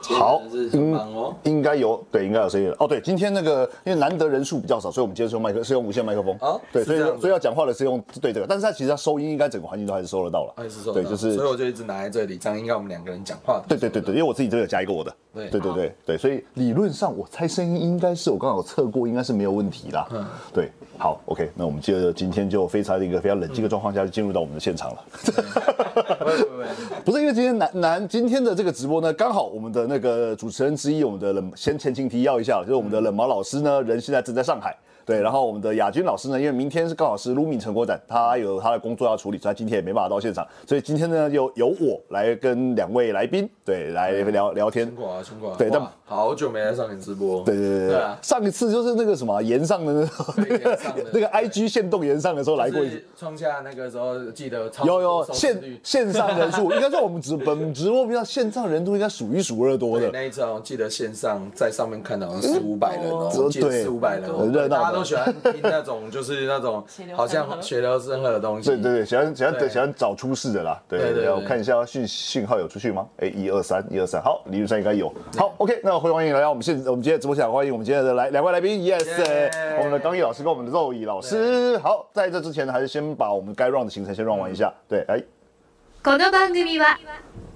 好嗯是很棒哦。应该有，对，应该有声音了。哦，对，今天那个因为难得人数比较少，所以我们今天是用麦克，是用无线麦克风。哦对，是所以这样子所以要讲话的是用对这个，但是它其实它收音应该整个环境都还是收得到了。啊还是说对，就是所以我就一直拿在这里，这样应该我们两个人讲话的。对对对对，因为我自己这个加一个我的，对对对对对，所以理论上我猜声音应该是我刚好测过，应该是没有问题啦。嗯，对，好，OK，那我们接着今天就非常一个非常冷静的状况下就进入到我们的现场了。对对对，不是因为今天南南今天的这个直播呢，刚好我们的那个主持人之一，我们的冷先前情提要一下，就是我们的冷毛老师呢，人现在正在上海。对，然后我们的亚军老师呢，因为明天是刚好是卢米成果展，他有他的工作要处理，所以他今天也没办法到现场，所以今天呢，由由我来跟两位来宾对来聊聊天辛。苦啊，辛苦啊。对但哇好久没来上你直播。对对对对，对啊上一次就是那个什么岩上的那个对岩上的那个 IG 限动岩上的时候来过一次是，创下那个时候记得超有有收视线率线上人数，应该说我们直本直播频道线上人数应该数一数二多对的。那一次哦，记得线上在上面看到好像四五百人哦，嗯我记得对四五百人哦很，热闹大家都喜欢听那种就是那种好像血流成河的东西对。对对，喜欢喜欢对喜欢找出事的啦。对对对对对对，我看一下讯讯号有出去吗？哎，一二三，一二三，好，理论上应该有。嗯好，OK，那欢迎来到我们现我们今天的直播现场，欢迎我们今天的来两位来宾，Yes，耶我们的刚毅老师跟我们的肉毅老师。好，在这之前呢，还是先把我们该 run 的行程先 run 完一下。对，哎，この番組は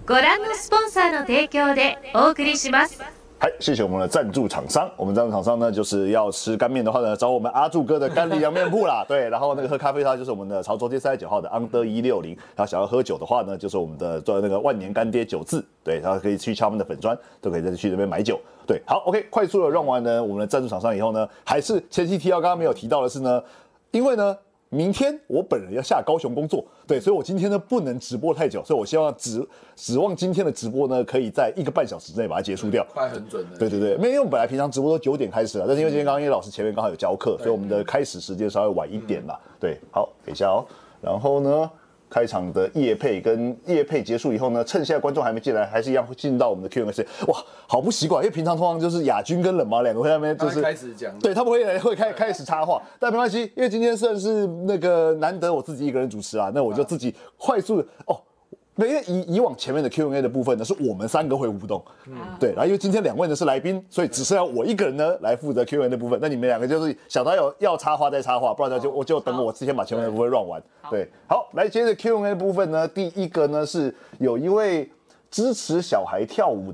ご覧のスポンサーの提供でお送りします。嗨，谢谢我们的赞助厂商。我们赞助厂商呢，就是要吃干面的话呢，找我们阿柱哥的干里洋面铺啦。对，然后那个喝咖啡的话，就是我们的潮州街三十九号的安德一六零。然后想要喝酒的话呢，就是我们的做那个万年干爹酒字。对，然后可以去敲他们的粉砖，都可以再去那边买酒。对，好，OK，快速的让完呢我们的赞助厂商以后呢，还是前期提到刚刚没有提到的是呢，因为呢。明天我本人要下高雄工作，对，所以我今天呢不能直播太久，所以我希望指指望今天的直播呢可以在一个半小时之内把它结束掉。快很准的，嗯对对对，没有，因为我们本来平常直播都九点开始了，但是因为今天刚刚因为老师前面刚好有教课，所以我们的开始时间稍微晚一嗯点啦。对，好，等一下哦。然后呢，开场的夜配跟夜配结束以后呢，趁现在观众还没进来，还是一样会进到我们的 Q&A 时间。哇，好不习惯，因为平常通常就是亚军跟冷毛两个会在那边就他是们啊开始讲对他们会 会开开始插话，但没关系，因为今天算是那个难得我自己一个人主持啊，那我就自己快速的哦。没，因为以以往前面的 Q&A 的部分呢，是我们三个会互动，对，然后因为今天两位呢是来宾，所以只剩下我一个人呢来负责 Q&A 的部分。那你们两个就是想到有要插话再插话，不然呢就我就等我先把前面的部分 run 完。对，好，来接着 Q&A 的部分呢，第一个呢是有一位支持小孩跳舞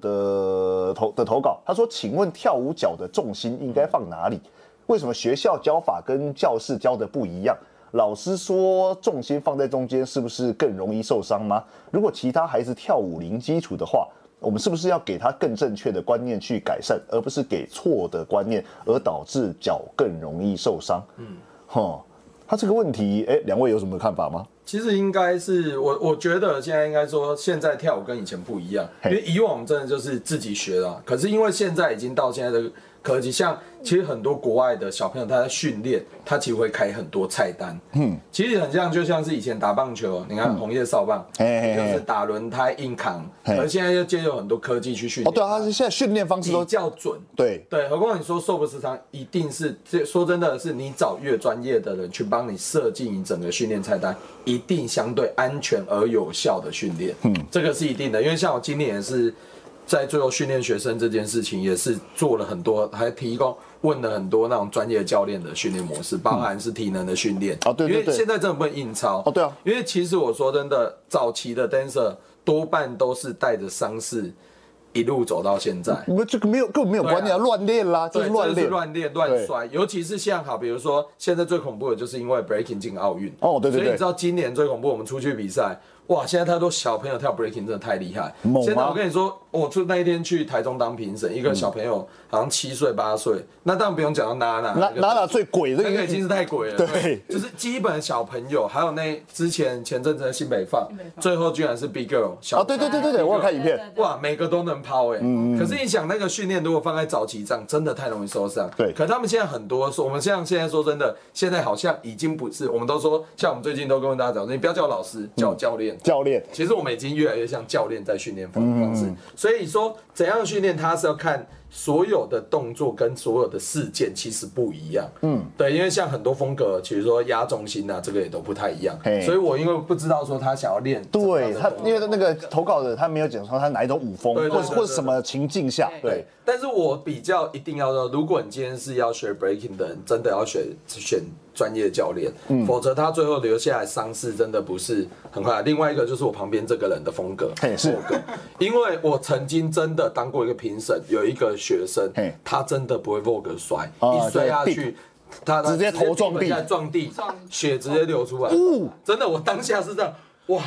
的投的投稿，他说：“请问跳舞脚的重心应该放哪里？为什么学校教法跟教室教的不一样？老师说重心放在中间，是不是更容易受伤吗？如果其他孩子跳舞零基础的话，我们是不是要给他更正确的观念去改善，而不是给错的观念，而导致脚更容易受伤？”嗯，哼，他这个问题，哎，两位有什么看法吗？其实应该是我，我觉得现在应该说，现在跳舞跟以前不一样，嘿因为以往我们真的就是自己学的啊、可是因为现在已经到现在的科技，像其实很多国外的小朋友他在训练，他其实会开很多菜单，嗯，其实很像就像是以前打棒球，你看红叶扫棒，嗯嘿嘿嘿就是打轮胎硬扛，嘿而现在又借用很多科技去训哦，练，对啊，他现在训练方式比都较准，对，对，何况你说受不时长，一定是这说真的是你找越专业的人去帮你设计你整个训练菜单，一定相对安全而有效的训练。嗯，这个是一定的，因为像我今年也是在最后训练学生这件事情，也是做了很多，还提供问了很多那种专业教练的训练模式，包含是体能的训练。哦对对因为对现在真的不能硬抄。哦对啊因为其实我说真的，早期的 dancer 多半都是带着伤势一路走到现在。你们这个没有根本没有对啊观念啊，乱练啦，这对，是这乱就是练。乱练、乱摔，尤其是像好，比如说现在最恐怖的就是因为 breaking 进奥运哦对对对所以你知道今年最恐怖，我们出去比赛，哇，现在太多小朋友跳 breaking 真的太厉害。猛吗嗯现在我跟你说，我就那一天去台中当评审，一个小朋友好像七岁八岁，那当然不用讲到娜娜，拿那个拿拿最鬼这那个个已经是太鬼了。对就是基本小朋友，还有那之前前阵子的新北放，最后居然是 big girl 小啊，对对对对对，我有看影片，哇，每个都能抛哎、嗯可是你想那个训练，如果放在早期这样，真的太容易受伤。对可他们现在很多，说我们像现在说真的，现在好像已经不是，我们都说，像我们最近都跟大家讲，你不要叫我老师，叫我嗯教练。教练嗯其实我们已经越来越像教练在训练方方式，所以说怎样训练，他是要看所有的动作跟所有的事件其实不一样。嗯，对，因为像很多风格，比如说压重心啊，这个也都不太一样嘿。所以我因为不知道说他想要练怎么样对的他动，作因为那个投稿的他没有讲说他哪一种舞风，对对或对是对或是什么情境下，对对，，但是我比较一定要说，如果你今天是要学 breaking 的人，真的要选选专业教练，嗯否则他最后留下来伤势真的不是很快。另外一个就是我旁边这个人的风格，嘿是风格因为我曾经真的当过一个评审，有一个学生嘿，他真的不会 vogue 摔，哦一摔下对，dip 去。他他直接头撞地哦地板下撞地，血直接流出来。真的，我当下是这样，哇，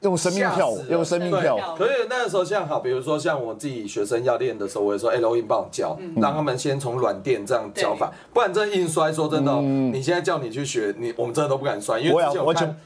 用生命跳舞吓，死了用生命跳舞，可是那个时候像好，比如说像我自己学生要练的时候，我也说，哎、罗颖帮我教，让他们先从软垫这样教法，不然真硬摔，说真的哦、你现在叫你去学，你我们真的都不敢摔，因嗯我为也嗯之前我我就看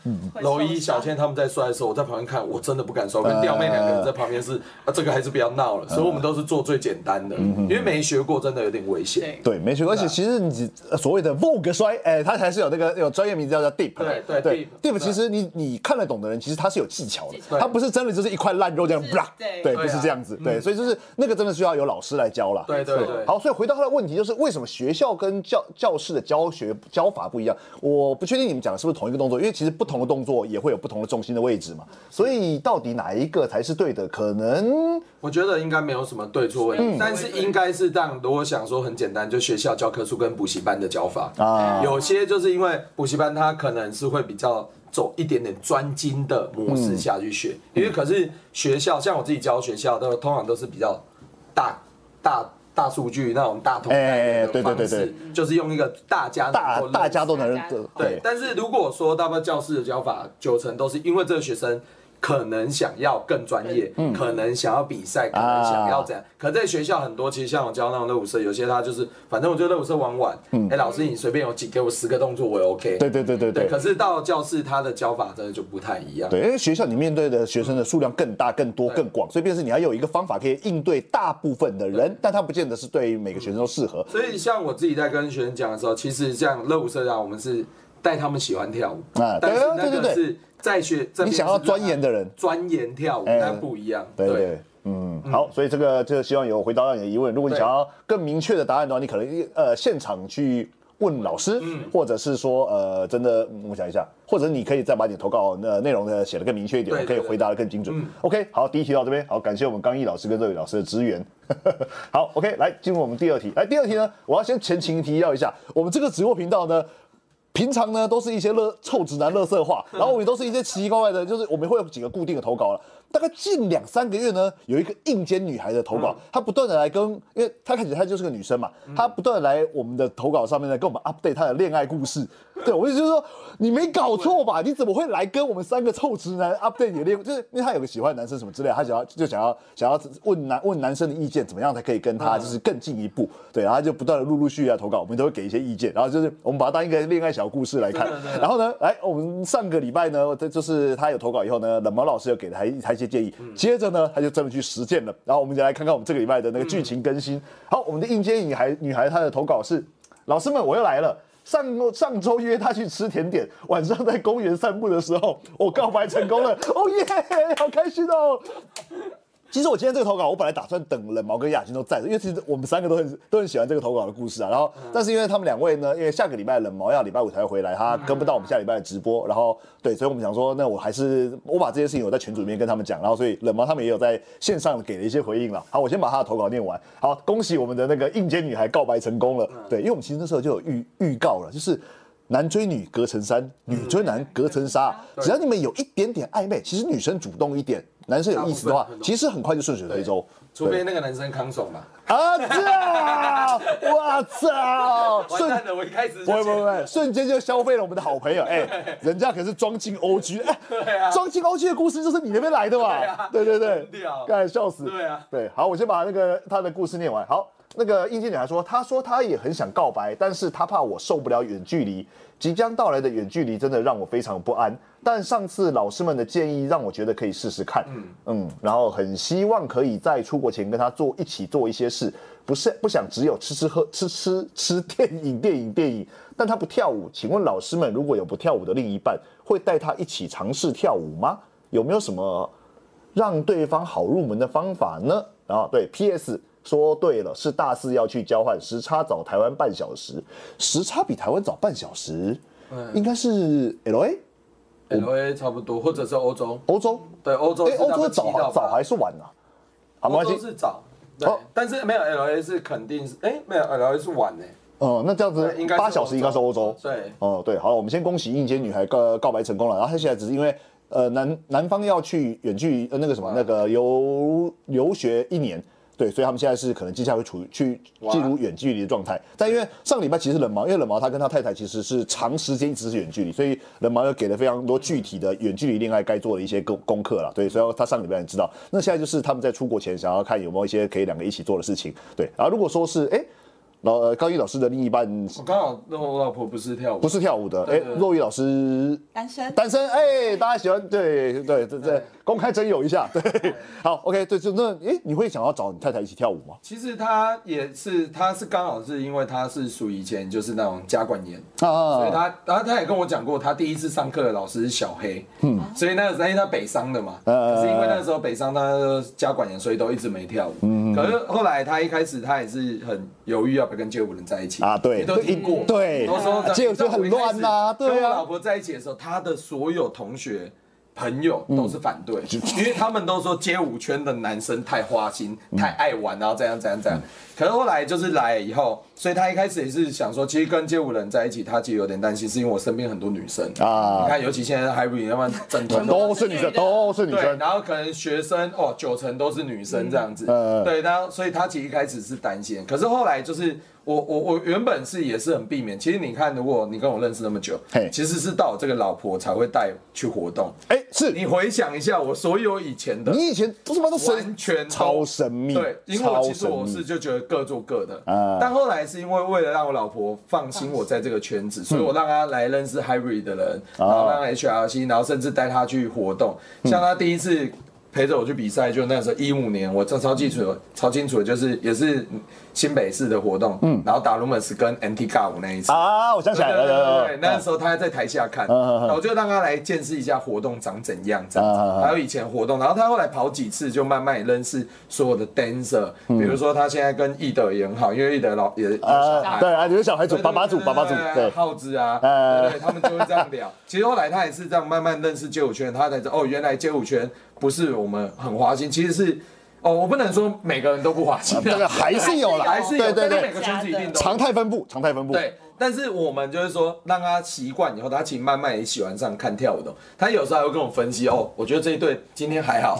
罗伊、小倩他们在摔的时候，我在旁边看，我真的不敢摔，嗯我跟吊妹两个人在旁边是，啊，这个还是不要闹了，所以我们都是做最简单的，嗯因为没学过真的有点危险。对对，没错。而啊且其实你只呃所谓的 Vogue 摔，哎，它还是有那个有专业名字叫做 Deep。对对 d e dip， e p 其实你你看得懂的人，其实它是有技巧的技，巧它不是真的就是一块烂肉这样，是啪对对，对啊不是这样子，对，所以就是那个真的需要有老师来教啦。嗯对对对好，所以回到他的问题，就是为什么学校跟教教室的教学教法不一样？我不确定你们讲的是不是同一个动作，因为其实不同的动作也会有不同的重心的位置嘛，所以到底哪一个才是对的？可能我觉得应该没有什么对错问题，嗯但是应该是让如果想说很简单，就学校教科书跟补习班的教法啊有些就是因为补习班它可能是会比较走一点点专精的模式下去学，因为可是学校像我自己教学校都通常都是比较大大大数据那种大统概的哎对对对方对式，就是用一个大家能大够认大家都能大家对，但是如果说大部分教室的教法，九成都是因为这个学生可能想要更专业，嗯可能想要比赛，可能想要啊怎样。可在学校很多，其实像我教那种热舞社，有些他就是，反正我就热舞社玩玩。哎，老师你随便有几给我十个动作，我也 OK。嗯对对对对对可是到教室，他的教法真的就不太一样。对，因为学校你面对的学生的数量更大、更多、更广，所以便是你要有一个方法可以应对大部分的人，但他不见得是对每个学生都适合。所以像我自己在跟学生讲的时候，其实像热舞社长，我们是带他们喜欢跳舞，啊但是对啊那对对个对是在学，这边你想要钻研的是人让他钻研跳舞，哎但不一样，对对。嗯，好，所以这个这个希望有回答到你的疑问。如果你对想要更明确的答案的话，你可能呃现场去问老师，嗯或者是说呃真的嗯我想一下，或者你可以再把你的投稿呃内容呢写得更明确一点，对我可以对嗯对回答得更精准。OK，好，第一题到这边，好，感谢我们刚毅老师跟这位老师的支援。 好，OK，来进入我们第二题。来，第二题呢，我要先前情提要一下，我们这个直播频道呢，平常呢都是一些乐臭直男乐色话，然后我也都是一些奇奇怪怪的，就是我们会有几个固定的投稿了。大概近两三个月呢，有一个硬间女孩的投稿，她不断的来跟，因为她看起来她就是个女生嘛，她不断的来我们的投稿上面呢，跟我们 update 她的恋爱故事。对，我就觉得说你没搞错吧？你怎么会来跟我们三个臭直男 update 你的恋？就是因为她有个喜欢的男生什么之类的，她想要就想要想要问男问男生的意见，怎么样才可以跟他就是更进一步？对，然后她就不断的陆陆续续来投稿，我们都会给一些意见，然后就是我们把它当一个恋爱小故事来看。然后呢，来我们上个礼拜呢，这就是她有投稿以后呢，冷毛老师有给她一她一些建议，接着呢，她就专门去实践了。然后我们就来看看我们这个礼拜的那个剧情更新。好，我们的应届女孩女孩她的投稿是。老师们，我又来了。上上周约他去吃甜点，晚上在公园散步的时候，我告白成功了，哦耶，好开心哦！其实我今天这个投稿，我本来打算等冷毛跟雅君都在的，因为其实我们三个都很都很喜欢这个投稿的故事啊。然后，嗯但是因为他们两位呢，因为下个礼拜冷毛要礼拜五才会回来，他跟不到我们下礼拜的直播。然后，对，所以我们想说，那我还是我把这些事情我在群组里面跟他们讲，然后所以冷毛他们也有在线上给了一些回应了。好，我先把他的投稿念完。好，恭喜我们的那个应届女孩告白成功了。嗯对，因为我们其实那时候就有预预告了，就是。男追女隔层嗯山，女追男隔层纱。只要你们有一点点暧昧，其实女生主动一点，男生有意思的话大部分，其实很快就顺水推舟。除非对那个男生康爽嘛。啊操！我操！完瞬蛋了，我一开始就不会不会先不会，瞬间就消费了我们的好朋友。哎、啊人家可是装进 OG，哎、装进 OG 的故事就是你那边来的嘛？对啊对对对很屌干笑死。对啊对，好，我先把那个他的故事念完。好，那个应届女孩说，她说她也很想告白，但是她怕我受不了远距离。即将到来的远距离真的让我非常不安，但上次老师们的建议让我觉得可以试试看，嗯然后很希望可以在出国前跟他做一起做一些事，不是不想只有吃吃喝吃吃吃电影电影电影，但他不跳舞，请问老师们如果有不跳舞的另一半，会带他一起尝试跳舞吗？有没有什么让对方好入门的方法呢？然后对，P.S. 啊说对了，是大四要去交换，时差早台湾半小时，时差比台湾早半小时，嗯应该是 L A L A 差不多，或者是欧洲，欧洲，对欧洲哎是，欧他洲们早提到还吧早还是晚啊？好，没欧关洲系，是早，对哦，但是没有 L A 是肯定是，哎，没有 L A 是晚呢，哦、那这样子对应该是八小时应该是欧洲。对哦、对，好了，我们先恭喜应届女孩告告白成功了。然后她现在只是因为呃男男方要去远距呃那个什么那个游游学一年，对，所以他们现在是可能接下来会处于去进入远距离的状态。但因为上礼拜其实冷毛，因为冷毛他跟他太太其实是长时间一直是远距离，所以冷毛又给了非常多具体的远距离恋爱该做的一些功功课了。对，所以他上礼拜也知道，那现在就是他们在出国前想要看有没有一些可以两个一起做的事情。对，然后如果说是哎。老呃高一老师的另一半我刚好那我老婆不是跳舞，不是跳舞的，对哎、对对若雨老师单身。单身，哎、大家喜欢，对对对对，公开征友一下，对，好，OK，对，就那，哎、你会想要找你太太一起跳舞吗？其实他也是，他是刚好是因为他是属于以前就是那种家管严，所以啊，他，然后他也跟我讲过，他第一次上课的老师是小黑，嗯，所以那个时候因为他北商的嘛，呃可是因为那时候北商他家管严，所以都一直没跳舞。嗯，可是后来他一开始他也是很犹豫要不要跟街舞人在一起啊对你都听过，对都说街舞就很乱呐对啊跟我老婆在一起的时候，他的所有同学。朋友都是反对，因为他们都说街舞圈的男生太花心、太爱玩，然后怎样怎样怎样。可是后来就是来了以后，所以他一开始也是想说，其实跟街舞人在一起，他其实有点担心，是因为我身边很多女生啊啊，你看尤其现在 h y b r i 要不然整团都都是女生，都是女对，生，然后可能学生哦，九成都是女生这样子，嗯嗯对，然后所以他其实一开始是担心，可是后来就是我我我原本是也是很避免，其实你看，如果你跟我认识那么久嘿，其实是到我这个老婆才会带去活动。哎、是你回想一下，我所有以前的你以前都他妈都神完全都超神秘，对，因为我超其实神我秘是就觉得各做各的啊，但后来是因为为了让我老婆放心我在这个圈嗯子，所以我让她来认识 Hybrid 的人，啊然后让 HRC，然后甚至带她去活动，嗯像她第一次。陪着我去比赛，就那时候一五年，我超超清楚的，超清楚的，就是也是新北市的活动，嗯，然后打 r u m e r s 跟 NT 尬舞那一次，啊，我想起来了，对对对对，来来来那时候他还在台下看，嗯嗯嗯那我就让他来见识一下活动长怎样，这样嗯嗯嗯子，还有以前活动，然后他后来跑几次，就慢慢也认识所有的 dancer，比嗯如说他现在跟易德也很好，因为易德老也有小啊，孩对。啊，你是小孩对组，爸爸组，爸爸组，对，耗子啊，嗯对对，他们就会这样聊。其实后来他也是这样慢慢认识街舞圈，他才知道哦，原来街舞圈不是我们很花心，其实是哦，我不能说每个人都不花心啊，这个还是有啦， 还是有，对对但是对每，个圈子一定都有常态分布，常态分布，对，但是我们就是说，让他习惯以后，他其实慢慢也喜欢上看跳舞的。他有时候还会跟我分析哦，我觉得这一队今天还好，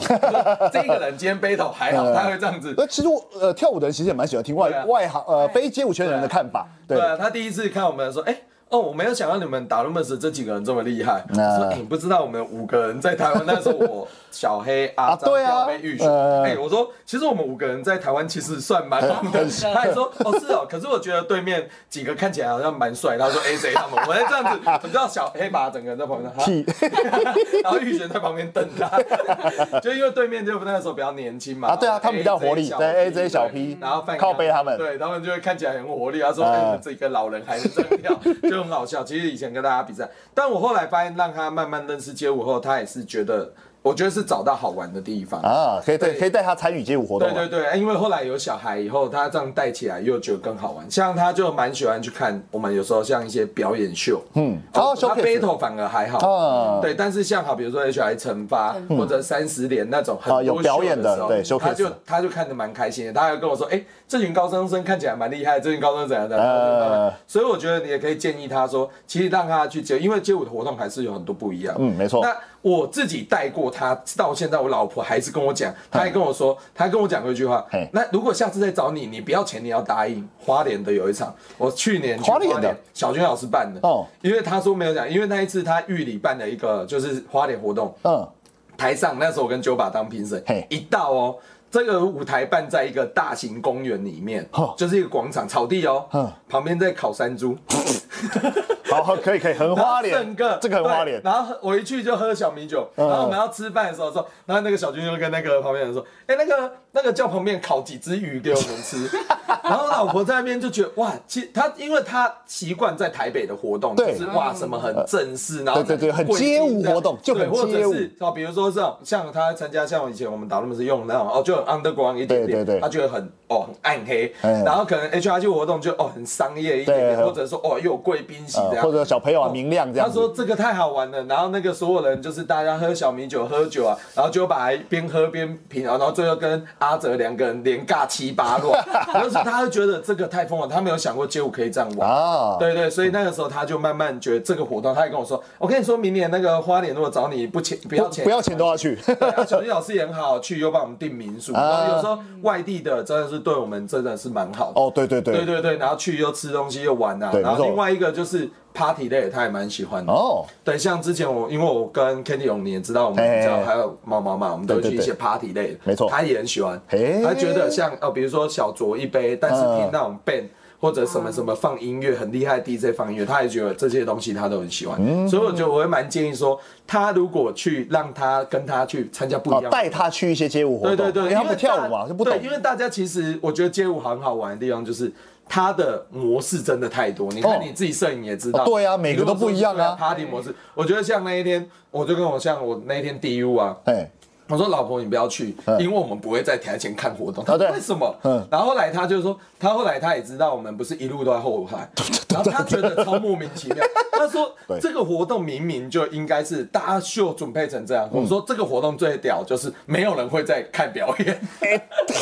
这个人今天 battle 还好，他会这样子。那其实我呃跳舞的人其实也蛮喜欢听对外啊外行呃非街舞圈的人的看法，对对啊，他第一次看我们说，哎、哦，我没有想到你们打 r u m e r s 这几个人这么厉啊害。我说、哎你不知道我们五个人在台湾那时候，我小黑阿啊张对啊彪被预选。呃哎、我说其实我们五个人在台湾其实算蛮红的。他还说哦是哦，可是我觉得对面几个看起来好像蛮帅。他说 AJ 他们，我在这样子，你知道小黑把整个人在旁边，哈屁 然后玉璇在旁边瞪他， 就因为对面就那个时候比较年轻嘛。啊对啊然后他们比较活力 AJ 小对 AJ 小 P 然后范靠背他们对他们就会看起来很活力。他说：“啊哎，这个老人还是这样跳， 就很好笑。”其实以前跟大家比赛，但我后来发现，让他慢慢认识街舞后，他也是觉得，我觉得是找到好玩的地方。啊，可以对，对可以带他参与街舞活动对啊，对对，因为后来有小孩以后，他这样带起来又觉得更好玩。像他就蛮喜欢去看我们有时候像一些表演秀，嗯哦哦， showcase 他 battle 反而还啊好，对。但是像好，比如说 H I 惩罚或者三十连那种很啊多有表演的的时候对 showcase 他就他就看得蛮开心的。他还跟我说，哎，这群高中生看起来蛮厉害，这群高中生怎样怎样怎样怎呃样。所以我觉得你也可以建议他说，其实让他去接，因为街舞的活动还是有很多不一样。嗯没错那我自己带过他，到现在我老婆还是跟我讲，她还跟我说，她跟我讲过一句话嘿，那如果下次再找你，你不要钱，你要答应。花莲的有一场，我去年去花莲的小军老师办的哦哦，因为他说没有讲，因为那一次他玉里办的一个就是花莲活动，嗯，台上那时候我跟九把当评审嘿，一到哦，这个舞台办在一个大型公园里面呵，就是一个广场草地哦嗯，旁边在烤山猪，好好，可以可以，很花然后整脸个，这个很花对脸。然后我一去就喝小米酒，嗯然后我们要吃饭的时候说，然后那个小军就跟那个旁边人说，哎，那个那个叫旁边烤几只鱼给我们吃。然后老婆在那边就觉得哇，其实她因为她习惯在台北的活动，就对嗯是哇什么很正式，然后对对对很贵街舞这样活动就对很或者街舞是哦，比如说这种像他参加像以前我们打那么是用那种哦，就很 underground 一点点，对对对他觉得很哦很暗黑，哎然后可能 HRG 活动就哦很商业一点点，对或者说哦又有贵宾席这呃样，或者小朋友啊，哦明亮这他样说子，这个太好玩了，然后那个所有人就是大家喝小米酒喝酒啊，然后就把边喝边品啊，然后最后跟阿哲两个人连尬七八 乱，然后是他就觉得这个太疯了，他没有想过街舞可以这样玩。啊，对对，所以那个时候他就慢慢觉得这个活动，他也跟我说，我跟你说明年那个花莲如果找你不钱不要钱不要钱都要去， 对啊，小金老师也很好，去又帮我们订民啊宿，然后有时候外地的真的是对我们真的是蛮好的。哦，对对对对，对对，然后去又吃东西又玩呐、啊对然后没错另外一个就是 party 类，他也蛮喜欢的。哦，对，像之前我因为我跟 Kenny 勇，你也知道，我们哎知道还有毛毛嘛，我们都会去一些 party 类的，没错他也很喜欢，哎他觉得像呃，比如说小酌一杯，但是嗯听那种 band。或者什么什么放音乐很厉害的，DJ 放音乐，他也觉得这些东西他都很喜欢，嗯所以我觉得我会蛮建议说，他如果去让他跟他去参加不一哦样，的带他去一些街舞活对动，对对，因为他不大跳舞嘛，就不懂对，因为大家其实我觉得街舞很好玩的地方就是。它的模式真的太多，你看哦你自己摄影也知道，哦对啊每个都不一样啊你如果说对 Party 模式，我觉得像那一天，我就跟我像我那一天 DU 啊，哎， 我说老婆你不要去，嗯因为我们不会在台前看活动。她啊对说为什么？嗯然后后来她就说，她后来她也知道我们不是一路都在后排，然后她觉得超莫名 其妙。她说对这个活动明明就应该是大家秀准备成这样。嗯我说这个活动最屌就是没有人会在看表演。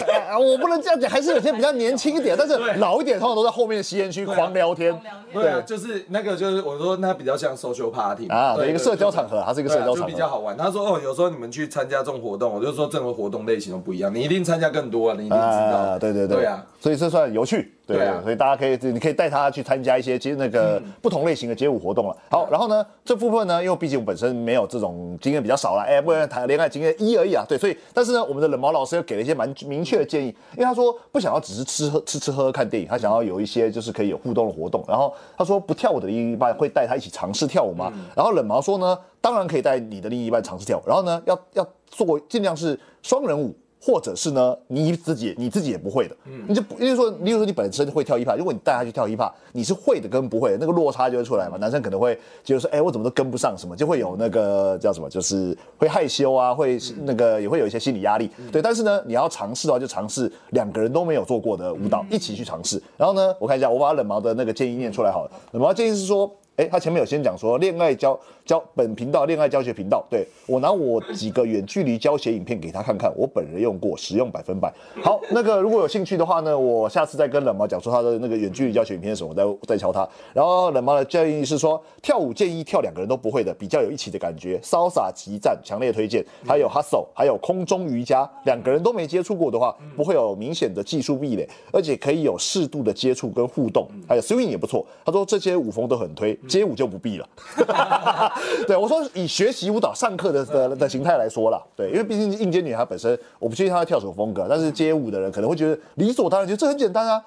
哎我不能这样讲，还是有些比较年轻一点，但是对老一点通常都在后面的吸烟区对啊狂聊天狂聊天，对啊，就是那个就是我说那比较像 social party 嘛啊，对一个社交对场合，它是一个对社啊交就场比较合，好玩。他说哦，有时候你们去参加这种活动，我就说这种活动类型都不一样，你一定参加更多啊，你一定知道。啊，对对对，对啊，，所以这算有趣，对对啊嗯所以大家可以你可以带他去参加一些街那个不同类型的街舞活动了。啊好，然后呢，这部分呢，因为毕竟我本身没有这种经验比较少了，哎，不然谈恋爱经验一而已啊，对，所以但是呢，我们的冷毛老师又给了一些蛮明确的建议，因为他说不想要只是吃喝吃吃喝喝看电影，他想要有一些就是可以有互动的活动。然后他说不跳舞的另一半会带他一起尝试跳舞吗？嗯然后冷毛说呢，当然可以带你的另一半尝试跳舞，然后呢，要要做尽量是双人舞。或者是呢，你自己你自己也不会的，你就不，因为说，例如说你本身会跳 hip hop，如果你带他去跳 hip hop，你是会的跟不会的，那个落差就会出来嘛。男生可能会觉得说，哎、我怎么都跟不上什么，就会有那个叫什么，就是会害羞啊，会那个也会有一些心理压力，对。但是呢，你要尝试的话，就尝试两个人都没有做过的舞蹈，一起去尝试。然后呢，我看一下，我把冷毛的那个建议念出来好了。冷毛建议是说，哎，他前面有先讲说恋爱教教本频道恋爱教学频道，对我拿我几个远距离教学影片给他看看，我本人用过，实用百分百。好，那个如果有兴趣的话呢，我下次再跟冷毛讲说他的那个远距离教学影片是什么，再再敲他。然后冷毛的建议是说，跳舞建议跳两个人都不会的，比较有一起的感觉，潇洒极赞，强烈推荐。还有 hustle，还有空中瑜伽，两个人都没接触过的话，不会有明显的技术壁垒，而且可以有适度的接触跟互动。还有 swing 也不错，他说这些舞风都很推，街舞就不必了。 对，我说以学习舞蹈上课的的的形态来说啦，对，因为毕竟应届女孩本身，我不确定她要跳什么风格，但是街舞的人可能会觉得理所当然，觉得这很简单啊。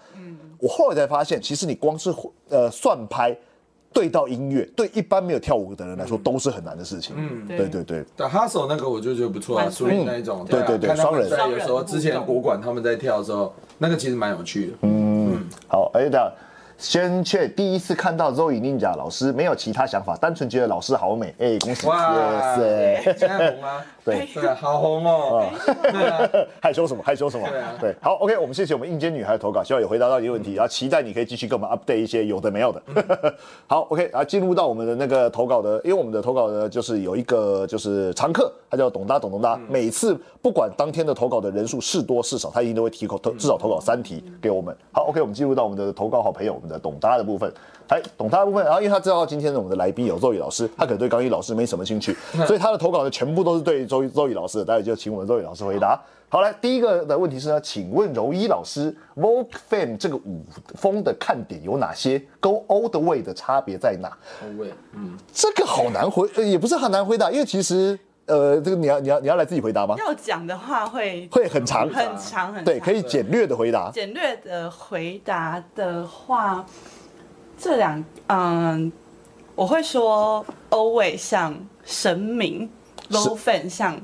我后来才发现，其实你光是呃算拍。对到音乐，对一般没有跳舞的人来说都是很难的事情。嗯，对对对，对哈手那个我就觉得不错啊，蛮属于那一种，啊嗯对对对看他们双人在有时候之前国馆他们在跳的时候，那个其实蛮有趣嗯的。好，哎，等一下先确第一次看到 Zoe Ninja 老师没有其他想法，单纯觉得老师好美，哎，恭喜，哇哇塞，现在红啊， 对嗯对啊，好红哦，对啊，害羞什么？害羞什么？对啊嗯好，OK，我们谢谢我们应届女孩的投稿，希望有回答到你的问题，然后期待你可以继续跟我们 update 一些有的没有的。 好，OK，啊，进入到我们的那个投稿的，因为我们的投稿呢，就是有一个就是常客，他叫董大董董大，嗯每次不管当天的投稿的人数是多是少，他一定都会提口投嗯至少投稿三题给我们。好，OK，我们进入到我们的投稿好朋友，我们的董大的部分。哎，董大的部分，然后因为他知道今天的我们的来宾有周宇老师，他可能对刚毅老师没什 么兴趣，所以他的投稿呢全部都是对周周宇老师的，待会就请我们周宇老师回答。好来，第一个的问题是呢，请问柔一老师，Vogue Fame 这个舞风的看点有哪些？Go All the Way 的差别在哪？好味，嗯，这个好难回，呃也不是很难回答，因为其实呃，这个你要你要你要来自己回答吗？要讲的话会会很长，很长很对，可以以简略的回答。简略的回答的话，这两嗯，我会说欧伟像神明，low fan 像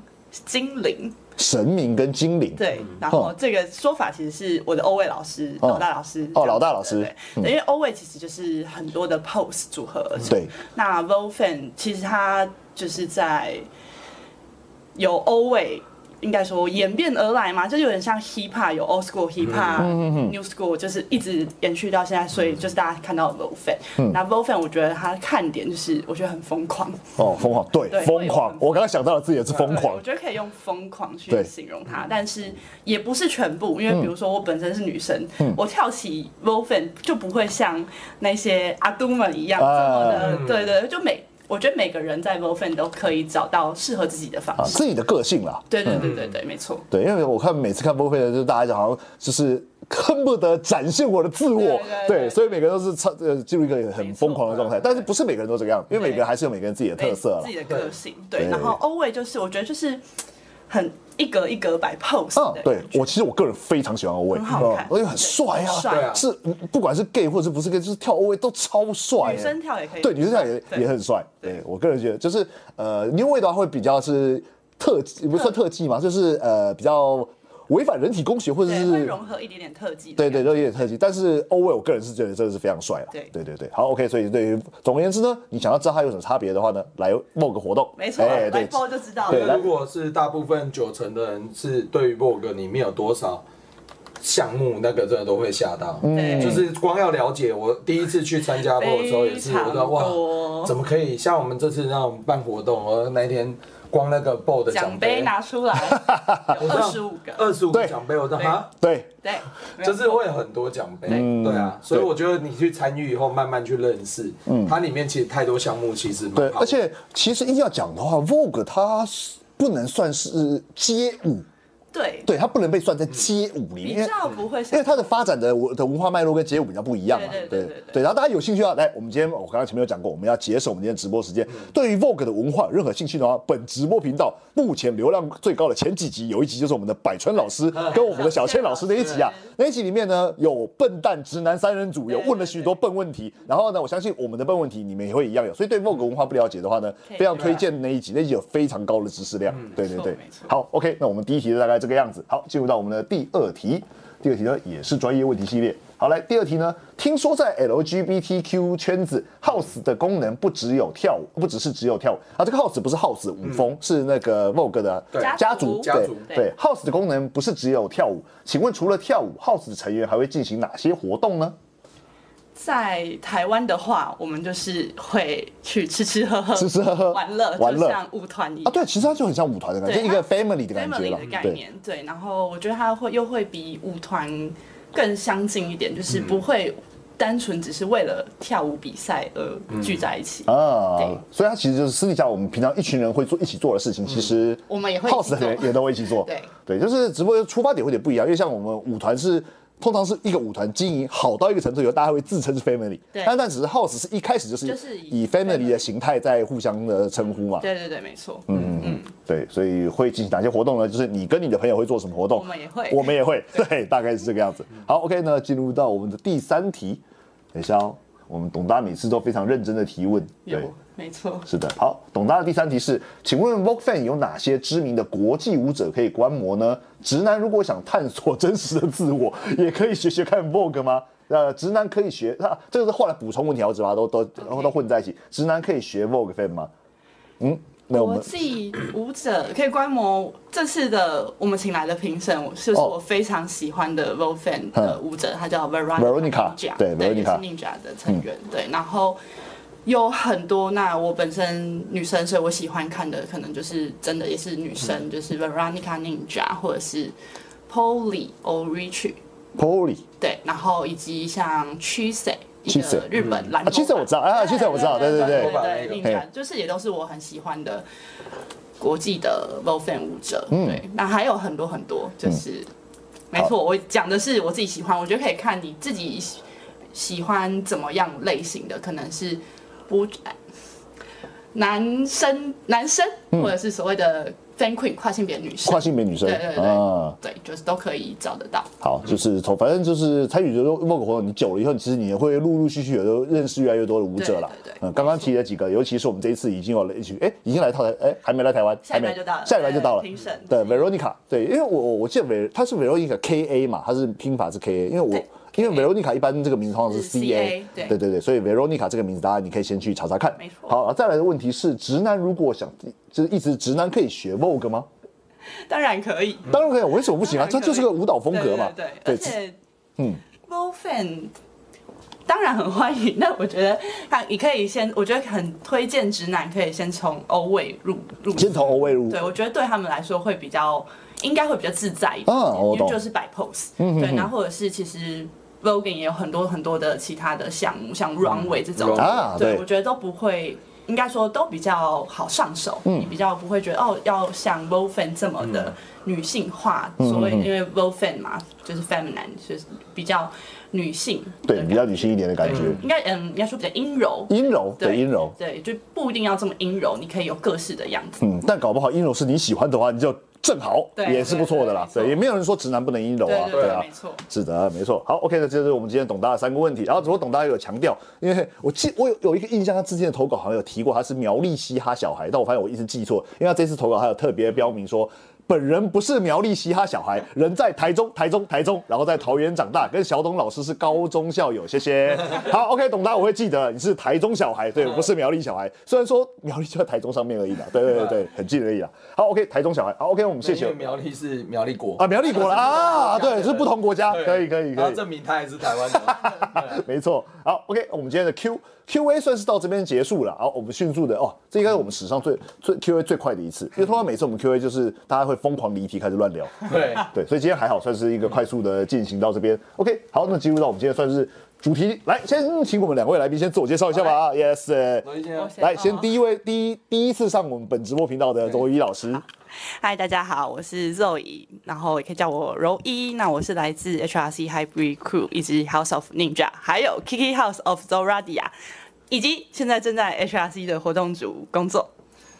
精灵，神明跟精灵，对。然后这个说法其实是我的欧伟老师、嗯哦老大老师哦老大老师对对，对因为欧伟其实就是很多的 pose 组合而成。对那 Volfan 其实它就是在有欧美，应该说演变而来嘛，就有点像 hip hop 有 old school hip hop、new school，就是一直延续到现在，所以就是大家看到 Volfan、那 Volfan 我觉得它的看点就是我觉得很疯狂，哦，疯狂，对对，疯狂会有。我刚刚想到的字也是疯对狂我，觉得可以用疯狂去对嗯形容它，但是也不是全部，因为比如说我本身是女生，我跳起 v o l f a n 就不会像那些阿都们一样这啊么的，对对，就每我觉得每个人在 v o l f a n 都可以找到适合自己的方啊，式。自己的个性啦。对对对对对，没错。对，因为我看每次看波菲的，就大家讲好像就是恨不得展现我的自我，对对对所以每个人都是超呃进入一个很疯狂的状态，但是不是每个人都这个样，因为每个人还是有每个人自己的特色啦嗯自己的个性，对。对然后欧卫就是我觉得就是很一格一格摆 pose 嗯的，对感觉我其实我个人非常喜欢欧威，很好看嗯而且很帅啊，对对啊是不管是 gay 或者是不是 gay，就是跳欧威都超帅、欸，女生跳也可以对，女生跳也对也很帅，对我个人觉得就是呃，New Way 的话会比较是特技，不是特技嘛，就是呃比较违反人体工学或者对，会是融合一点点特技的对感觉。对，都有点特技。但是欧卫，我个人是觉得真的是非常帅了。对对对对，好，OK。所以对于总而言之呢，你想要知道它有什么差别的话呢，来某个活动，没错，哎对摆 pose 就知道对来。了如果是大部分九成的人是对于 Vogue 里面有多少项目，那个真的都会吓到。嗯对就是光要了解，我第一次去参加 Vogue 的时候也是，非常我知道哇，多怎么可以像我们这次那种办活动，而那一天光那个 Vogue 的奖奖杯杯拿 出来，有二十五个，二十五对奖杯，我知道对啊。对对，没有就是会有很多奖杯，嗯对啊，所以我觉得你去参与以后，慢慢去认识，它里面其实太多项目，其实蛮嗯对，好的而且其实硬要讲的话，Vogue 它是不能算是街舞，对，对，它不能被算在街舞里面，比因为较不会因像为它的发展的文的文化脉络跟街舞比较不一样嘛，对对对对对然后大家有兴趣的话，来，我们今天我刚刚前面有讲过，我们要节省我们今天直播时间。对于 Vogue 的文化有任何兴趣的话，本直播频道目前流量最高的前几集，有一集就是我们的百川老 师跟我们的小千老师那一集啊，那一集里面呢有笨蛋直男三人组，有问了许多笨问题。然后呢，我相信我们的笨问题你们也会一样有，所以对 Vogue 文化不了解的话呢可，以啊非常推荐那一集，那一集有非常高的知识量。对对没错对没，错好，OK，那我们第一题大概这个样子。好，进入到我们的第二题，第二题呢也是专业问题系列。好，来第二题呢，听说在 LGBTQ 圈子，house 的功能不只有跳舞，不只是只有跳舞啊。这个 house 不是 house 舞风，是那个 Vogue 的对家家族族家对族对对 house 的功能不是只有跳舞。请问除了跳舞，house 的成员还会进行哪些活动呢？在台湾的话，我们就是会去吃吃喝喝，吃 吃喝喝玩乐，玩乐就像舞团一啊，样。对，其实它就很像舞团的感觉，对一个 family 的感觉 family 了的。概对，念，对，然后我觉得它会又会比舞团更相近一点，嗯就是不会单纯只是为了跳舞比赛而聚在一起。啊对，嗯所以它其实就是私底下我们平常一群人会做一起做的事情，其实我们也会一起 house 的人做也都会一起做。对对，就是直播的出发点会有点不一样，因为像我们舞团是。通常是一个舞团经营好到一个程度以后，大家会自称是 family，对但但只是 house 是一开始就是就是以以 family 的形态在互相的称呼嘛，对对对，没错。嗯，对，所以会进行哪些活动呢？就是你跟你的朋友会做什么活动？我们也会我们也 会，对，大概是这个样子。好，OK，那进入到我们的第三题，等一下哦，我们董大每次都非常认真的提问，对有，，没错。是的。好，董大的第三题是，请问 Vogue Fan 有哪些知名的国际舞者可以观摩呢？直男如果想探索真实的自我， 也可以学学看 Vogue 吗？呃，直男可以学，啊、这个是后来补充问题，我只把它都都都混在一起。直男可以学 Vogue Fan 吗？嗯，那我国们际舞者可以观摩这次的我们请来的评审，我是哦嗯我非常喜欢的 v o f a n 的舞者，他叫 Veronica， Veronica，Ninja，对对 Veronica 嗯也是 Ninja 的成员，对，然后有很多。那我本身女生，所以我喜欢看的可能就是真的也是女嗯生，就是 Veronica Ninja 或者是 Polly Orichi， Poly。对，然后以及像 Chise 一 Chise，个日本蓝啊，其实我知道，啊，其实我知道，对对对对，对，对印象就是也都是我很喜欢的国际的 v o f a n 舞者。对，那还有很多很多，就是、没错，我讲的是我自己喜欢，我觉得可以看你自己喜喜欢怎么样类型的，可能是不。男生男生，或者是所谓的 fan queen 跨性别女生，跨性别女生对对对啊，对，就是都可以找得到。好，就是从反正就是参与这个梦活动，你久了以后，你其实你也会陆陆续续有的认识越来越多的舞者啦。对对对嗯，刚刚提了几个，尤其是我们这一次已经有了一群，哎，已经来到台，哎，还没来台湾，下礼拜还没就到了下礼拜就到了。对评审对，Veronica，对，因为我我我记得 Ver 她是 Veronica K A 嘛，她是拼法是 K A，因为我对。因为 Veronica 一般这个名字通常是 C 是 A， CA 对对对对，所以 Veronica 这个名字大家你可以先去查查看。没错好，再来的问题是，直男如果想就是一直直男可以学 Vogue 吗？当然可以，当然可以，为什么不行啊？嗯它当然可以就是个舞蹈风格嘛。对对对，而直且嗯嗯 m o fan 当然很欢迎。那我觉得他你可以先，我觉得很推荐直男可以先从欧位入入手，先从欧位入对我觉得对他们来说会比较，应该会比较自在一点，啊我懂嗯因为就是摆 pose，、对，然后或者是其实。Vogan 也有很多很多的其他的项目，像 runway 这种， runway 嗯啊对我觉得都不会，应该说都比较好上手，嗯你比较不会觉得哦，要像 v o f a n 这么的女性化，嗯所谓因为 v o f a n 嘛，就是 feminine，就是比较女性的对感觉，比较女性一点的感觉，应该嗯，应该说比较阴柔，阴柔对阴柔，对，就不一定要这么阴柔，你可以有各式的样子，嗯，但搞不好阴柔是你喜欢的话，你就正好对也是不错的啦。对对，对没错也没有人说直男不能阴柔啊，对啊没。错。是的，没错。好，OK，那这就是我们今天董大的三个问题。然后，只不过董大有强调，因为我记我有有一个印象，他之前的投稿好像有提过他是苗栗嘻哈小孩，但我发现我一直记错，因为他这次投稿还有特别标明说。本人不是苗栗嘻哈小孩，人在台中，台中，台中，然后在桃园长大，跟小董老师是高中校友，谢 谢。好，OK，董大，我会记得你是台中小孩，对，我不是苗栗小孩。虽然说苗栗就在台中上面而已啦，对对对对，很近而已啦。好，OK，台中小孩，好，OK，我们谢因谢为苗栗是苗栗国啊，苗栗国了啊，对，是不同国家，可以可以可然后以。证明他也是台湾 人。没错，好，OK，我们今天的 Q Q A 算是到这边结束了。好，我们迅速的哦，这应该是我们史上最最 Q A 最快的一次，因为通常每次我们 Q A 就是大家会疯狂离题，开始乱聊。 对，对，所以今天还好，算是一个快速的进行到这边。OK，好，那进入到我们今天算是主题，来，先请我们两位来宾先自我介绍一下吧。yes，呃罗毅啊先生先来，先第一位，第一第一次上我们本直播频道的周一老师。嗨，大家好，我是 Zoe，然后也可以叫我柔一。那我是来自 HRC Hybrid Crew 以及 House of Ninja，还有 Kiki House of Zoradia，以及现在正在 HRC 的活动组工作。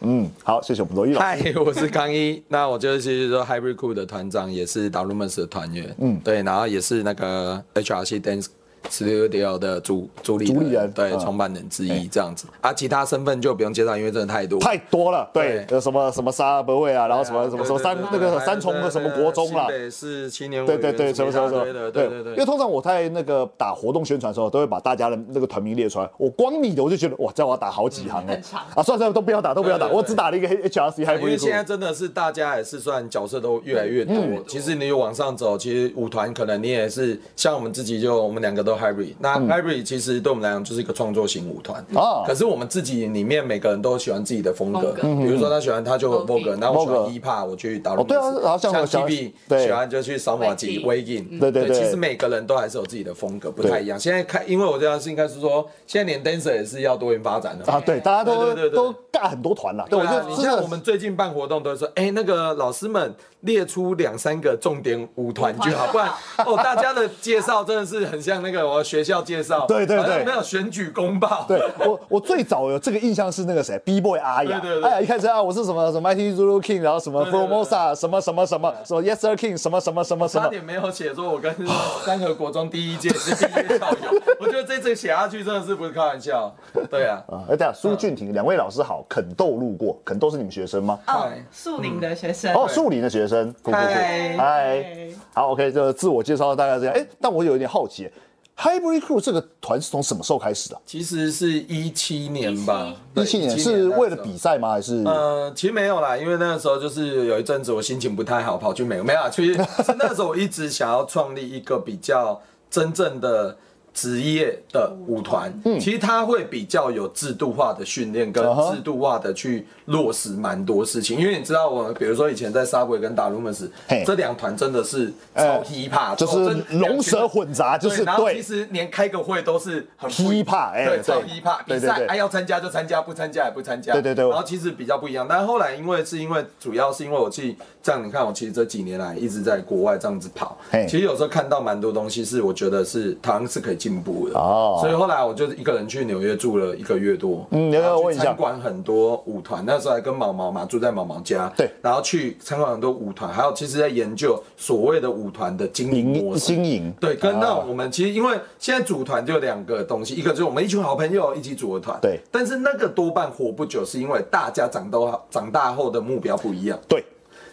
嗯，好，谢谢我们周一老师。嗨，我是康一，那我就是说 Hybrid Cool 的团长，也是 Darumans 的团员，嗯，对，然后也是那个 HRC Dance Studio 的主主理主理人对，嗯创办人之一这样子。啊，其他身份就不用介绍，因为真的太多。太多了，对对，有什么什么沙伯卫啊，然后什么什么什么三那个三重的的什么国中啊啦，对，是青年对对对，什么什么什么，对对对对因为通常我在那个打活动宣传的时候，都会把大家的那个团名列出来。我光你的我就觉得哇，这样我要打好几行哎很长，啊，算了算了，都不要打，都不要打，对对对我只打了一个 HRC 还因不嗯为一现在组。真的是大家也是算角色都越来越多。其实你往上走，其实舞团可能你也是像我们自己就我们两个都 hybrid，那 hybrid 其实对我们来讲就是一个创作型舞团嗯哦嗯可是我们自己里面每个人都喜欢自己的风格，风格比如说他喜欢他就 Vogue vogue，然后我喜 Vogue 欢 e p a 我去打哦对啊然后像我喜像欢 TB 对喜欢就去扫码机 w a g i n 对对对其实每个人都还是有自己的风格，不太一样。现在看，因为我这样是应该是说，现在连 dancer 也是要多元发展的啊，对，大家都对对对对都干很多团了，对，对我觉啊，得你真的像我们最近办活动都会说，哎、那个老师们列出两三个重点舞团就好，不 然哦，大家的介绍真的是很像那个我学校介绍，对对对好像没有选举公报，对我，我最早有这个印象是那个谁，B boy 阿雅对对，对阿雅一开始啊，我是什么什么 IT Zulu King，然后什么对对对 Formosa，什么什么什么什么 Yes Sir King，什么什么什么什差么，点没有写说我跟哦三和国中第一届是第一届校友，我觉得这次写下去真的是不是开玩笑，对啊，啊，哎，等一下，苏俊廷，两位老师好，肯豆路过，肯豆是你们学生吗？哦嗨，树林的学生，哦，树林的学生，酷酷酷，嗨嗨，好，OK，这个自我介绍大概这样。哎，但我有一点好奇，Hybrid Crew 这个团是从什么时候开始的？其实是一七年吧，一对七年17是为了那时候比赛吗？还是呃，其实没有啦，因为那个时候就是有一阵子我心情不太好，跑去美国没有啦，啊其实 是那时候我一直想要创立一个比较真正的职业的舞团，嗯其实它会比较有制度化的训练跟啊哈制度化的去落实蛮多事情，因为你知道我们比如说以前在沙威跟达鲁门斯嘿这两团真的是哎超 hip hop，就是龙蛇混杂？就是然后其对，实连开个会都是很不 Hip-hop，哎对，超对 hiphop 对比对赛对，哎要参加就参加，不参加也不参加，对对对然后其实比较不一样，但后来因为是因为主要是因为我去这样，你看我其实这几年来一直在国外这样子跑嘿，其实有时候看到蛮多东西是我觉得是台湾是可以进步了。哦所以后来我就是一个人去纽约住了一个月多，嗯你要不然要后去问一下参观很多舞团，那时候还跟毛毛嘛住在毛毛家，对然后去参观很多舞团，还有其实在研究所谓的舞团的经营模营式。经营，对，跟那啊我们其实因为现在组团就有两个东西，一个就是我们一群好朋友一起组的团，对但是那个多半活不久，是因为大家长都长大后的目标不一样。对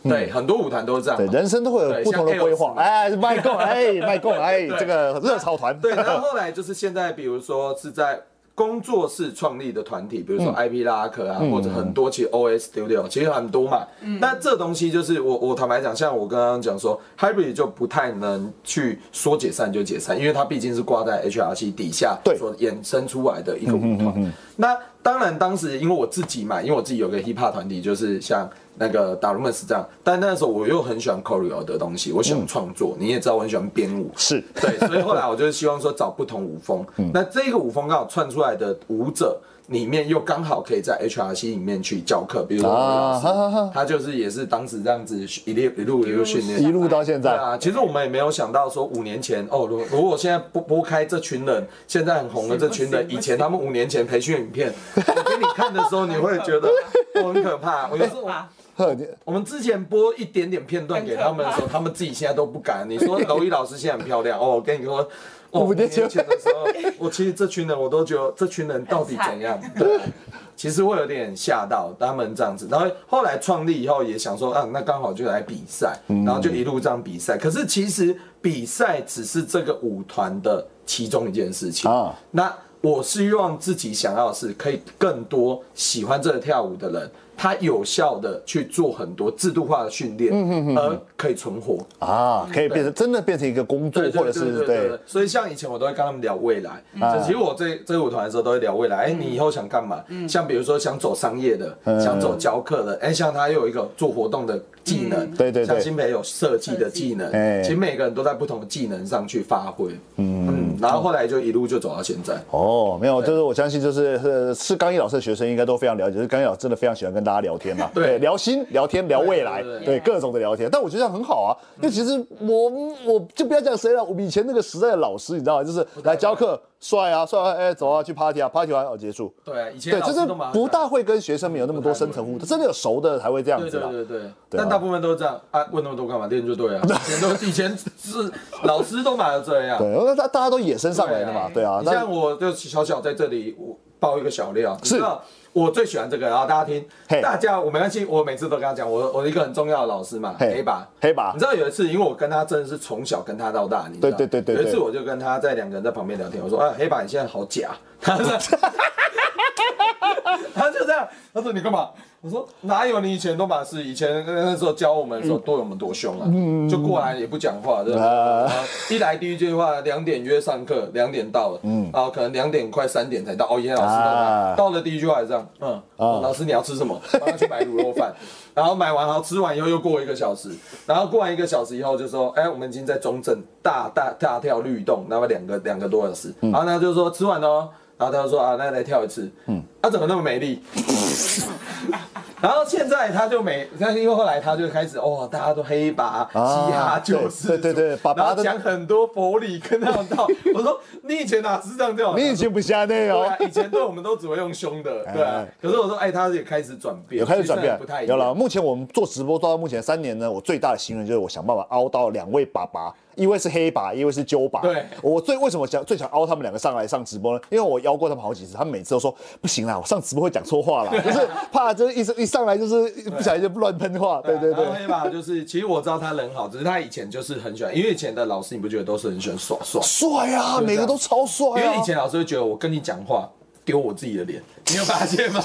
对，很多舞团都是这样嗯对，嘛。人生都会有对不同的像规划 Eos。嘛哎，卖供， 哎，卖供，哎，对这个热潮团，对，然后后来就是现在，比如说是在工作室创立的团体，比如说 IP 拉克啊，或者很多其实 OS Studio 其实很多嘛。那这东西就是我我坦白讲，像我刚刚讲说，Hybrid 就不太能去说解散就解散，因为它毕竟是挂在 HRC 底下对所衍生出来的一个舞团。那当然，当时因为我自己嘛，因为我自己有个 hip hop 团体，就是像那个达鲁曼斯这样。但那时候我又很喜欢 choreo 的东西，我喜欢创作，你也知道我很喜欢编舞， 是对，所以后来我就是希望说找不同舞风。那这个舞风刚好串出来的舞者里面，又刚好可以在 HRC 里面去教课，比如说我的老师，啊哈哈哈他就是也是当时这样子一路一路一路训练，一路到现在对啊，其实我们也没有想到说五年前哦，如如果现在拨拨开这群人，现在很红的这群人，以前他们五年前培训影片，我给你看的时候，你会觉得我很可怕。我有时候我哇呵你我们之前播一点点片段给他们的时候，他们自己现在都不敢。你说娄艺老师现在很漂亮哦，我跟你说。哦五五年年前前的时候，我其实这群人我都觉得这群人到底怎样？对，其实我有点吓到他们这样子。然后后来创立以后也想说，啊，那刚好就来比赛，然后就一路这样比赛。可是其实比赛只是这个舞团的其中一件事情啊那我是希望自己想要的是，可以更多喜欢这个跳舞的人，他有效的去做很多制度化的训练，嗯而可以存活。啊，嗯可以变成真的变成一个工作，或者是对，啊所以像以前我都会跟他们聊未来，就其实我这这个舞团的时候都会聊未来，哎，你以后想干嘛？像比如说想走商业的，嗯想走教课的，哎，像他又有一个做活动的技能，对对对像新培有设计的技能哎，其实每个人都在不同的技能上去发挥，嗯，然后后来就一路就走到现在。哦，没有，就是我相信，就是是是刚毅老师的学生应该都非常了解，就是刚毅老师真的非常喜欢跟大家聊天嘛，对聊心、聊天、聊未来，对对嗯对各种的聊天。但我觉得这样很好啊，因为其实我我就不要讲谁了，我们以前那个时代的老师，你知道吗？就是来教课，帅啊帅啊，哎走啊去 party 啊，party 完哦结束。对，啊以前对，老就师是都蛮不大会跟学生们有那么多深层互动，真的有熟的才会这样对子对啦。对对，对啊但大部分都是这样啊，问那么多干嘛？练就对啊，以前都以前是老师都买了这样，对，那大大家都野生上来的嘛，对啊。你那像我就小小在这里我爆一个小料，你是知道我最喜欢这个，然后大家听嘿，大家我没关系，我每次都跟他讲，我我一个很重要的老师嘛，嘿黑吧。黑吧你知道有一次，因为我跟他真的是从小跟他到大，你知道啊对对对对对有一次我就跟他在两个人在旁边聊天，我说：“啊，黑板你现在好假。” 他说：“他就这样，他说你干嘛？”我说：“哪有你以前都嘛是以前那时候教我们的时嗯候对我们多凶啊，就过来也不讲话，对啊吧？然后一来第一句话，两点约上课，两点到了，嗯，然后可能两点快三点才到，哦，严老师到啊了，到了第一句话是这样，嗯，哦老师你要吃什 么？帮他去买卤肉饭，然后买完，然后吃完以后又过一个小时，然后过完一个小时以后就说，哎，我们已经在中正大大大跳律动，那么两个两个多小时，嗯然后他就说吃完哦，然后他就说啊，那来跳一次，嗯，他怎么那么美丽？ 然后现在他就没，但是因为后来他就开始哦，大家都黑拔、啊嘻哈九十，对对对对爸爸然的后讲很多佛理跟他们道。我说你以前哪是这样叫？ 你以前不下对内哦啊，，以前对我们都只会用凶的，对啊 哎。可是我说哎，他也开始转变，有开始转其实变很不太，一有样了。。目前我们做直播到目前三年呢，我最大的心愿就是我想办法凹到两位爸爸，一位是黑爸，一位是揪爸。对我最为什么想最想凹他们两个上来上直播呢？因为我邀过他们好几次，他们每次都说不行啦，我上直播会讲错话 啦，就是怕就是一上一上来就是不小心就乱喷话。对对对然后，黑爸就是，其实我知道他人好，只是他以前就是很喜欢，因为以前的老师你不觉得都是很喜欢耍帅？就帅啊，这样每个都超帅因为啊以。前老师会觉得我跟你讲话丢我自己的脸，你有发现 吗？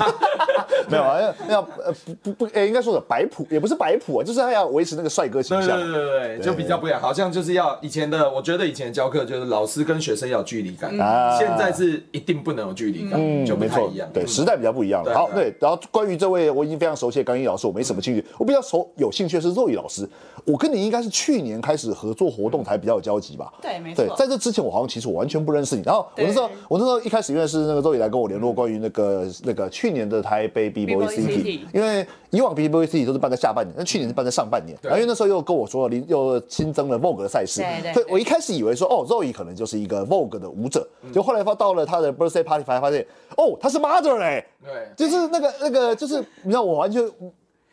没有啊，要要呃不不不，哎，应该说的摆谱也不是摆谱啊，就是他要维持那个帅哥形对象对。对对，就比较不一样，好像就是要以前的，我觉得以前教课就是老师跟学生要有距离感，啊现在是一定不能有距离感，就不没太错一样，。对，嗯时代比较不一样了。对好，对对，然后关于这位我已经非常熟悉的刚毅老师，我没什么兴趣，我比较熟有兴趣的是肉毅老师。我跟你应该是去年开始合作活动才比较有交集吧？对没对错，在这之前我好像其实我完全不认识你。然后我对那时候我那时候一开始因为是那个肉毅来跟我联络关于那个个那个去年的台北 B Boy B-Boy City， City 嗯因为以往 B Boy City 都是办在下半年，但去年是办在上半年。然后因为那时候又跟我说，临又新增了 Vogue 的赛事对，对所以我一开始以为说，哦，Zoe 可能就是一个 Vogue 的舞者，嗯就后来发到了她的 birthday party，才发现，哦，她是 Mother 哎、对就是那个那个，就是你知道，我完全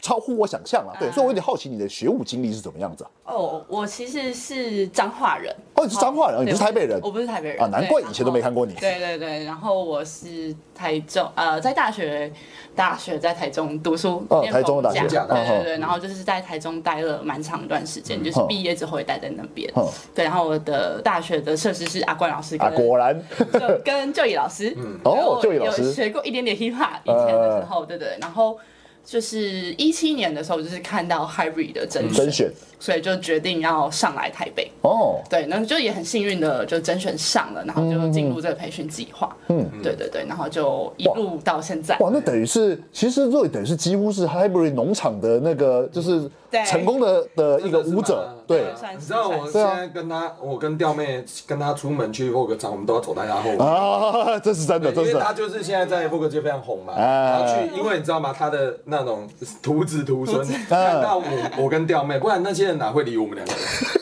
超乎我想象了。啊嗯对，所以我有点好奇你的学舞经历是怎么样子啊？哦，我其实是彰化人。哦，你是彰化人，对你不是台北人我不是台北人啊？难怪对以前都没看过你。对对对，然后我是台中，呃，在大学，大学在台中读书，哦念台中的大逢学甲嗯对对嗯对，然后就是在台中待了蛮长一段时间，就是嗯毕业之后也待在那边嗯。对，然后我的大学的设施是阿冠老师啊，跟果然， 就跟就椅老师，嗯，哦就椅老师有学过一点点 hip hop，以前的时候，对对，对然后就是一七年的时候，就是看到 Hybrid 的甄甄选，选所以就决定要上来台北，哦，对，然后就也很幸运的就甄选上了，然后就进入这个培训计划，嗯，对对对，然后就一路到现在，哇，那等于是，其实若等于是几乎是 Hybrid 农场的那个，就是对成功的的一个真的是舞者蛮，对对算是你知道我现在跟他，我跟吊妹跟他出门去 Vogue 场，我们都要走在他后面。啊， 这是真的，这因为是真他的。就是现在在 Vogue 界非常红嘛，哎然后去，因为你知道吗？他的那种徒子徒孙啊看到我，我跟吊妹，不然那些人哪会理我们 两个人？两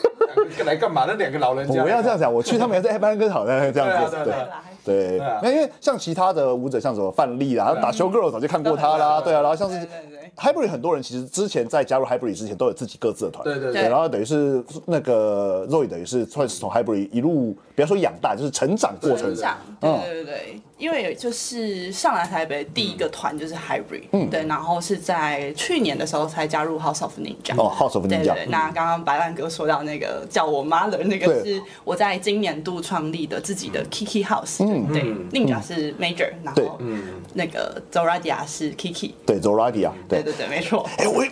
个来干嘛？那两个老人我家，不要这样讲，我去他们也在哎班跟好像这样子对啊，对啊对对啊对对啊，那因为像其他的舞者，像什么范丽啦，打球 girl 早就看过他啦，对啊，然后像是对对对 Hybrid 很多人其实之前在加入 Hybrid 之前都有自己各自的团，对对对然后等于是那个 Zoe 等于是算是从 Hybrid 一路，不要说养大，就是成长过程嗯成。长，对对对对，因为就是上来台北第一嗯个团就是 Hybrid，对，然后是在去年的时候才加入 House of Ninja，哦，House of 对 Ninja 对对，那刚刚白万哥说到那个叫我妈的那个对是我在今年度创立的自己嗯的 Kiki House，对，Ninja 是 Major，然对后那个 Zoradia 是 Kiki，对 Zoradi 啊，对对对，没错，哎、我，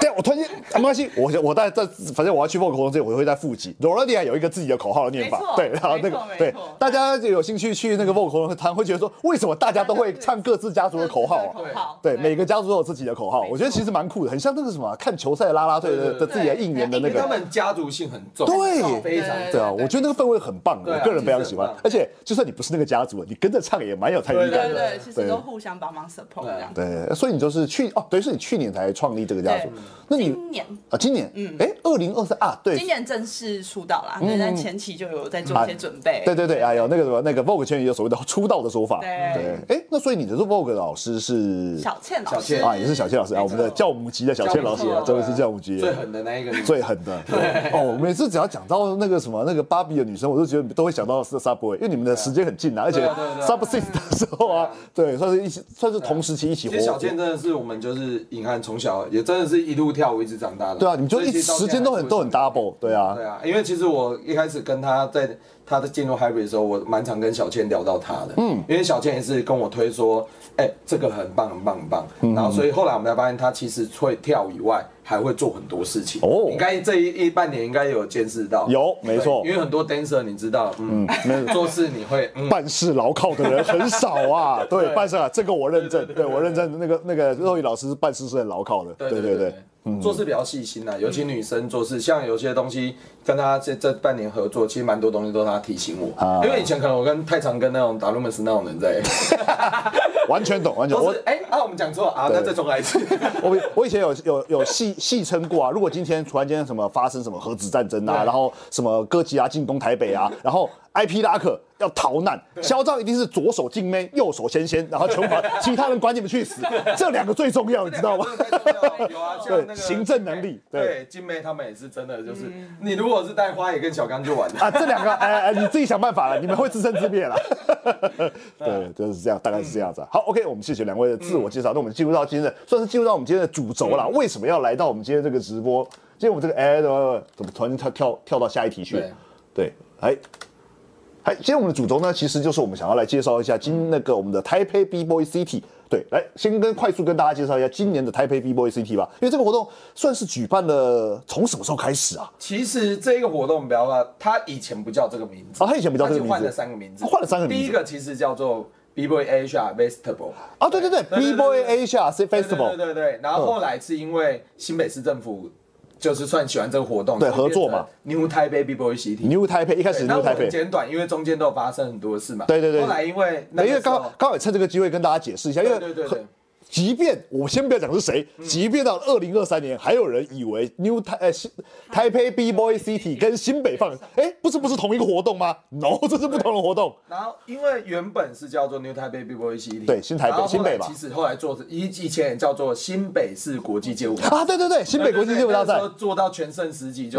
对，我突然间，啊没关系，我我在在，反正我要去 Vogue 活动之前，我会在复习。罗 o l 亚有一个自己的口号的念法没，错对，然后那个没错对没错，大家有兴趣去那个 Vogue 活动，他会觉得说，为什么大家都会唱各自家族的口号啊？对，每个家族都有自己的口号，错我觉得其实蛮酷的，很像那个什么啊看球赛啦啦队的的对对对自己的应援的那因为他个。们家族性很重，对非常对重。啊，我觉得那个氛围很棒，对啊我个人非常喜欢其实很。棒而且就算你不是那个家族，你跟着唱也蛮有参与对感对的。对，其对实都互相帮忙 support 这样，对，所以你就是去哦，等于是你去年才创立这个家族对，那你今年。啊，今年，嗯，哎，二零二三啊，对今，年正式出道啦，对，但前期就有在做一些准备。对对对，哎呦，那个什么，那个 Vogue 圈也有所谓的 出道的说法，对对，哎，那所以你的 Vogue 老师是小倩老小师倩啊，也是小倩老师啊，我们的教母级的小倩老师啊，真的是教母级，最狠的那一个女生，最狠的。哦，每次只要讲到那个什么那个芭比的女生，我都觉得都会想到是 Subway，因为你们的时间很近啊，而且对啊对啊对啊 Sub Six 的时候啊，对，算是一起，算是同时期一起其活实。小倩真的是我们就是隐汉从小也真的是一路跳舞一直长大的。对啊，你们就所一以其实到时间都很现在都很还是 double，对啊对，啊，因为其实我一开始跟他在他在进入 Hybrid 的时候，我蛮常跟小倩聊到他的，嗯，因为小倩也是跟我推说，哎、这个很棒很棒很棒，嗯然后所以后来我们才发现他其实除了跳以外，还会做很多事情。哦哦，应该这一一半年应该有见识到，有没错对因为很多 dancer 你知道，嗯，做事你会嗯。 办事牢靠的人很少啊， 对，办事啊，这个我认证，对我认证，那个那个肉宇老师办事是很牢靠的，对对对对对嗯对，，做事比较细心啦，啊尤其女生做事，像有些东西跟她这这半年合作，其实蛮多东西都是她提醒啊我，因为以前可能我跟太常跟那种达鲁门斯那种人在，完全懂，完全都我是。哎啊我们讲错了啊，对那再重来一次，我我以前有有有戏戏称过啊，如果今天突然间什么发生什么核子战争啊，对然后什么哥吉拉进攻台北啊，然后 IP 拉克要逃难，肖照一定是左手进妹，右手先先，然后全 把其他人管你们去死，这两个最重要，你 知道吗？有 啊，像对那个行政能力对对金妹他们也是真的，就是你如果是带花也跟小刚就完了， 啊，这两个哎哎，你自己想办法了，你们会自生自灭了。 对，就是这样，大概是这样子啊。好，OK，我们谢谢两位的自我介绍。那我们进入到今天的，算是进入到我们今天的主轴了。为什么要来到我们今天这个直播？今天我们这个哎，怎么怎么突然跳跳跳到下一题去了？对，哎。哎，今天我们的主轴呢，其实就是我们想要来介绍一下今那个我们的台北 B Boy City。对，来先跟快速跟大家介绍一下今年的台北 B Boy City 吧，因为这个活动算是举办了从什么时候开始啊？其实这个活动不要忘了，他以前不叫这个名字哦他以前不叫这个名字哦他只换了三个名字，他换了三个名字第一个其实叫做 B Boy Asia Festival。啊，对对对对对，B Boy Asia 对对 Festival，对对对，然后后来是因为新北市政府就是算喜欢这个活动，对合作嘛，New Taipei b o y 集体。 New Taipei 一开始那 New 我 Taipei 很。简短，因为中间都有发生很多事嘛。对对对后来因为那那因个为时刚候好，刚好也趁这个机会跟大家解释一下，因为对对对很对嗯即便我先不要讲是谁，即便到二零二三年，还有人以为 New 台呃新啊台北 B Boy City 跟新北 放，哎，不是不是同一个活动吗？No，这是不同的活动。然后因为原本是叫做 New Taipei b o y 集体，对新台北然后后来新北吧其实后来做以以前也叫做新北市国际街舞。啊，对对对，新北国际街舞大对对对那赛时候，做到全盛时期，嗯就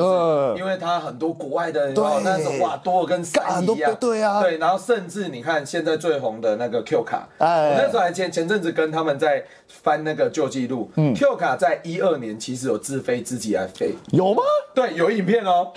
是因为他很多国外的人，对哇那时候哇多跟干山很一多样，对啊对，然后甚至你看现在最红的那个 Q 卡，哎我那时候还前前阵子跟他们在翻那个旧记录，Q 嗯卡在一二年其实有自飞自己来飞，有吗？对，有影片哦，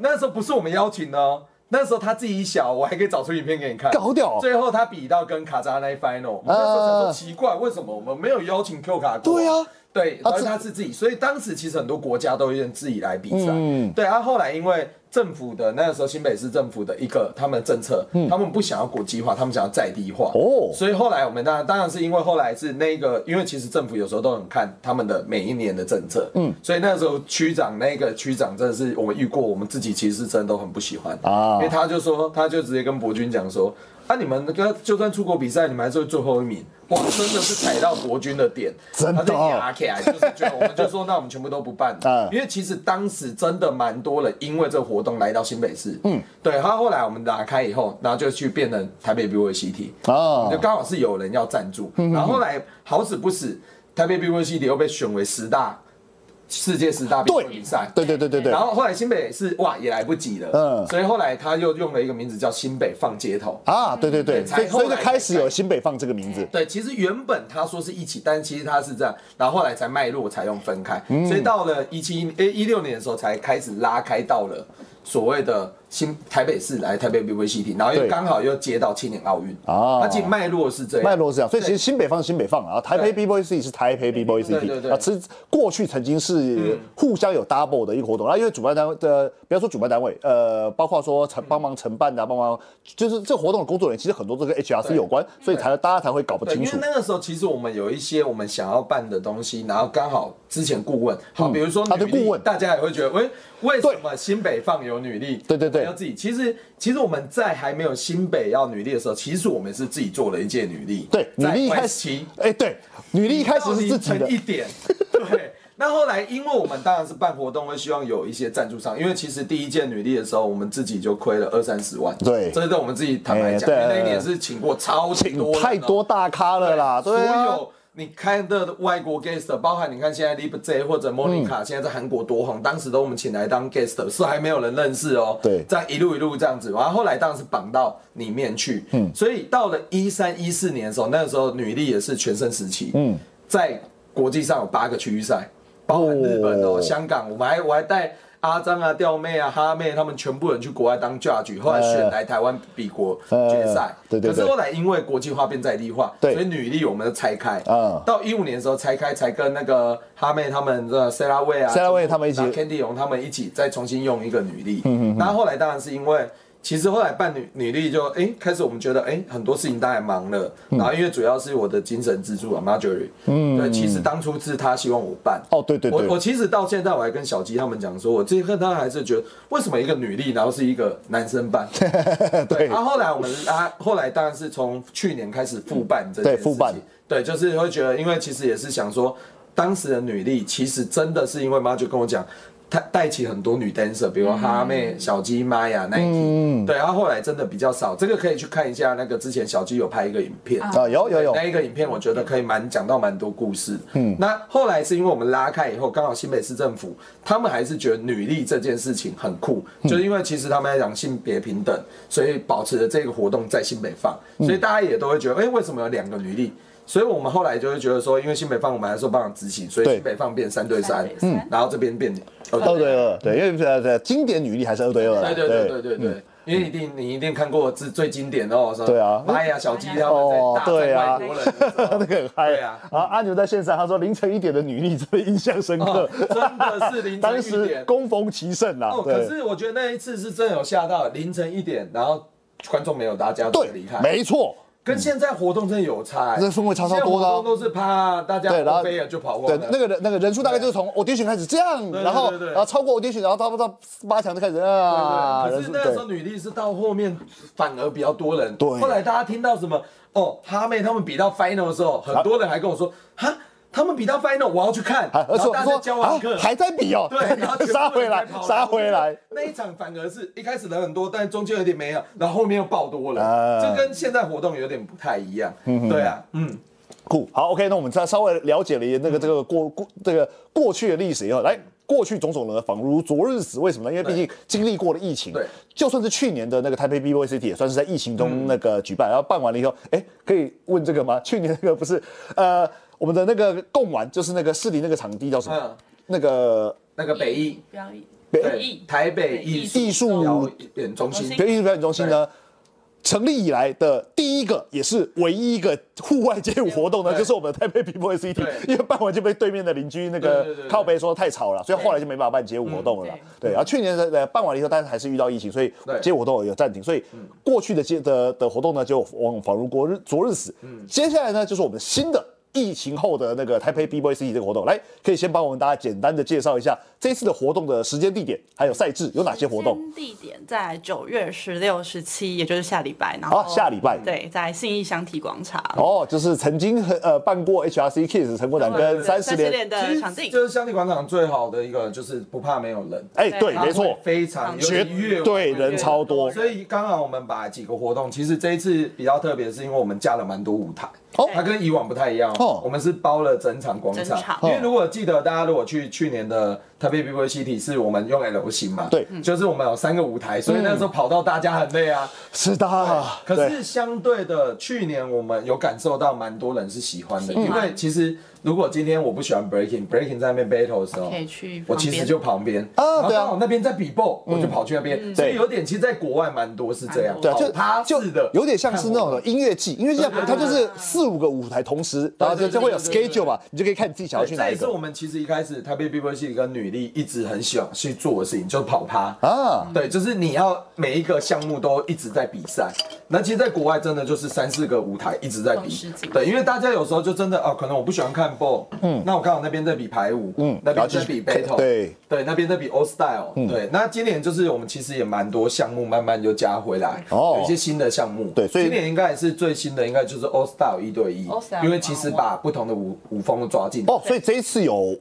那时候不是我们邀请的哦。那时候他自己小，我还可以找出影片给你看，干好屌哦啊最后他比到跟卡扎那一 final，我们那时候想说奇怪，为什么我们没有邀请 Q 卡过？对啊，对，啊然后这他是自己，所以当时其实很多国家都有点自己来比赛。嗯对，啊然后后来因为政府的那个时候新北市政府的一个他们的政策，他们不想要国际化，他们想要在地化。嗯哦所以后来我们当然当然是因为后来是那个，因为其实政府有时候都很看他们的每一年的政策。嗯，所以那时候区长那个区长真的是我们遇过，我们自己其实真的都很不喜欢啊因为他就说，他就直接跟博君讲说。啊！你们那个就算出国比赛，你们还是会最后一名，哇！真的是踩到国军的点，真的哦他就压起来，就是觉得我们就说，那我们全部都不办嗯了，因为其实当时真的蛮多人因为这个活动来到新北市，嗯，对，他后来我们打开以后，然后就去变成台北 B V C T，啊就，刚好是有人要赞助，嗯然后后来好死不死，台北 B V C T 又被选为十大世界十大比对比赛，对对对对对然，后后来新北是哇也来不及了，嗯嗯，所以后来他又用了一个名字叫新北放街头，啊，对对对对，所以才所以后就来开始有新北放这个名字。对，其实原本他说是一起，但其实他是这样，然后后来才脉络才用分开，嗯所以到了一七诶一六年的时候才开始拉开到了所谓的新台北市来台北 BVCT，然后又对刚好又接到青年奥运啊它其实脉络是这样，脉络是这样，所以其实对新北放是新北放啊，然后台北对 B Boy City 是台北 B Boy 对对 City 对嗯啊，其实过去曾经是互相有 double 的一个活动，那因为主办单位的，不要说主办单位，呃，包括说嗯承帮忙承办的啊，帮忙就是这活动的工作人员，其实很多都跟 HRC 对有关，所以才大家才会搞不对，清因为楚。那个时候其实我们有一些我们想要办的东西，然后刚好之前顾问，好，比如说他的女力嗯啊顾问大家也会觉得，喂，为对什么新北放有女力？对对对要自己。其实其实我们在还没有新北要女力的时候，其实我们是自己做了一届女力，对，女力一在开外始期，哎，对，女力一开始是自己成的一点，对。那后来，因为我们当然是办活动，会希望有一些赞助商，因为其实第一届女力的时候，我们自己就亏了二三十万，对这是我们自己坦白讲，哎对因为那一年是请过超级请多人哦太多大咖了啦，对所啊，有你看的外国 guest，包含你看现在 Lip J 或嗯者 Monica，、现在在韩国多红，当时都我们请来当 guest，是还没有人认识哦。对这样一路一路这样子，然后后来当然是绑到里面去。嗯，所以到了一三一四年的时候，那个时候女力也是全盛时期。嗯，在国际上有八个区域赛，包含日本哦、哦香港，我们还我还带。阿张啊、吊妹啊、哈妹，他们全部人去国外当 judge，后来选来台湾比国决赛呃。哎对对对可是后来因为国际化变在地化，对所以女力我们都拆开，嗯到一五年的时候拆开，才跟那个哈妹他们的 Sarah Way 啊 Sarah Wei 他们一起 Candy 荣他们一起再重新用一个女力。嗯嗯。那后来当然是因为。其实后来办女女力就哎、诶开始我们觉得哎、诶很多事情当然忙了，嗯然后因为主要是我的精神支柱啊 Marjorie，嗯，对，其实当初是他希望我办，哦，对对对我我，其实到现在我还跟小鸡他们讲说，我这一刻他还是觉得为什么一个女力，然后是一个男生办， 对然后后来我们啊，后来当然是从去年开始复办这件对事情复办对，就是会觉得，因为其实也是想说，当时的女力其实真的是因为妈就跟我讲。她带起很多女 dancer，比如哈嗯妹、小鸡、玛雅、Nike，、对，然后后来真的比较少，这个可以去看一下那个之前小鸡有拍一个影片，啊，有有有那，一个影片，我觉得可以蛮讲到蛮多故事。嗯，那后来是因为我们拉开以后，刚好新北市政府他们还是觉得女力这件事情很酷，嗯就是因为其实他们在讲性别平等，所以保持了这个活动在新北放，嗯所以大家也都会觉得，哎、为什么有两个女力？所以我们后来就会觉得说，因为新北放我们还是有办法执行，所以对嗯新北放变三对三三对，三然后这边变哦二二对二，对，因为呃对经典女力还是二对嗯二啦，对对对对对对，因为一定你一定看过最最经典的哦，什么对啊玛雅小鸡他哦们对在啊大战外国 人的时候，那个很嗨对啊然后阿牛在线上，他说凌晨一点的女力真的印象深刻哦，真的是凌晨 当一时点攻逢其盛啊哦，。可对是我觉得那一次是真的有吓到，凌晨一点，然后观众没有，大家都对离开，，没错，跟现在活动真的有差、欸，这氛围差超多的啊现在活动都是怕大家对，然后飞了就跑光对了，，那个人那个人数大概就是从 audition 开始这样，对然后对对对然后超过 audition，然后差不多到八强就开始啊，对，可人是数那时候对。女力是到后面反而比较多人，对后来大家听到什么哦，哈妹他们比到 final 的时候，啊很多人还跟我说，哈，他们比到 final，我要去看，还而然且后我大家在教说啊完课，，还在比哦， 对，然后全部人杀回才来跑，杀回来，。那一场反而是一开始人很多，但中间有点没有，然后后面又爆多啊了，这跟现在活动有点不太一样，对啊，嗯，酷。好，OK，那我们再稍微了解了一那个这个过过这个过去的历史以后，来。过去种种的仿如昨日死，为什么呢？因为毕竟经历过了疫情对，就算是去年的那个台北 B Y C T 也算是在疫情中那个举办，然后办完了以后，哎，可以问这个吗？去年那个不是呃，我们的那个贡丸就是那个市里那个场地叫什么？嗯那个那个北艺，表演北对对，台北艺艺术表演中心，表演艺术表演中心呢，成立以来的第一个也是唯一一个户外街舞活动呢，对就是我们的台北 People City，对因为办完就被对面的邻居那对个对对对靠背说太吵了，所以后来就没办法办街舞活动了啦嗯。对，然后去年的呃办完了以后，但是还是遇到疫情，所以对嗯街舞活动有暂停，所以过去的街的的活动呢就往仿如昨日昨日死。嗯接下来呢就是我们新的。疫情后的那个台北 B Boy City 这个活动，来可以先帮我们大家简单的介绍一下这次的活动的时间、地点，还有赛制有哪些活动？？地点在九月十六、十七，也就是下礼拜，然后、好，下礼拜对，在信义香体广场。哦，就是曾经很呃办过 HRC Kids 陈国展哦跟三十年年，其的实场地，就是香地广场最好的一个，就是不怕没有人，哎，对对，没它会错，非常绝有乐对人超多所以刚好我们把几个活动，其实这一次比较特别，是因为我们加了蛮多舞台。哦它跟以往不太一样哦哦，我们是包了整场广整场场，因为如果记得大家如果去去年的特别 People City 是我们用 L 型嘛，对，嗯就是我们有三个舞台，所以那时候跑到大家很累啊，是的，可对是相对的，去年我们有感受到蛮多人是喜欢的，欢因为其实如果今天我不喜欢 breaking，breaking 在那边 battle 的时候可以去旁边我其实就旁边啊然后对啊刚好那边在比 ball，我就跑去那嗯边，所以对有点其实，在国外蛮多是这样，对啊，跑趴就式的就有点像是那种看活动音乐季，音乐季它它就是四五个舞台同时，然后就对对就会有对对对 schedule 嘛，你就可以看你自己想要去对哪这一也是个我们其实一开始台北 b i b l 系跟女力一直很想去做的事情，就是跑趴。啊。对，就是你要每一个项目都一直在比赛。那其实，在国外真的就是三四个舞台一直在同时比进，行对，因为大家有时候就真的哦，可能我不喜欢看 ball，嗯，那我刚好那边在比排舞，嗯嗯，那然边后就在是比 battle，对嗯对，那边在比 all style，对。那今年就是我们其实也蛮多项目慢慢就加回来，哦有一些新的项目，对所以今年应该也是最新的，应该就是 all style 一对一 All Style，因为其实把不同的舞舞风都抓进，哦，所以这一次有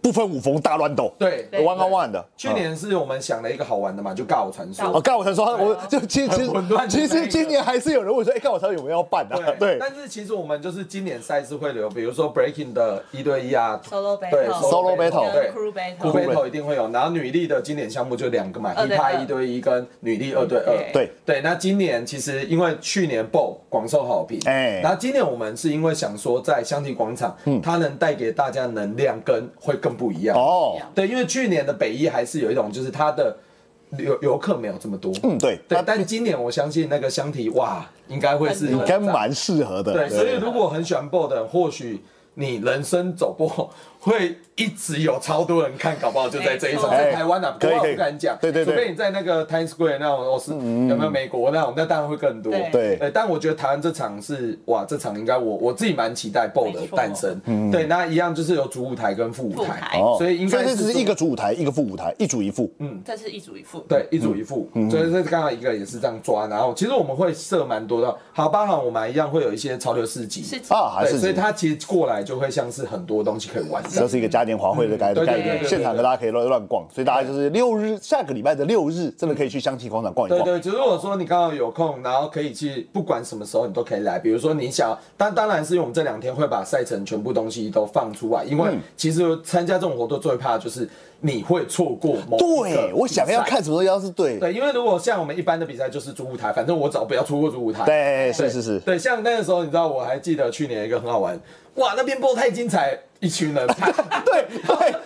不分舞风大乱斗，对，有，one on one 的。去年是我们想了一个好玩的嘛，就尬舞传说哦，，盖我才说，我就其实其啊很混乱的实其那一实个今年还是有人问说，哎，盖我才有没有要办啊？对，但是其实我们就是今年赛事会留，比如说 breaking 的一对一啊 Solo 对 battle Solo battle 对 crew battle crew battle 一定会有。然后女力的经典项目就两个嘛二对二，hiphop 一对一跟女力二对二。对对，那今年其实因为去年 BO 广受好评，哎嗯然后今年我们是因为想说在香缇广场，它能带给大家能量跟会更不一样。哦，对，因为去年的北一还是有一种就是它的游游客没有这么多，嗯，对，对，但今年我相信那个香缇哇，应该会是很多应该蛮适合的。对，所以如果很喜欢 BO 的人，或许你人生走 BO 会一直有超多人看，搞不好就在这一场，没错在台湾啊，哎可以国可外以我不敢讲，对对对嗯除非你在那个 Times Square 那种，哦是有没有美国那种，那当然会更多。对对对，但我觉得台湾这场是哇，这场应该我我自己蛮期待 BO 的没错诞生。嗯对，那一样就是有主舞台跟副舞副舞台台，哦，哎所以应该这只是一说嗯个主舞台，一个副舞台，一主一副。这是一组一副，嗯对，一组一副，所以这刚好一个也是这样抓，然后其实我们会设蛮多的，好，包含我们一样会有一些潮流市集，是啊，还对，是所以它其实过来就会像是很多东西可以玩这是一个嘉年华会的概嗯对对概对对念，对现场对跟大家可以乱乱逛，所以大家就是六日下个礼拜的六日，真的可以去香缇广场逛一对逛。对，就如果说你刚好有空，然后可以去，不管什么时候你都可以来。比如说你想，但当然是因为我们这两天会把赛程全部东西都放出来，因为嗯其实参加这种活动最怕的就是你会错过某一个对，我想要比赛看什么东西，要是对，对，因为如果像我们一般的比赛就是主舞台，反正我只要不要出过主舞台。对是是是对，像那个时候，你知道我还记得去年一个很好玩，哇，那边播太精彩，一群人排 对对，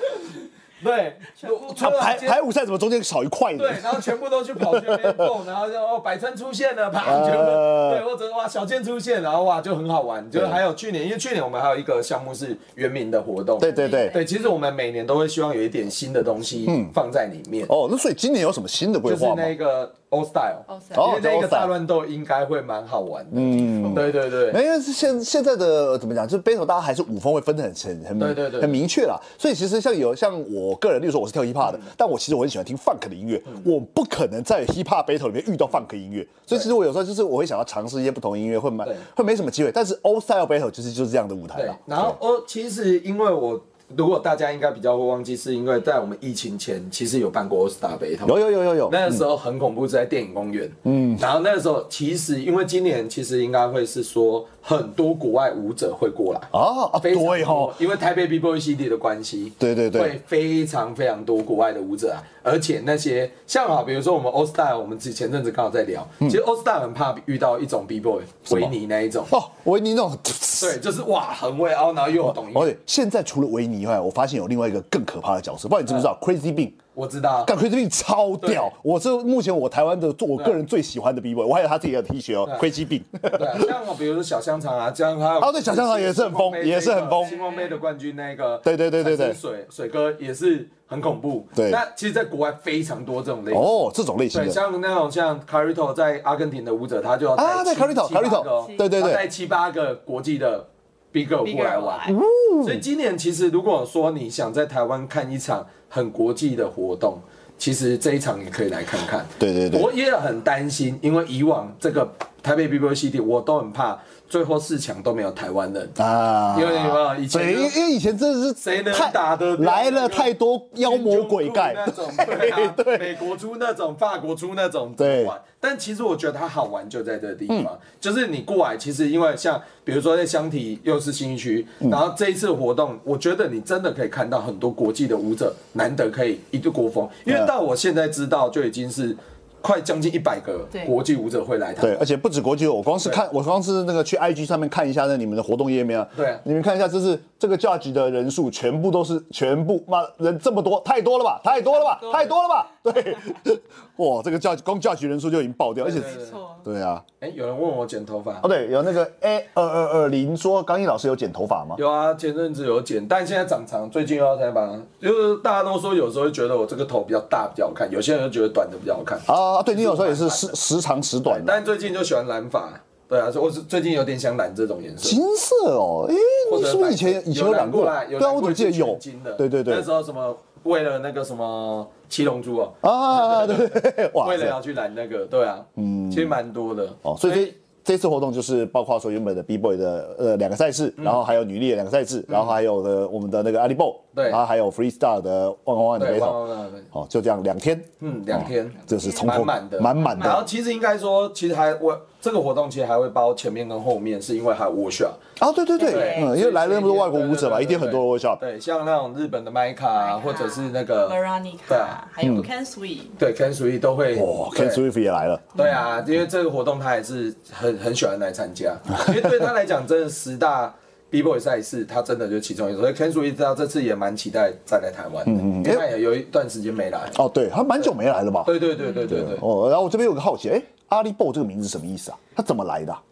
对，我除啊了排街排舞赛怎么中间少一块呢对？，然后全部都去跑去那边蹦，然后就哦，百川出现了，啪，呃全部对，或者哇，小健出现，然后哇，就很好玩。就是还有去年，因为去年我们还有一个项目是原名的活动，对对对。对，其实我们每嗯年都会希望有一点新的东西放在里面，哦，那所以今年有什么新的规就是哦划吗？那个 All Style， All Style 因为那哦叫个 All Style 大乱斗应该会蛮好玩的。嗯，对对对，没，因为是现现在的呃怎么讲，就是 battle 大家还是舞风会分得很很很明对对对很明确啦。所以其实像有像我个人，例如说我是跳 hip 嗯 hop 的，但我其实我很喜欢听 funk 的音乐，我不可能在 hip hop battle 里面遇到 funk 音乐，所以其实我有时候就是我会想要尝试一些不同的音乐，会蛮对会没什么机会。但是 old style battle 就是就是这样的舞台对啦。，然后哦，其实因为我如果大家应该比较会忘记，是因为在我们疫情前，其实有办过 All Star 杯，有有有有有，那个时候很恐怖，是在电影公园。嗯，然后那个时候其实因为今年其实应该会是说很多国外舞者会过来。啊啊非常对多吼，因为台北 B Boy CD 的关系，对对对会非常非常多国外的舞者啊，而且那些像啊，比如说我们 O Star，我们之前阵子刚好在聊，嗯其实 O Star 很怕遇到一种 B Boy 维尼那一种，哦，维尼那种。对，就是哇，很会凹，然后又懂音乐而且现在除了维尼以外，我发现有另外一个更可怕的角色，不知道你知不知嗯道、Crazy Bean。我知道，干 Crazy Bean 超屌，我是目前我台湾的我个人最喜欢的 B boy，我还有他自己的 T 恤哦，Crazy Bean。对啊，像比如说小香肠啊，这样还有哦对小香肠也是很疯也是很疯星光杯的冠军那个，对对对对对水水哥也是很恐怖。对那其实，在国外非常多这种类型。 哦，这种类型对，的像那种像 Carito 在阿根廷的舞者，他就要带啊，对七 Carito 七八个哦 Carito，对对他对带，七八个国际的 Big Girl 过来玩。 Big Girl 嗯所以今年其实如果说你想在台湾看一场很国际的活动，其实这一场也可以来看看。对对对我也很担心，因为以往这个台北 B B C D 我都很怕，最后四强都没有台湾人。啊，因为有没有以前对因为因为以前真的是谁能太打得掉来那了个太多妖魔鬼怪，那种，对啊，美国猪那种，法国猪那种，对嗯玩。但其实我觉得它好玩就在这个地方，就是你过来，其实因为像比如说在香体又是新一区，嗯然后这一次活动，我觉得你真的可以看到很多国际的舞者，难得可以一对国风，因为嗯到我现在知道就已经是快将近一百个对国际舞者会来台湾对，而且不止国际，我光是看，我光是那个去 IG 上面看一下那你们的活动页面啊，对啊你们看一下，这是这个 judge 的人数，全部都是全部妈人这么多，太多了吧，太多了吧，太多了吧，对， 哇，这个 judge 光 judge 人数就已经爆掉，而且对对对错，对啊，哎，有人问我剪头发哦，对，有那个 A 二二二零说刚毅老师有剪头发吗？有啊，前阵子有剪，但现在长长，最近又要再把它，就是大家都说有时候会觉得我这个头比较大比较好看，有些人就觉得短的比较好看，啊，对你有时候也是时时长时短啊的，但最近就喜欢染发，对啊，所以我是最近有点想染这种颜色。金色哦，诶，或你者是不是以前白色以前有染染过？来？有对染啊，我怎过么记得是有全金的？？对对对那，时候什么为了那个什么七龙珠哦，啊，对对 对，哇为了塞要去哎染那个，对啊，嗯，其实蛮多的。哦，所以这这次活动就是包括说原本的 B boy 的呃两个赛事，嗯然后还有女力的两个赛事，然后还有的我们的那个阿力 b o 对然后还有 freestyle 的万万万的对， battle，忘了哦，就这样两天，嗯，哦两天。就是从满头满的，满满然后的其实应该说，其实还我这个活动其实还会包前面跟后面，是因为还有 workshop。啊，对对对对，嗯，因为来了那么多外国舞者嘛，对对对对一定很多的 workshop，对，像那种日本的麦卡啊， Micah 或者是那个对 Veronica，啊还嗯有 Can Sweet，对 Ken Sui 都会哇对哦，Ken Swift 也来了，对啊，因为这个活动他也是很很喜欢来参 加，因为对他来讲，真的十大 B boy 赛事，他真的就其中一个。所以 Ken Sui 知道这次也蛮期待再来台湾嗯的，因为他也有一段时间没来。哦，对，他蛮久没来了吧？对对对对对对，哦，然后我这边有个好奇，哎，阿力 b o 这个名字什么意思啊？它怎么来的啊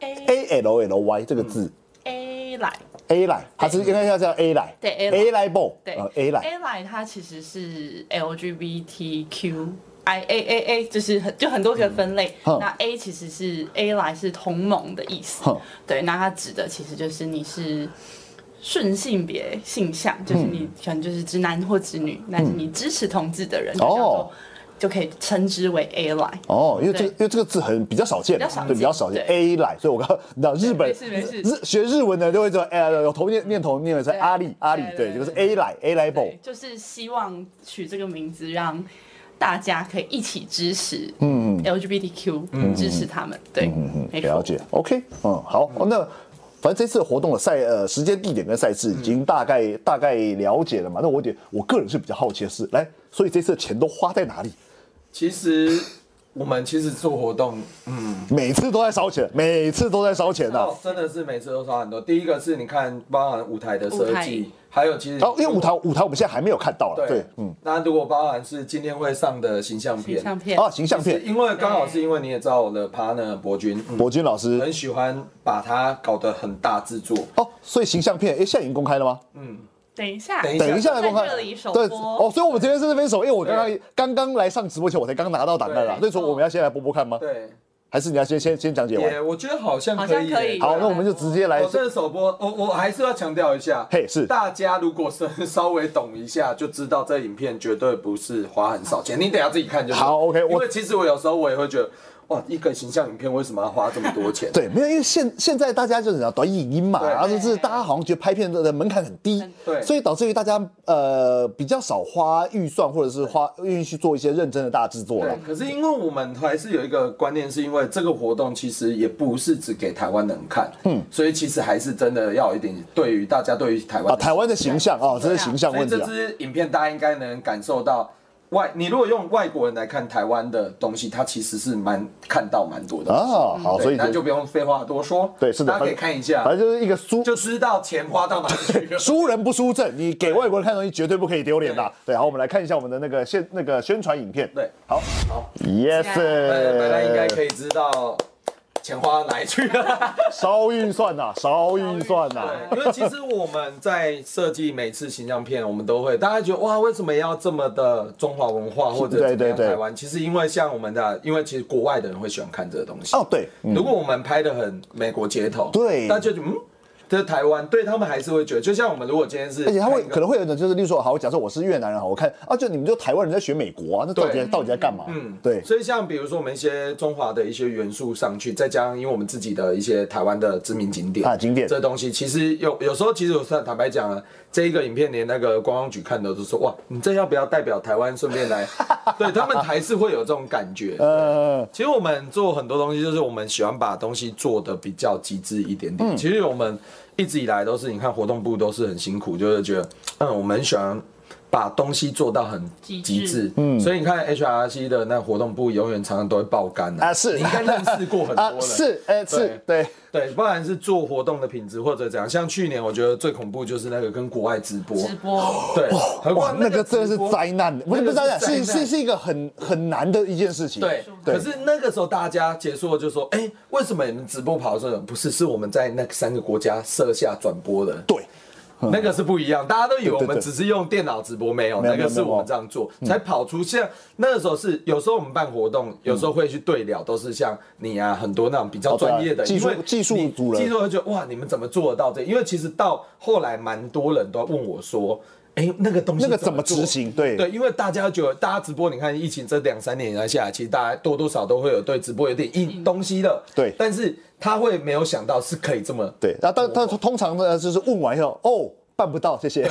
A ？A L L Y 这个字 A 来 A 来，它是应该要叫 A 来，对 A 来 A 来 b o 对呃 A 来， A 来它其实是 LGBTQ。I A A A 就是很就很多个分类，嗯哼那 A 其实是 A 来是同盟的意思哼，对，那它指的其实就是你是顺性别性向，就是嗯你可能就是直男或直女，但是你支持同志的人，就叫哦做就可以称之为 A 来，哦，因为这对因为这个字很比较少见比较少，见对，比较少见对 A 来，所以我刚你知道日本没事没事日学日文的就会说，哎，有头念念头念的是对阿力阿力，对对，对就是对 A 来 A 来 b o 对，就是希望取这个名字让大家可以一起支持，LGBTQ，、支持他们，对，没错了解。，OK，嗯，好，哦那反正这次活动的赛呃时间、地点跟赛事已经大概、大概了解了嘛。那我有点我个人是比较好奇的是，来，所以这次的钱都花在哪里？其实我们其实做活动，嗯。每次都在烧钱，每次都在烧钱啊呐、哦，真的是每次都差很多。第一个是你看，包含舞台的设舞台计，还有其实然哦后、因为舞台舞台我们现在还没有看到了，对对，，嗯，嗯，那如果包含是今天会上的形象片，相片啊，形象是片，因为刚好是因为你也知道我的 partner 博君，嗯博君老师很喜欢把它搞得很大制作，哦，所以形象片，哎，现在已经公开了吗？嗯，等一下，等一等一下来在观看这里首对播哦，所以我们今天是这边首，因为我刚刚对刚刚来上直播前，我才刚拿到档案啦。对所以说我们要先来播播看吗？对，还是你要先先先讲解完？也我觉得好像好可像以耶。可以。好，那我们就直接来我。这首播，我我还是要强调一下，嘿是大家如果是稍微懂一下，就知道这影片绝对不是花很少钱，你等一下自己看就知道好，OK，我因为其实我有时候我也会觉得，哇，一个形象影片为什么要花这么多钱？对，没有，因为现现在大家就是讲短影音嘛，对然后就是大家好像觉得拍片的门槛很低很，对所以导致于大家呃比较少花预算或者是花愿意去做一些认真的大制作了对，。可是因为我们还是有一个观念，是因为这个活动其实也不是只给台湾人看，嗯，所以其实还是真的要有一点对于大家对于台湾啊，的台湾的形象啊，这是形象所以问题这啊。支影片大家应该能感受到外，你如果用外国人来看台湾的东西，它其实是蛮看到蛮多的东西啊嗯好对所以那就就不用废话多说，对，是的，大家可以看一下反，正就是一个输就知道钱花到哪里去 了。输人不输阵，你给外国人看东西绝对不可以丢脸的。对，好，我们来看一下我们的那个宣那个宣传影片。对，好，好， ，yes，呃，大家应 该可以知道钱花到哪里去了。烧预算呐，烧预算啊呐。对，因为其实我们在设计每次形象片，我们都会大家觉得哇，为什么要这么的中华文化或者对怎么样对对台湾？其实因为像我们的，因为其实国外的人会喜欢看这个东西。哦，对，如果我们拍的很美国街头，对大家就嗯，这台湾对他们还是会觉得，就像我们如果今天是，而且他会可能会有一种就是，例如说，好，我假设我是越南人，好，我看啊，就你们就台湾人在学美国啊，那到底在对到底在干嘛？嗯，对，所以像比如说我们一些中华的一些元素上去，再加上因为我们自己的一些台湾的知名景点啊景点这东西，其实有有时候其实我坦坦白讲啊，这一个影片连那个观光局看的都说哇，你这要不要代表台湾顺便 来？对他们还是会有这种感觉。呃，其实我们做很多东西，就是我们喜欢把东西做的比较极致一点嗯点。其实我们一直以来都是，你看活动部都是很辛苦，就是觉得，嗯，我们很喜欢把东西做到很极致极致。嗯，所以你看 HRC 的那活动部永远常常都会爆肝啊是你应该认识过很多 啊，人。是，哎，是对，对，不然是做活动的品质或者怎样。像去年我觉得最恐怖就是那个跟国外直播，直播，对，何哇况，那个真的直是播灾难，不那是不个是灾难，灾是是是一个很很难的一件事情。对，对可是那个时候大家结束了就说，哎、为什么你们直播跑这种？不是，是我们在那三个国家设下转播的。对，那个是不一样，大家都以为我嗯对对们对只是用电脑直播，没有，没有嗯那个是我们这样做才跑出。像那个时候是，有时候我们办活动，有时候会去对聊，都是像你啊，很多那种比较专业的哦对啊技术因为技术你组人技术会觉得哇，你们怎么做得到这？因为其实到后来蛮多人都问我说。哎，那个东西那个怎么做执行对对，因为大家觉得，大家直播，你看疫情这两三年以来下来，其实大家多多少都会有对直播有点硬东西的。嗯对但是他会没有想到是可以这么对，然后但但通常呢，就是问完以后，哦，办不到，谢谢。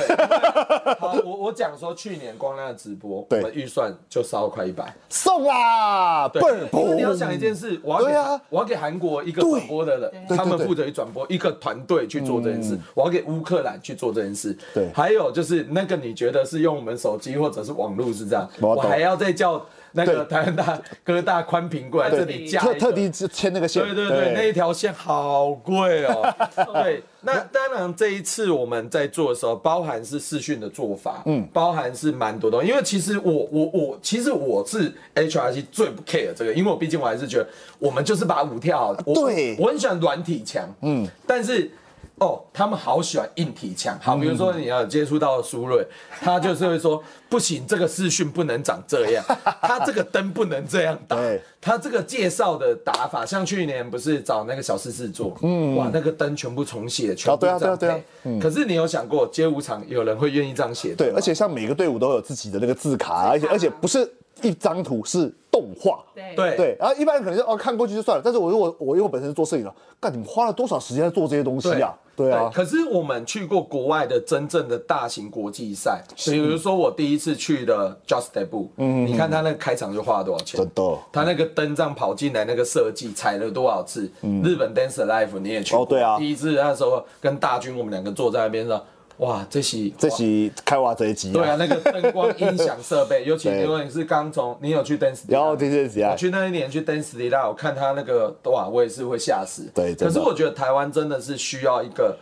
好，我我讲说去年光亮的直播，我对们预算就烧快一百。 送啦，对倍儿，因为不你要想一件事，我要给对啊我要给韩国一个转播的人，对他们对对嗯负责于转播一个团队去做这件事，我要给乌克兰去做这件事。对还有就是那个你觉得是用我们手机或者是网络是这样，我我懂还要再叫那个对台湾大哥大宽屏过来这里架特一个特地牵那个线，对对对，那一条线好贵哦。 对，那当然这一次我们在做的时候，包含是视讯的做法，嗯，包含是蛮多东西。因为其实我我我，其实我是 HRC 最不 care 这个，因为我毕竟我还是觉得我们就是把舞跳好了。我对我很喜欢软体强，嗯，但是。哦，他们好喜欢硬体强。好，比如嗯说你要有接触到苏瑞，他就是会说不行，这个视讯不能长这样，他这个灯不能这样打对，他这个介绍的打法，像去年不是找那个小狮子座，嗯，哇，那个灯全部重写，全部对啊这样对啊对啊配可是你有想过街舞场有人会愿意这样写？对，而且像每个队伍都有自己的那个字卡，啊而且而且不是一张图，是动画。对对对，然后一般人可能就哦看过去就算了，但是我如果我因为我本身是做摄影的，干你们花了多少时间在做这些东西啊？对啊，可是我们去过国外的真正的大型国际赛，比如说我第一次去的 Just a b o 嗯，你看他那个开场就花了多少钱？真的他那个灯这样跑进来那个设计踩了多少次？日本 Dance Life 你也去过嗯哦对啊第一次那时候跟大军我们两个坐在那边上，哇，这期这期开挖这一集、啊，对啊，，那个灯光、音响设 备，尤其对如果你是刚从，你有去 Dance，然后这些集啊我，去那一年去 Dance d i l a 我看他那个哇，我也是会吓死。对真的可是我觉得台湾真的是需要一个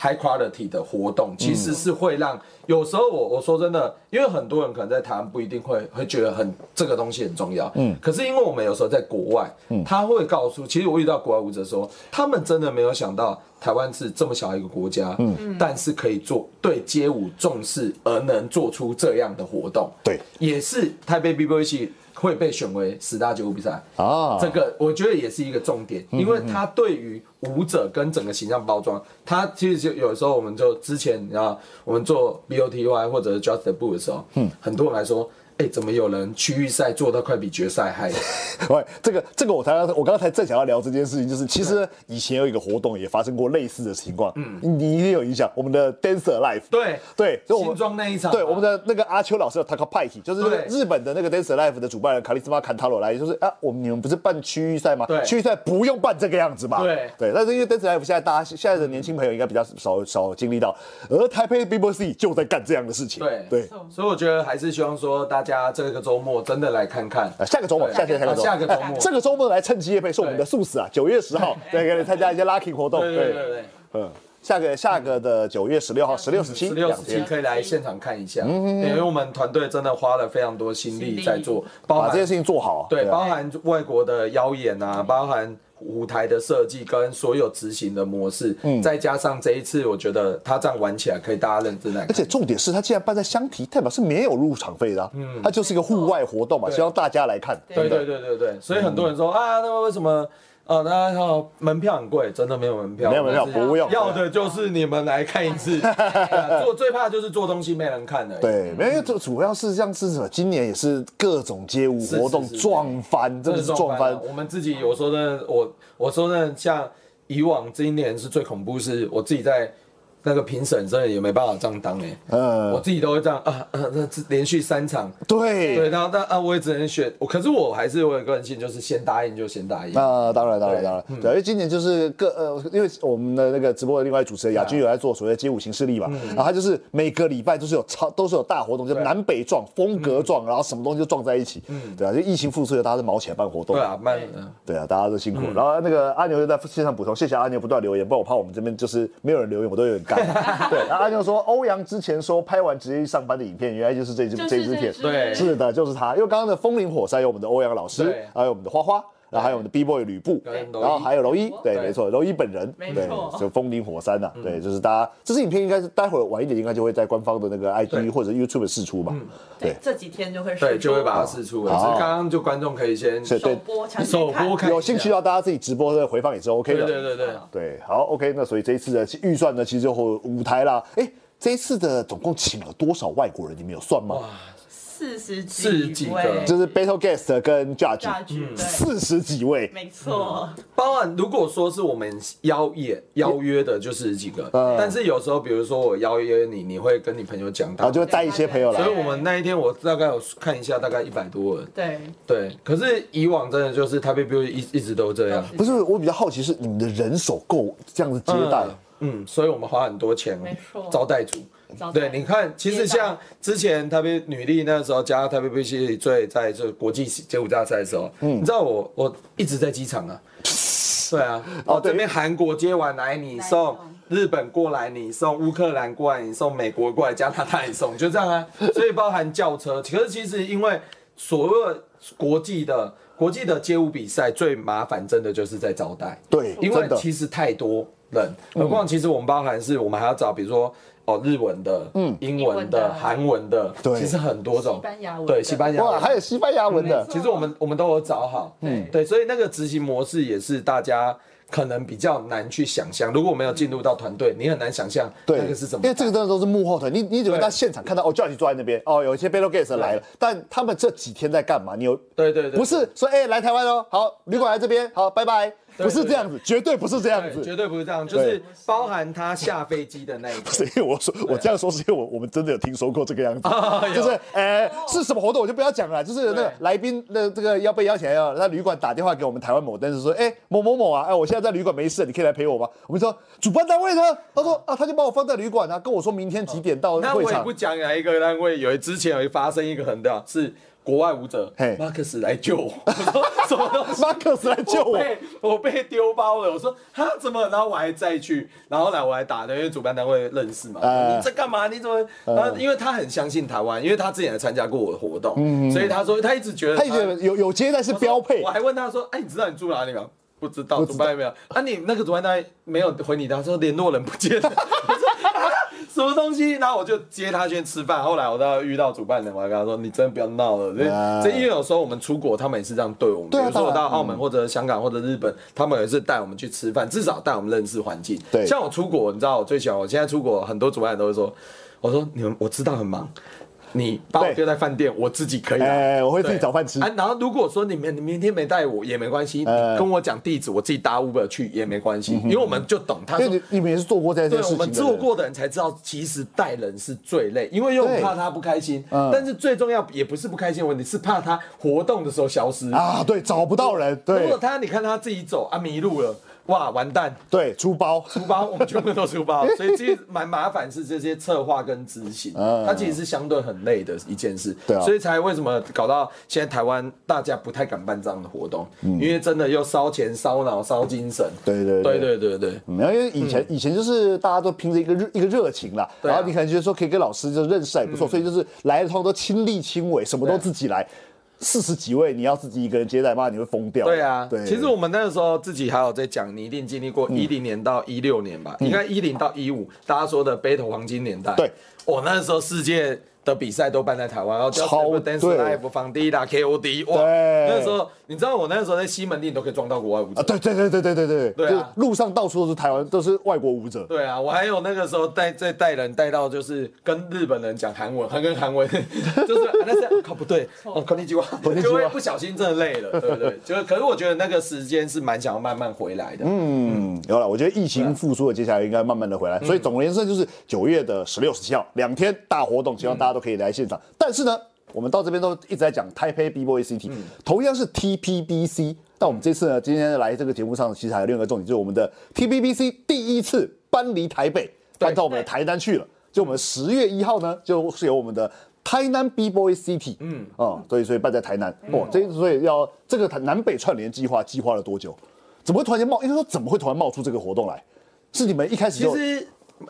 high quality 的活动，其实是会让有时候我我说真的，因为很多人可能在台湾不一定会会觉得很这个东西很重要，嗯，可是因为我们有时候在国外，他会告诉，其实我遇到国外舞者说，他们真的没有想到台湾是这么小一个国家，嗯，但是可以做对街舞重视，而能做出这样的活动，对也是台北 B Boy 系会被选为十大街舞比赛啊这个我觉得也是一个重点，嗯因为它对于舞者跟整个形象包装，它其实就有时候我们就之前你知道我们做 B O T Y 或者是 Just the b o o 的时候，嗯，很多人来说。哎、怎么有人区域赛做到快比决赛 还？ 喂，这个这个我才要我刚才正想要聊这件事情，就是其实呢以前有一个活动也发生过类似的情况，嗯，你一定有影响。我们的 Dancer Life，对对，所以我新庄那一场啊对嘛我们的那个阿秋老师的 t a k a p a i k 就是那个对日本的那个 Dancer Life 的主办人卡利斯玛坎塔罗来，就是啊，我们你们不是办区域赛吗？对区域赛不用办这个样子嘛。对嗯对，但是因为 Dancer Life 现在大家现在的年轻朋友应该比较少少经历到，而台北 BBC 就在干这样的事情。对对，所以我觉得还是希望说大家这个周末真的来看看。啊，下个周末，对下个 下个周末，啊下个周末哎这个周末来趁机夜配是我们的素食啊，九月十号，对，给你参加一些 lucky 活动，对对对对，嗯，下个下个的九月十六号、十六、十七十六两十七天，嗯可以来现场看一下，因为我们团队真的花了非常多心力在做，包把这含件事情做好，对，啊嗯包含外国的妖演啊，包含舞台的设计跟所有执行的模式，嗯再加上这一次，我觉得他这样玩起来可以大家认真来而看。且重点是，它既然办在香堤，代表是没有入场费的、啊，嗯，它就是一个户外活动嘛，希望大家来看，对真的对对对对，所以很多人嗯说啊，那为什么？哦，那哦，门票很贵，真的没有门票，没有门票我们是不用要的就是你们来看一 次。对啊做最怕就是做东西没人看的。对，没有，因为主主要是像是什么，今年也是各种街舞活动是是是撞翻，真的是撞翻了，我们自己有时候真的，我我说真的，像以往今年是最恐怖，是我自己在那个评审真的也没办法这样当哎、嗯我自己都会这样啊，啊那、这连续三场。对，对，然后但啊，我也只能选我，可是我还是我有个人性，就是先答应就先答应。那啊当然，当然，对嗯当然，对，因为今年就是各呃，因为我们的那个直播的另外主持人雅君啊有在做所谓的街舞新势力嘛，然后他就是每个礼拜都是有超都是有大活动，就嗯是对嗯南北撞、风格撞，然后什么东西就撞在一起，对啊，就疫情复苏以后，大家是毛起来办活动，对啊，慢。嗯对啊，大家都辛苦。然后那个阿牛就在线上补充，谢谢阿牛不断留言，不然我怕我们这边就是没有人留言，我都有点干。 对，然后阿牛说，欧阳之前说拍完直接去上班的影片，原来就是这支就是这支这片，支对是的，就是他。因为刚刚的风林火山有我们的欧阳老师对，还有我们的花花。然后还有我们的 B boy 吕布，对然后还有柔一，对，对嗯没错，柔一本人，没对错，就风林火山呐，对，就是大家，这支影片应该是待会儿晚一点，应该就会在官方的那个 IG 对嗯或者 YouTube 试出嘛，对，这几天就会对，就会把它首试出了。好只是刚刚就观众可以先哦是对播抢先首看播看一下，有兴趣的话大家自己直播的回放也是 OK 对的，对对对，对，好，OK，那所以这一次的预算呢，其实就五台啦。哎、这一次的总共请了多少外国人？你们有算吗？四十四十几个嗯位就是 Battle Guest 跟 Judge，嗯 judge，对，四十几位，没错，包含如果说是我们邀也邀约的，就四十几个。嗯但是有时候，比如说我邀约你，你会跟你朋友讲然到啊后，就会带一些朋友来所以。我们那一天我大概有看一下，大概一百多人。对，对，可是以往真的就是台北 Beauty 一一直都这样。不是，我比较好奇是你们的人手够这样子接待，嗯，所以我们花很多钱没错招待组招。待对，你看，其实像之前台北女力那时候加台北 B C 最在这个国际街舞大赛的时候，你知道我我一直在机场 啊，对啊，哦哦这边韩国接完来你送送，日本过来你送，乌克兰过来你送，美国过来加拿大你送，就这样 啊，所以包含轿车，可是其实因为所有国际的国际的街舞比赛最麻烦，真的就是在招待，对，因为真的嗯其实太多人，何况其实我们包含是我们还要找，比如说哦日文的、嗯英英文文的的、韩文的，对其实很多种，西班牙文的对西班牙文哇，还有西班牙文的，其实我们我们都有找好，嗯，对，所以那个执行模式也是大家可能比较难去想象。如果没有进入到团队，你很难想象对，那个是怎么因为这个真的都是幕后团，你你只会在现场看到哦，Judge 坐在那边，哦，有一些 Battle Guest 来了，但他们这几天在干嘛？你有对对对， 不是说哎来台湾哦，好，旅馆来这边，好，拜拜，对不是这样子，绝对不是这样对，子，绝对不是这样，就是包含他下飞机的那一刻。 是因为我说我这样说，是因为我我们真的有听说过这个样子， 就是呃是什么活动我就不要讲了，就是那个哦对来宾那这个要被邀请来要在旅馆打电话给我们台湾某但是说，哎某某某啊，哎我现在在旅馆没事，你可以来陪我吗？我们说主办单位呢，他说啊他就把我放在旅馆啊，跟我说明天几点到哦那会我也场不，讲哪一个单位，有一之前有一发生一个很大是国外舞者嘿马克思来救我，我说什么东西？ 马克思来救我我，被我被丢包了，我说他怎么？然后我还再去，然后后来我还打的，因为主办单位认识嘛，哎你在干嘛？你怎么？然后因为他很相信台湾，因为他之前也参加过我的活嗯动，所以他说他一直觉得他也觉得有有接待是标配我，还问他说：“哎，你知道你住哪里吗？”不知道主办没有？啊，你那个主办单位没有回你的，他说联络人不见了。 我说啊什么东西？然后我就接他去吃饭。后来我到遇到主办人，我还跟他说：“你真的不要闹了。这”啊这因为有时候我们出国，他们也是这样对我们。比对啊如说我当到然澳门或者香港或者日本，他们也是带我们去吃饭，至少带我们认识环境。对像我出国，你知道我最喜欢，我现在出国很多主办人都会说：“我说你们我知道很忙，你把我对丢在饭店，我自己可以来。”哎我会自己对找饭吃啊然后如果说你们你明天没带我也没关系，你呃嗯跟我讲地址，我自己搭 Uber 去也没关系，因为我们就懂他因为说。你你们也是做过这件对事我情的们人，做过的人才知道，其实带人是最累，因为又很对怕他不开心。嗯但是最重要也不是不开心的问题，是怕他活动的时候消失。啊，对，找不到人，如对果他你看他自己走啊迷路了，哇完蛋，对，出包，出包，我们全部都出 包，所以其实蛮麻烦是这些策划跟执行，嗯它其实是相对很累的一件事，对啊所以才为什么搞到现在台湾大家不太敢办这样的活动，因为真的又烧钱、烧脑、烧精神，嗯对对对对对对，没有，因为以前、以前就是大家都凭着一个热一个热情啦，对啊嗯然后你可能觉得说可以跟老师就认识啊也不错，所以就是来的通常都亲力亲为，什么都自己来。四十几位你要自己一个人接待，妈你会疯掉。对啊，对，嗯其实我们那个时候自己还有在讲，你一定经历过一零年到一六年吧，应该一零到一五，大家说的 battle 黄金年代。对，我那时候世界的比赛都办在台湾，然后超 Dance 对 Live、房地啦、KOD，哇，对那时候你知道我那时候在西门町都可以撞到国外舞者。啊，对对对对对对对，对啊就是路上到处都是台湾，都是外国舞者。对啊，我还有那个时候带在带人带到，就是跟日本人讲韩文，还跟 韩文，就是啊那是靠不对，哦，肯定计划，就会不小心真的累了，对不对？就是，可是我觉得那个时间是蛮想要慢慢回来的，嗯，有了，我觉得疫情复苏了，接下来应该慢慢的回来。所以总而言之就是九月的十六、十七号两天大活动，希望大家都可以来现场。但是呢，我们到这边都一直在讲 Taipei B Boy City，、同 E 样是 TPBC。但我们这次呢，今天来这个节目上，其实还有另一个重点，就是我们的 TPBC 第一次搬离台北，搬到我们的台南去了。就我们十月一号呢，就是由我们的台南 B Boy City，嗯，哦、所以所以办在台南，哦，这所以要这个南北串联计划计划了多久？怎么会突然间冒？应该说怎么会突然冒出这个活动来？是你们一开始其就实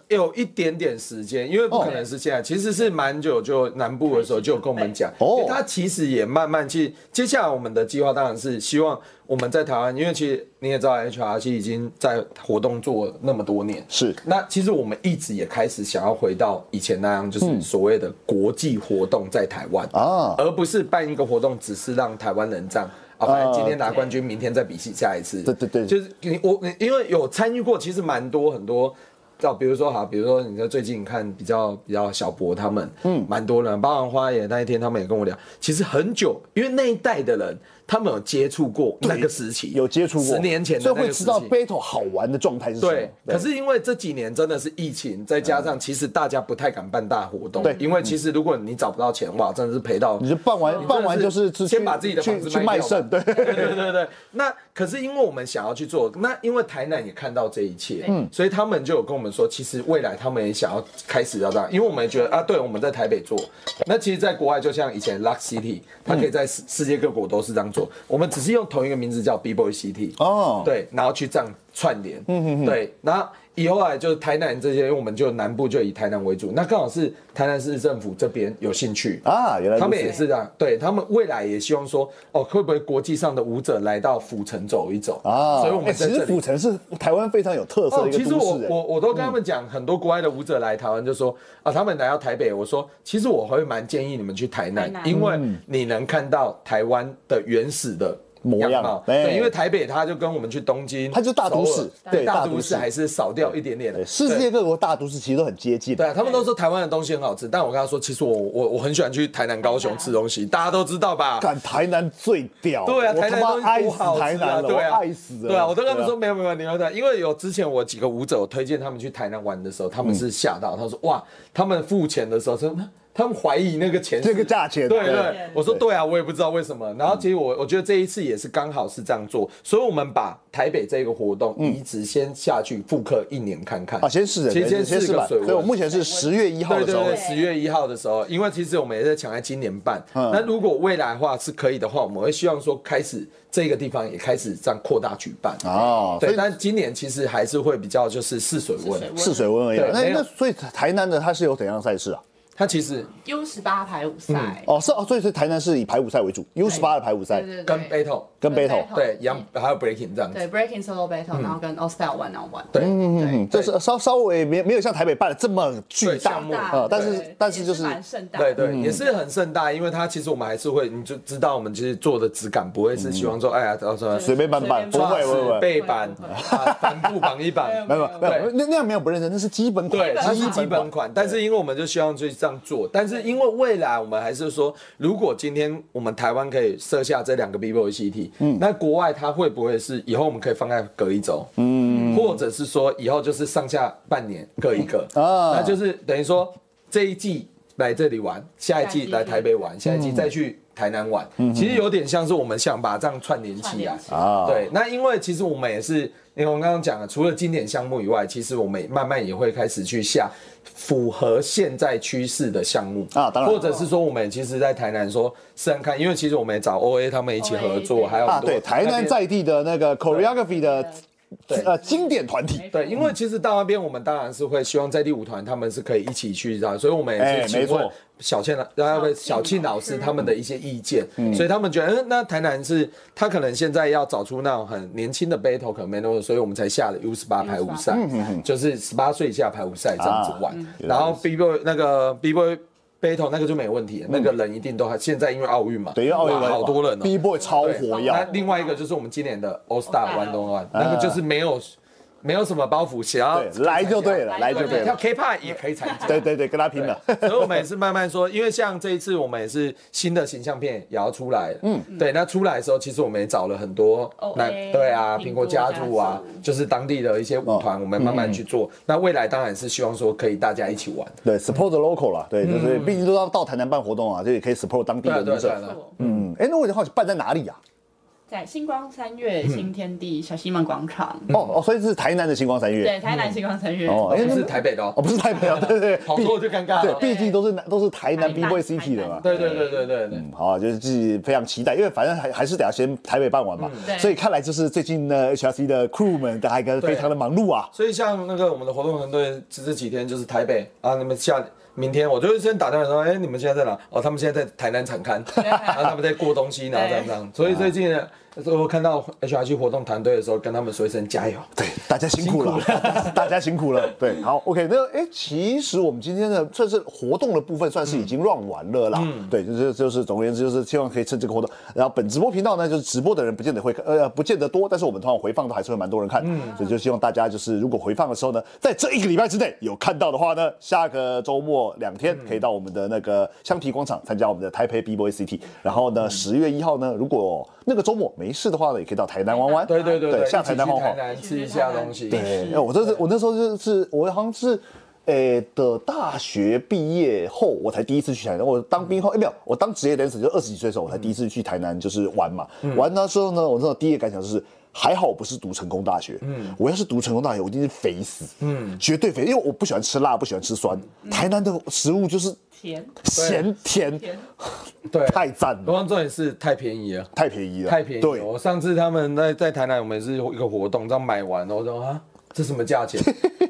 有一点点时间，因为不可能是现在，其实是蛮久就南部的时候就有跟我们讲，哦因为他其实也慢慢去。接下来我们的计划当然是希望我们在台湾，因为其实你也知道 HRC 已经在活动做了那么多年，是那其实我们一直也开始想要回到以前那样，嗯就是所谓的国际活动在台湾啊而不是办一个活动只是让台湾人这样。啊，反正今天拿冠军，明天再比戏下一次。对对对就是你我你因为有参与过，其实蛮多很多，照比如说好，比如说你在最近看比较比较小博他们，嗯，蛮多人，包含花野那一天他们也跟我聊，其实很久，因为那一代的人他们有接触过那个时期，有接触过十年前的所以那会个时知期道 battle 好玩的状态是什么。对，可是因为这几年真的是疫情，再加上其实大家不太敢办大活动，嗯对嗯因为其实如果你找不到钱，哇，真的是赔到你就办完办完就是去先把自己的房去子去卖卖掉吧肾，对对。对对对。那可是因为我们想要去做，那因为台南也看到这一切，嗯，所以他们就有跟我们说，其实未来他们也想要开始要这样，因为我们也觉得啊，对，我们在台北做，那其实在国外就像以前 Luck City，它可以在世世界各国都是这样做，我们只是用同一个名字叫 B Boy City，哦对，然后去这样串联，嗯嗯，对，然后。以后啊，就是台南这些，因为我们就南部就以台南为主，那刚好是台南市政府这边有兴趣啊原来如此他们也是这样，对他们未来也希望说，哦，会不会国际上的舞者来到府城走一走啊，所以我哎们其在实这府里。城是台湾非常有特色哦的，一其个实都我市、哎我我都跟他们讲，很多国外的舞者来台湾就说啊，他们来到台北，我说其实我会蛮建议你们去台南台，南因为你能看到台湾的原始的嗯模样貌对对，因为台北它就跟我们去东京，它就大都市首尔对对，大大都都市市还是少掉一点点对的。世界各国大都市其实都很接近。对啊，他们都说台湾的东西很好吃，但我跟他说，其实我我我很喜欢去台南、高啊雄吃东西，大家都知道吧？干台南最屌，对啊，哦我台他南东妈爱西多死好吃台啊南了，对我啊，爱死了。对啊，我都跟他们对说啊，没有没有，你们的，因为有之前我几个舞者我推荐他们去台南玩的时候，他们是吓到，他说哇，他们付钱的时候说，他们怀疑那个钱这是个价钱，嗯对对，我说对啊，我也不知道为什么。然后其实我我觉得这一次也是刚好是这样做，所以我们把台北这个活动移植先下去复刻一年看看嗯啊，先试人，先对先先试试个吧。水所温以我目前是十月一号对对的时候对，十月一号的时候，因为其实我们也在抢在今年办。嗯那如果未来的话是可以的话，我们会希望说开始这个地方也开始这样扩大举办。啊，所对，以但今年其实还是会比较就是试水温。试水温而已啊。对那没有那所以台南的它是有怎样的赛事啊？它其实 U 十八排舞赛，哦，是哦，所以是台南是以排舞赛为主，U 十八的排舞赛对对对，跟 battle 哦跟 battle，对一样，还有 breaking 这样子。对 breaking solo battle，然后跟 all style one on one，对，嗯，就是稍稍微没没有像台北办的这么巨对大项目啊，但是对但是就是蛮盛大的，嗯对对，嗯也是很盛大，因为它其实我们还是会，你就知道我们其实做的质感不会是希望说，哎呀，到时候随便办办，不随会便办不会不会，背板、啊帆布绑一板，没有没有，那那样没有不认真，那是基本款，对，那这是基本款。但是因为我们就希望就是这样做，但是因为未来我们还是说，如果今天我们台湾可以设下这两个 b b o 的 CT，嗯，那国外它会不会是以后我们可以放在隔一周，嗯，或者是说以后就是上下半年各一个啊 啊，那就是等于说这一季。来这里玩，下一季来台北玩，下一季再去台南玩，其实有点像是我们想把这样串联起来串联起来，啊，对，那因为其实我们也是，因为我刚刚讲了，除了经典项目以外，其实我们也慢慢也会开始去下符合现在趋势的项目啊当然或者是说我们其实，在台南说试看看，因为其实我们也找 O A 他们一起合 OA 作，对还有啊很多对，台南在地的那个 choreography 的对呃经典团体，对，因为其实到那边我们当然是会希望在第五团他们是可以一起去这样，所以我们也哎是没请错问小倩老，然后小小庆庆老老师他们的一些意见，所以他们觉得，嗯，那台南是他可能现在要找出那种很年轻的 battle 可能没那么，所以我们才下了 U 十嗯八排舞赛，就是十八岁以下排舞赛这样子玩，啊嗯然后 B boy 那个 B boy。battle 那个就没问题，那个人一定都还。现在因为奥运嘛，嗯对，因为奥运哇文好多人哦、 ，B boy 超那活跃。另外一个就是我们今年的 All Star 玩东玩，那个就是没有没有什么包袱，想要啊对，来就对了，来来就就对对跳了， K-pop 也可以参加。对对对，跟他拼了。所以我们也是慢慢说，因为像这一次我们也是新的形象片也要出来，嗯，对。那出来的时候，其实我们也找了很多 OA 那对啊，苹苹果果家家族族啊，就是当地的一些舞团，我们慢哦慢去做。嗯那未来当然是希望说可以大家一起玩。对，support the local 啦，对，就是毕竟都要到台南办活动啊，就也可以 support 当地对啊的嗯对啊舞对者啊。对啊错嗯，哎，那我有点好奇，办在哪里啊？在星光三月新天地小西门广场，嗯哦哦，所以是台南的星光三月。对，台南星光三月，哦，哎，不那是台北的哦，哦，不是 台北啊，对对，跑毕错就啊尴尬对，了。毕竟都是南都是台南 B 台南 boy city 的嘛。对对对对对对。嗯，好啊，就是自己非常期待，因为反正还还是得要先台北办完嘛，嗯对所以看来就是最近呢 HRC 的 crew 们大家应该非常的忙碌啊。所以像那个我们的活动团队，这这几天就是台北啊，你们下明天我就先打电话说，哎、你们现在在哪？哦，他们现在在台南产刊，然后他们在过东西，然后这样这样。所以最近呢，我看到 HRG 活动团队的时候，跟他们说一声加油。对，大家辛苦了，大家辛苦了。对，好，OK，那哎，其实我们今天的算是活动的部分，算是已经 run 完了啦。对，就是就是，总而言之，就是希望可以趁这个活动。然后本直播频道呢，就是直播的人不见得会呃不见得多，但是我们通常回放都还是会蛮多人看，所以就希望大家就是如果回放的时候呢，在这一个礼拜之内有看到的话呢，下个周末两天可以到我们的那个橡皮广场参加我们的台北 B Boy City。然后呢，十月一号呢，如果那个周末没事的话呢，也可以到台南玩玩。对对对对，对，下一起台去南晃台晃。南吃一下东西。对，哎我这是我那时候就是我好像是，诶、的大学毕业后我才第一次去台南。我当兵后，哎、没有，我当职业 dancer 就二十几岁的时候，我才第一次去台南就是玩嘛。嗯玩的时候呢，我那时候第一个感想就是。还好我不是读成功大学，嗯，我要是读成功大学，我一定是肥死，嗯，绝对肥，因为我不喜欢吃辣，不喜欢吃酸。嗯台南的食物就是甜，咸甜，对，太赞不了，过重点是太便宜了。太便宜了，哦太便宜了！对，我上次他们在在台南，我们也是有一个活动，这样买完，然后我说啊，这什么价 钱？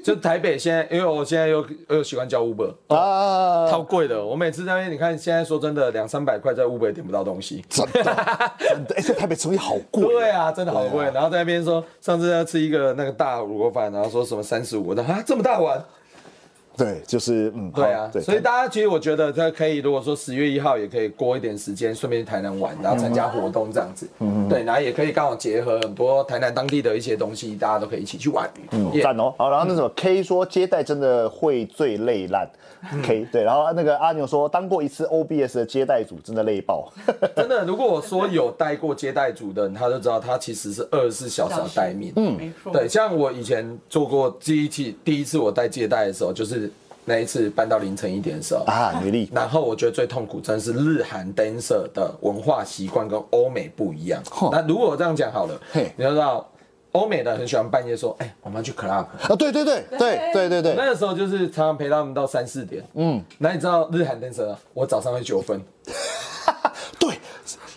就台北现在，因为我现在又又喜欢叫 Uber，啊，超贵的。我每次在那边，你看现在说真的，两三百块在 Uber 也点不到东西。真的，真的，而哎且台北城里好贵，对啊，真的好贵。然后在那边说，上次要吃一个那个大卤肉饭，然后说什么三十五，我说啊这么大碗，对，就是嗯，对好啊。所以大家其实我觉得他可以，如果说十月一号也可以过一点时间，顺便去台南玩，然后参加活动这样子。对，然后也可以刚好结合很多台南当地的一些东西，大家都可以一起去玩。嗯，赞哦。好，然后那什么 K 说接待真的会最累烂，K 对，然后那个阿牛说当过一次 OBS 的接待组真的累爆，真的，如果我说有带过接待组的人，他就知道他其实是二十四小时要待命。嗯。没错，对，像我以前做过第一期，第一次我带借贷的时候，就是那一次搬到凌晨一点的时候。啊，女力然后我觉得最痛苦，真的是日韩 dancer 的文化习惯跟欧美不一样嚯。那如果我这样讲好了嘿，你要知道，欧美的很喜欢半夜说，哎，我们要去 club。啊，对对对对对对对，那个时候就是常常陪他们到三四点。嗯，那你知道日韩 dancer，啊我早上会九分，对，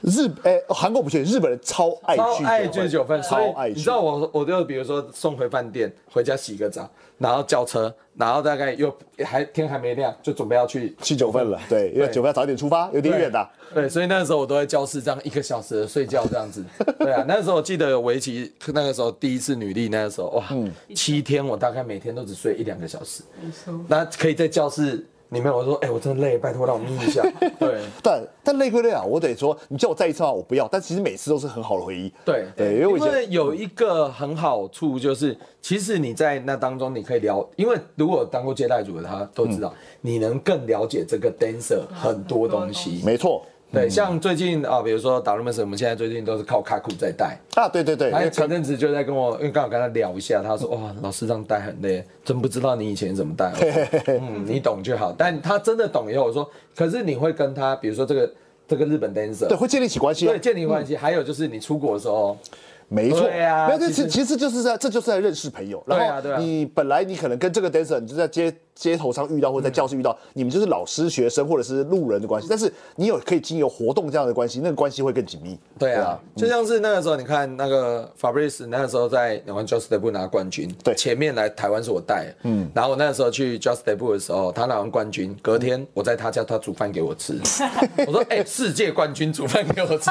日哎韩国不去，日本人超爱超去爱酒拒会酒饭，所超爱以去你知道我我就比如说送回饭店，回家洗个澡，然后叫车，然后大概又还天还没亮，就准备要去去九份了，对，因为九份要早点出发，有点远啊的。对，所以那时候我都在教室这样一个小时的睡觉这样子。对啊，那时候我记得有围棋，那个时候第一次女力，那个时候哇，嗯七天我大概每天都只睡一两个小时。嗯那可以在教室里面，我说哎、我真的累，拜托让我眯一下。 对但但累归累啊，我得说，你叫我再一次的话，我不要。但其实每次都是很好的回忆。对对，因为我以因为前有一个很好处就是，其实你在那当中你可以聊，因为如果当过接待组的他都知道，嗯你能更了解这个 dancer 嗯很多东西。没错对，像最近啊，比如说 w m s 我们现在最近都是靠卡库在带，啊，对对对，嗯因还为有前可能阵子就在跟我，因为刚好跟他聊一下，他说哇，老师这样带很累，真不知道你以前怎么带。我 说嗯，你懂就好。但他真的懂以后，我说，可是你会跟他，比如说这个这个日本 dancer，对会建立起关系啊对，，建立关系。还有就是你出国的时候，没错。对啊没有，这其其实其实就是在这就是在认识朋友。对啊然对后啊嗯你本来你可能跟这个 dancer 你就在街街头上遇到或者在教室遇到，你们就是老师、学生或者是路人的嗯关系，但是你有可以经由活动这样的关系，那个关系会更紧密。对啊，就像是那个时候，你看那个 Fabrice 那个时候在台湾 Just Step 拿冠军，对前面来台湾是我带的，嗯，然后我那时候去 Just Step 的时候，他拿完冠军，隔天我在他家，他煮饭给我吃，我说哎、世界冠军煮饭给我吃，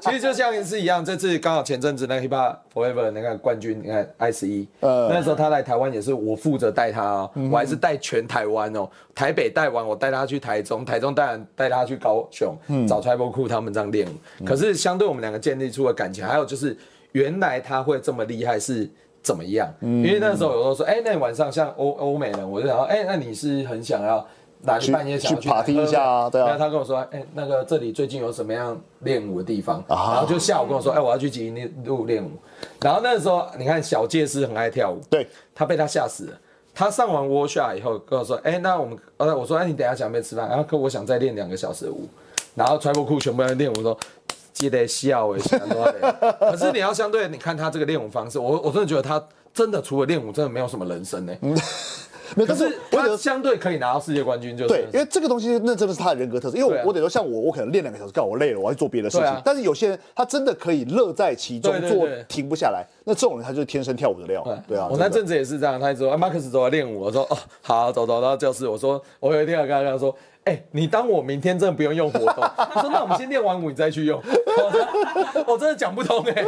其实就像是一样，这次刚好前阵子那个 Hip Hop Forever 那个冠军，你看 I 十一，呃嗯那时候他来台湾也是我负责带他哦，我还是带全台湾哦，台北带完我带他去台中，台中带完带他去高雄，嗯找 Tribal Cool 他们这样练舞。可是相对我们两个建立出的感情，还有就是原来他会这么厉害是。怎么样？嗯因为那时候有时候说，哎、那你晚上像欧欧美人，我就想说，哎、那你是很想要哪个去半夜想要去哪 party 喝一下啊对啊然后他跟我说，哎、那个这里最近有什么样练舞的地方？啊然后就下午跟我说，哎、我要去吉林路练舞。然后那时候你看小介是很爱跳舞，对，他被他吓死了。他上完 workshop 以后跟我说：“哎、那我们……呃，我说，哎、你等一下想不想吃饭？然后可我想再练两个小时的舞。”然后 tribal 裤全部在练舞，我说：“记得笑哎，想多 累可是你要相对，你看他这个练舞方式，我我真的觉得他真的除了练舞，真的没有什么人生呢、没可有，但是是嗯我觉他得相对可以拿到世界冠军，就是对，因为这个东西那真的是他的人格特质。因为我、对啊我得说，像我，我可能练两个小时，干我累了，我要去做别的事情。对啊但是有些人他真的可以乐在其中，对对做对停不下来。那这种人他就是天生跳舞的料。对啊，哎我那真阵的子也是这样，他一直说，哎、马克思走来练舞，我说，哦，好，走走到教室，我说，我有一天要跟他说，哎、你当我明天真的不用用活动，他说，那我们先练完舞，你再去用， 我说我真的讲不通哎、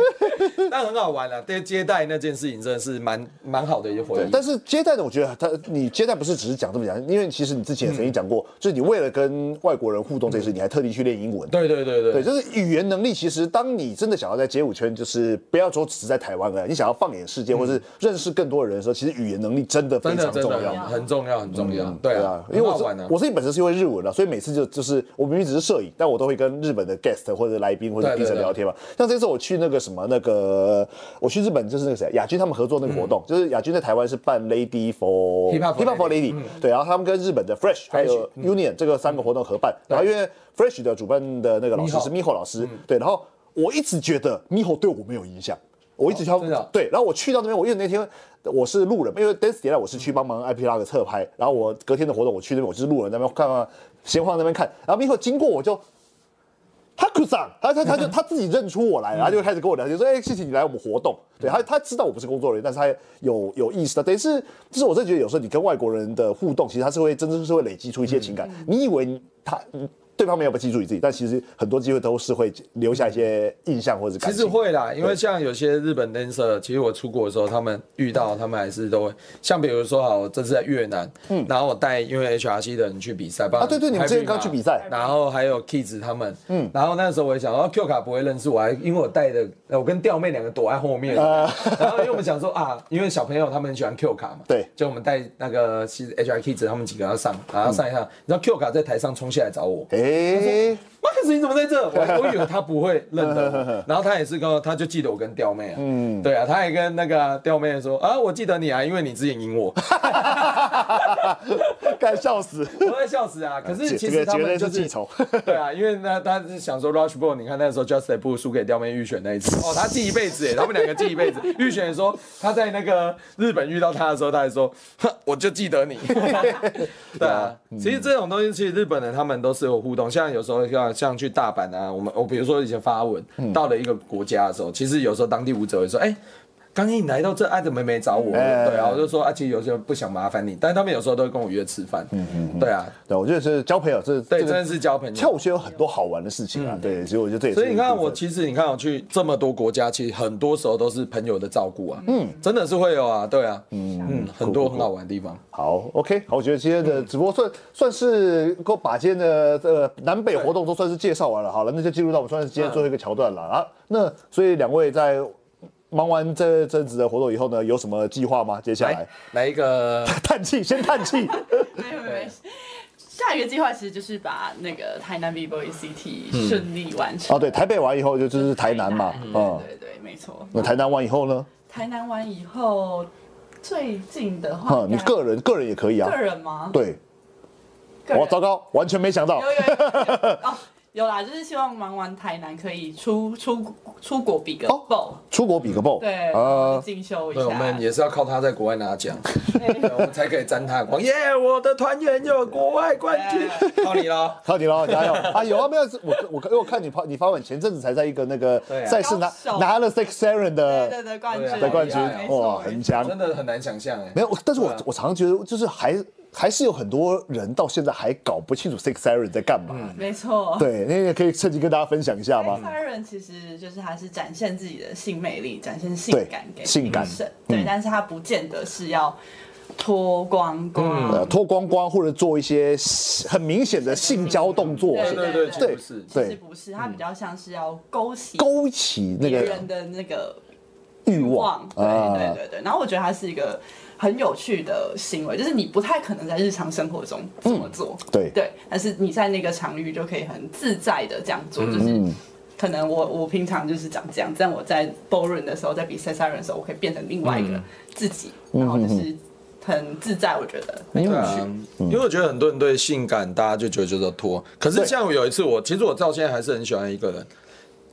但很好玩啊，对接待那件事情真的是蛮蛮好的一个回对忆，，但是接待的，我觉得他你接待不是只是讲这么讲，因为其实你之前也曾嗯经讲过，就是你为了跟外国人互动这件事，你还特地去练英文。对对对对对，就是语言能力。其实，当你真的想要在街舞圈，就是不要说只是在台湾啊而已，你想要放眼世界，或是认识更多的人的时候，其实语言能力真的非嗯真的常真重的要。很重要很重要，对对啊啊，，因为我很好是玩啊我自己本身是因为日文的，所以每次就就是我明明只是摄影，但我都会跟日本的 guest 或者来宾或者对对 DJ 对聊天嘛。像这次我去那个什么那个，我去日本就是那个谁亚军他们合作那个活动，就是亚军在台湾是办 Lady for 嗯 Hip Hop for for Lady 嗯 Lady，对，然后他们跟日本的 Fresh 还有 Union 这个三个活动合办，然后因为 Fresh 的主办的那个老师 Miho 嗯是 Miho 老师，对，然后我一直觉得 Miho 对我没有影响。我一直挑、真的啊对，然后我去到那边，我因为那天我是路人，因为 Dance 迭代我嗯是去帮忙 IP 拉个侧拍，然后我隔天的活动我去那边，我就是路人那边看看，闲晃那边看，然后 Miko 经过我就。他哭丧，他他他就他自己认出我来，然后嗯就开始跟我聊天，说：“哎、谢谢你来我们活动。”对他，他知道我不是工作人员，但是他有有意识到，等于是，就是我真的觉得有时候你跟外国人的互动，其实他是会真的是会累积出一些情感。嗯你以为你他嗯对方没有记住你自己，但其实很多机会都是会留下一些印象或者是感其情。实会啦，因为像有些日本 dancer，其实我出国的时候，他们遇到他们还是都会，像比如说好，我这次在越南，然后我带因为 HRC 的人去比赛，帮嗯啊对对你们之前刚去比赛然后还有 Kids 他们，嗯，然后那时候我也想，哦 Q 卡不会认识我，还因为我带的，我跟吊妹两个躲在后面，啊然后因为我们想说啊，因为小朋友他们很喜欢 Q 卡嘛，对就我们带那个其实 HR Kids 他们几个要上，然后上一上，嗯然后 Q 卡在台上冲下来找我，哎、马克思你怎么在这？我我以 为他不会认得我，然后他也是跟我，他就记得我跟吊妹啊，嗯， 对啊，他还跟那个吊妹说啊，我记得你啊，因为你之前赢我，干笑死。我在笑死啊！可是其这实个他绝们对就是记仇。 对啊，因为呢，他是想说 Rush b o 你看那时候 Just a b o 输给刁妹预选那一次，哦，他记一辈 子哎，他们两个记一辈子。预选说他在那个日本遇到他的时候，他还说，哼，我就记得你。对啊，嗯其实这种东西，其实日本人他们都是有互动，像有时候像像去大阪啊，我们我比如说以前发文嗯到了一个国家的时候，其实有时候当地舞者会说，哎。刚一来到这，啊，怎么没找我？哎对啊，我就说啊，其实有些不想麻烦你，但他们有时候都会跟我约吃饭。嗯嗯，对啊，对，我觉得是交朋友，这对，这真个的是交朋友。跳舞圈有很多好玩的事情啊。对，所以我觉得这也是一所部分。以你看，啊我其实你看我去这么多国家，其实很多时候都是朋友的照顾啊，嗯，真的是会有啊，对啊，嗯嗯，很多很好玩的地方，好，OK，好，我觉得今天嗯的直播算算是够把今天的呃南北活动都算是介绍完了。好了，那就进入到我们算是嗯今天最后一个桥段了啊。那所以两位在忙完这阵子的活动以后呢，有什么计划吗？接下来来来一个，叹气，先 叹气。没有没有没有下一个计划其实就是把那个台南 B Boy CT 顺利完成。哦，对，台北完以后就就是台南嘛，嗯，对对对，没错。那台南完以后呢？台南完以后，最近的话嗯，，你应该个人个人也可以啊哦啊个。人吗？对，个人我糟糕，完全没想到有。有有有哦，有啦，就是希望忙完台南可以出出出国比个哦 ball，出国比个 ball，对，啊，进修一对，下。我们也是要靠他在国外拿奖， 对我们才可以沾他的光，耶，我的团员有国外冠军，啊靠你了，靠你了，加油 啊！有啊，没有，是我我因为我看你发你发文前阵子才在一个那个对啊赛事拿高手拿了 Six Seven 对的对对，冠对啊军的冠军好厉害，哦哇，很 强。真的很难想象哎没，有，但是我对啊我常觉得就是还还是有很多人到现在还搞不清楚 Six Seven 在干嘛。嗯没错。对，那也可以趁机跟大家分享一下吗？三人其实就是他是展现自己的性魅力，展现性感对给性感嗯女生对，但是他不见得是要脱光光，呃，脱光光或者做一些很明显的性交动作，对对对对，其实不是，其对实不是，他比较像是要勾起勾起那别个人的那个欲欲望啊望，对对对对。然后我觉得它是一个很有趣的行为，就是你不太可能在日常生活中这嗯么做，对对，但是你在那个场域就可以很自在的这样做，嗯就是。可能我我平常就是长这样，但我在 b o r u n 的时候，在比赛赛人的时候，我可以变成另外一个嗯自己，然后就是很自在，我觉得很有对趣。啊，嗯因为我觉得很多人对性感，大家就觉得就是脱。可是像我有一次我，其实我到现在还是很喜欢一个人，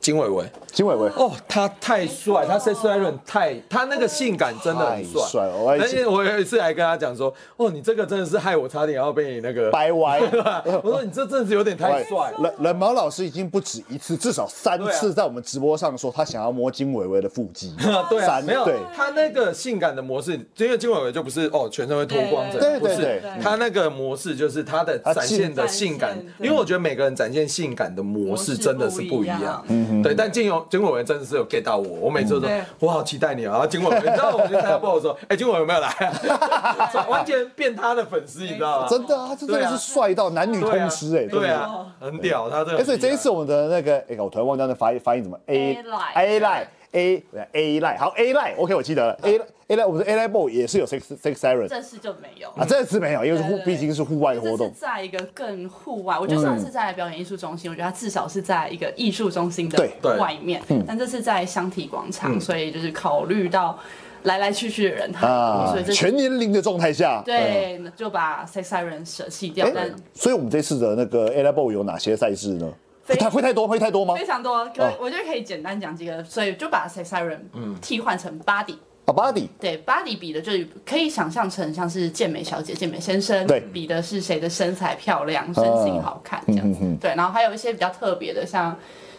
金伟伟。金 伟伟，哦，他太帅，他 s e x y r o n 太，他那个性感真的很帅。太帅了我还而且我有一次还跟他讲说，哦，你这个真的是害我差点要被你那个。掰歪。 我说你这真的是有点太帅。冷冷毛老师已经不止一次，至少三对啊次在我们直播上说他想要摸金伟伟的腹肌。 对啊，三没有对他那个性感的模式，因为金伟伟就不是哦，全身会脱光这对样，不对对是对他那个模式就是他的展现的性感展现，对因为我觉得每个人展现性感的模式真的是不一模式样不，嗯对。但金勇金伟伟真的是有 get 到我，我每次都说对 我好期待你啊，然后金伟伟，你知道我去参加 b o 说，哎，金伟伟有没有来啊？所以完全变他的粉丝，你知道吗？真的啊，这真对的啊是帅到男女通对啊吃哎、真对的是。啊，很屌，他这哎、所以这一次我们的那个，哎、我突然忘掉那发音发音怎么 A line A line A A line 好 A line，OK，、我记得了 A A line 我们的 A line ball 也是有 six six siren 这次就没有啊，这次没有，因为是户对对对毕竟是户外活这是动，在一个更户外，我觉得上次在表演艺术中心，我觉得它至少是在一个艺术中心的对对嗯外面，但这是在香体广场，所以就是考虑到来来去去的人太多，啊所以，这全年龄的状态下，嗯。对就把 sex siren 舍弃掉哎、，但所以我们这次的那个 A line ball 有哪些赛事呢？非它会太多，会太多吗？非常多，可哦我觉得可以简单讲几个，所以就把 sex siren 嗯替换成 body。啊，body 对，巴黎比的就是可以想象成像是健美小姐、健美先生，对嗯比的是谁的身材漂亮、身形好看这样子。对，然后还有一些比较特别的，像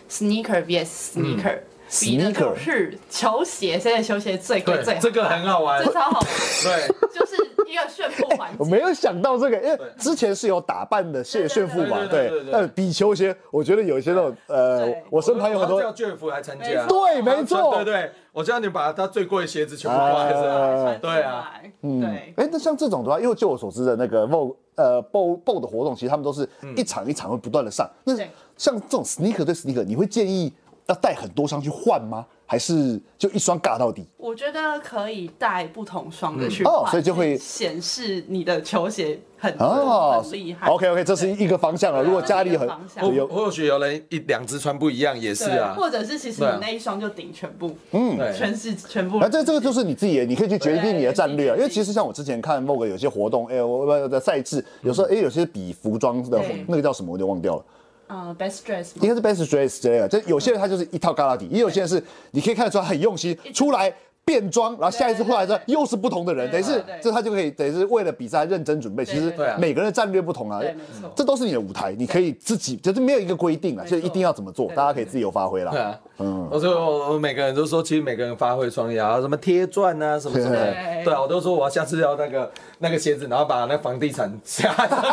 sneaker vs sneaker，、比的就嗯 Sneaker 是球鞋，谁的球鞋最贵最对好？这个很好玩这，超好玩，对。就是一个炫富 环哎我节。没有想到这个，因为之前是有打扮的炫对对炫富嘛，对对对对对但比球鞋，我觉得有一些那种，呃对，我身旁有很多叫，卷福来参加，对，没错，哦对对对，我叫你把他最贵的鞋子全部啊挂在身上。穿出来对啊，对，哎，那像这种的话，因为就我所知的那个 Vogue 呃 Vogue Vogue 的活动，其实他们都是嗯一场一场会不断的上。那对像这种 sneaker 对 sneaker，你会建议要带很多双去换吗？还是就一双尬到底？我觉得可以带不同双的去嗯哦换所以就会显示你的球鞋很哦很厉害。 ，OK OK，这是一个方向了。啊对如果家里这是一很个方对向我或有或许有人一两只穿不一样也是对，啊，或者是其实对啊你那一双就顶全部，对全是全部。啊嗯那这这个就是你自己的，你可以去决定你的战略啊。对因为其实像我之前看 Vogue 有些活动，哎、我我的赛制，有时候哎、有些比服装的嗯对那个叫什么，我就忘掉了，呃，best dress 应嘛该是 Best Dress 之类的。就有些人他就是一套嘎拉底，也有些人是你可以看得出来很用心，出来变装，然后下一次对对出来的对又是不同的人，等于是对对这他就可以等于是为了比赛认真准备。其实对对对每个人的战略不同啊对没错，这都是你的舞台，你可以自己就是没有一个规定啊，没就错一定要怎么做，对大家可以自由发挥啦对。啊，嗯，我说我我每个人都说，其实每个人发挥创意啊，什么贴钻啊，什么什么的，对对啊，我都说我要下次要那个那个鞋子，然后把那房地产加上去，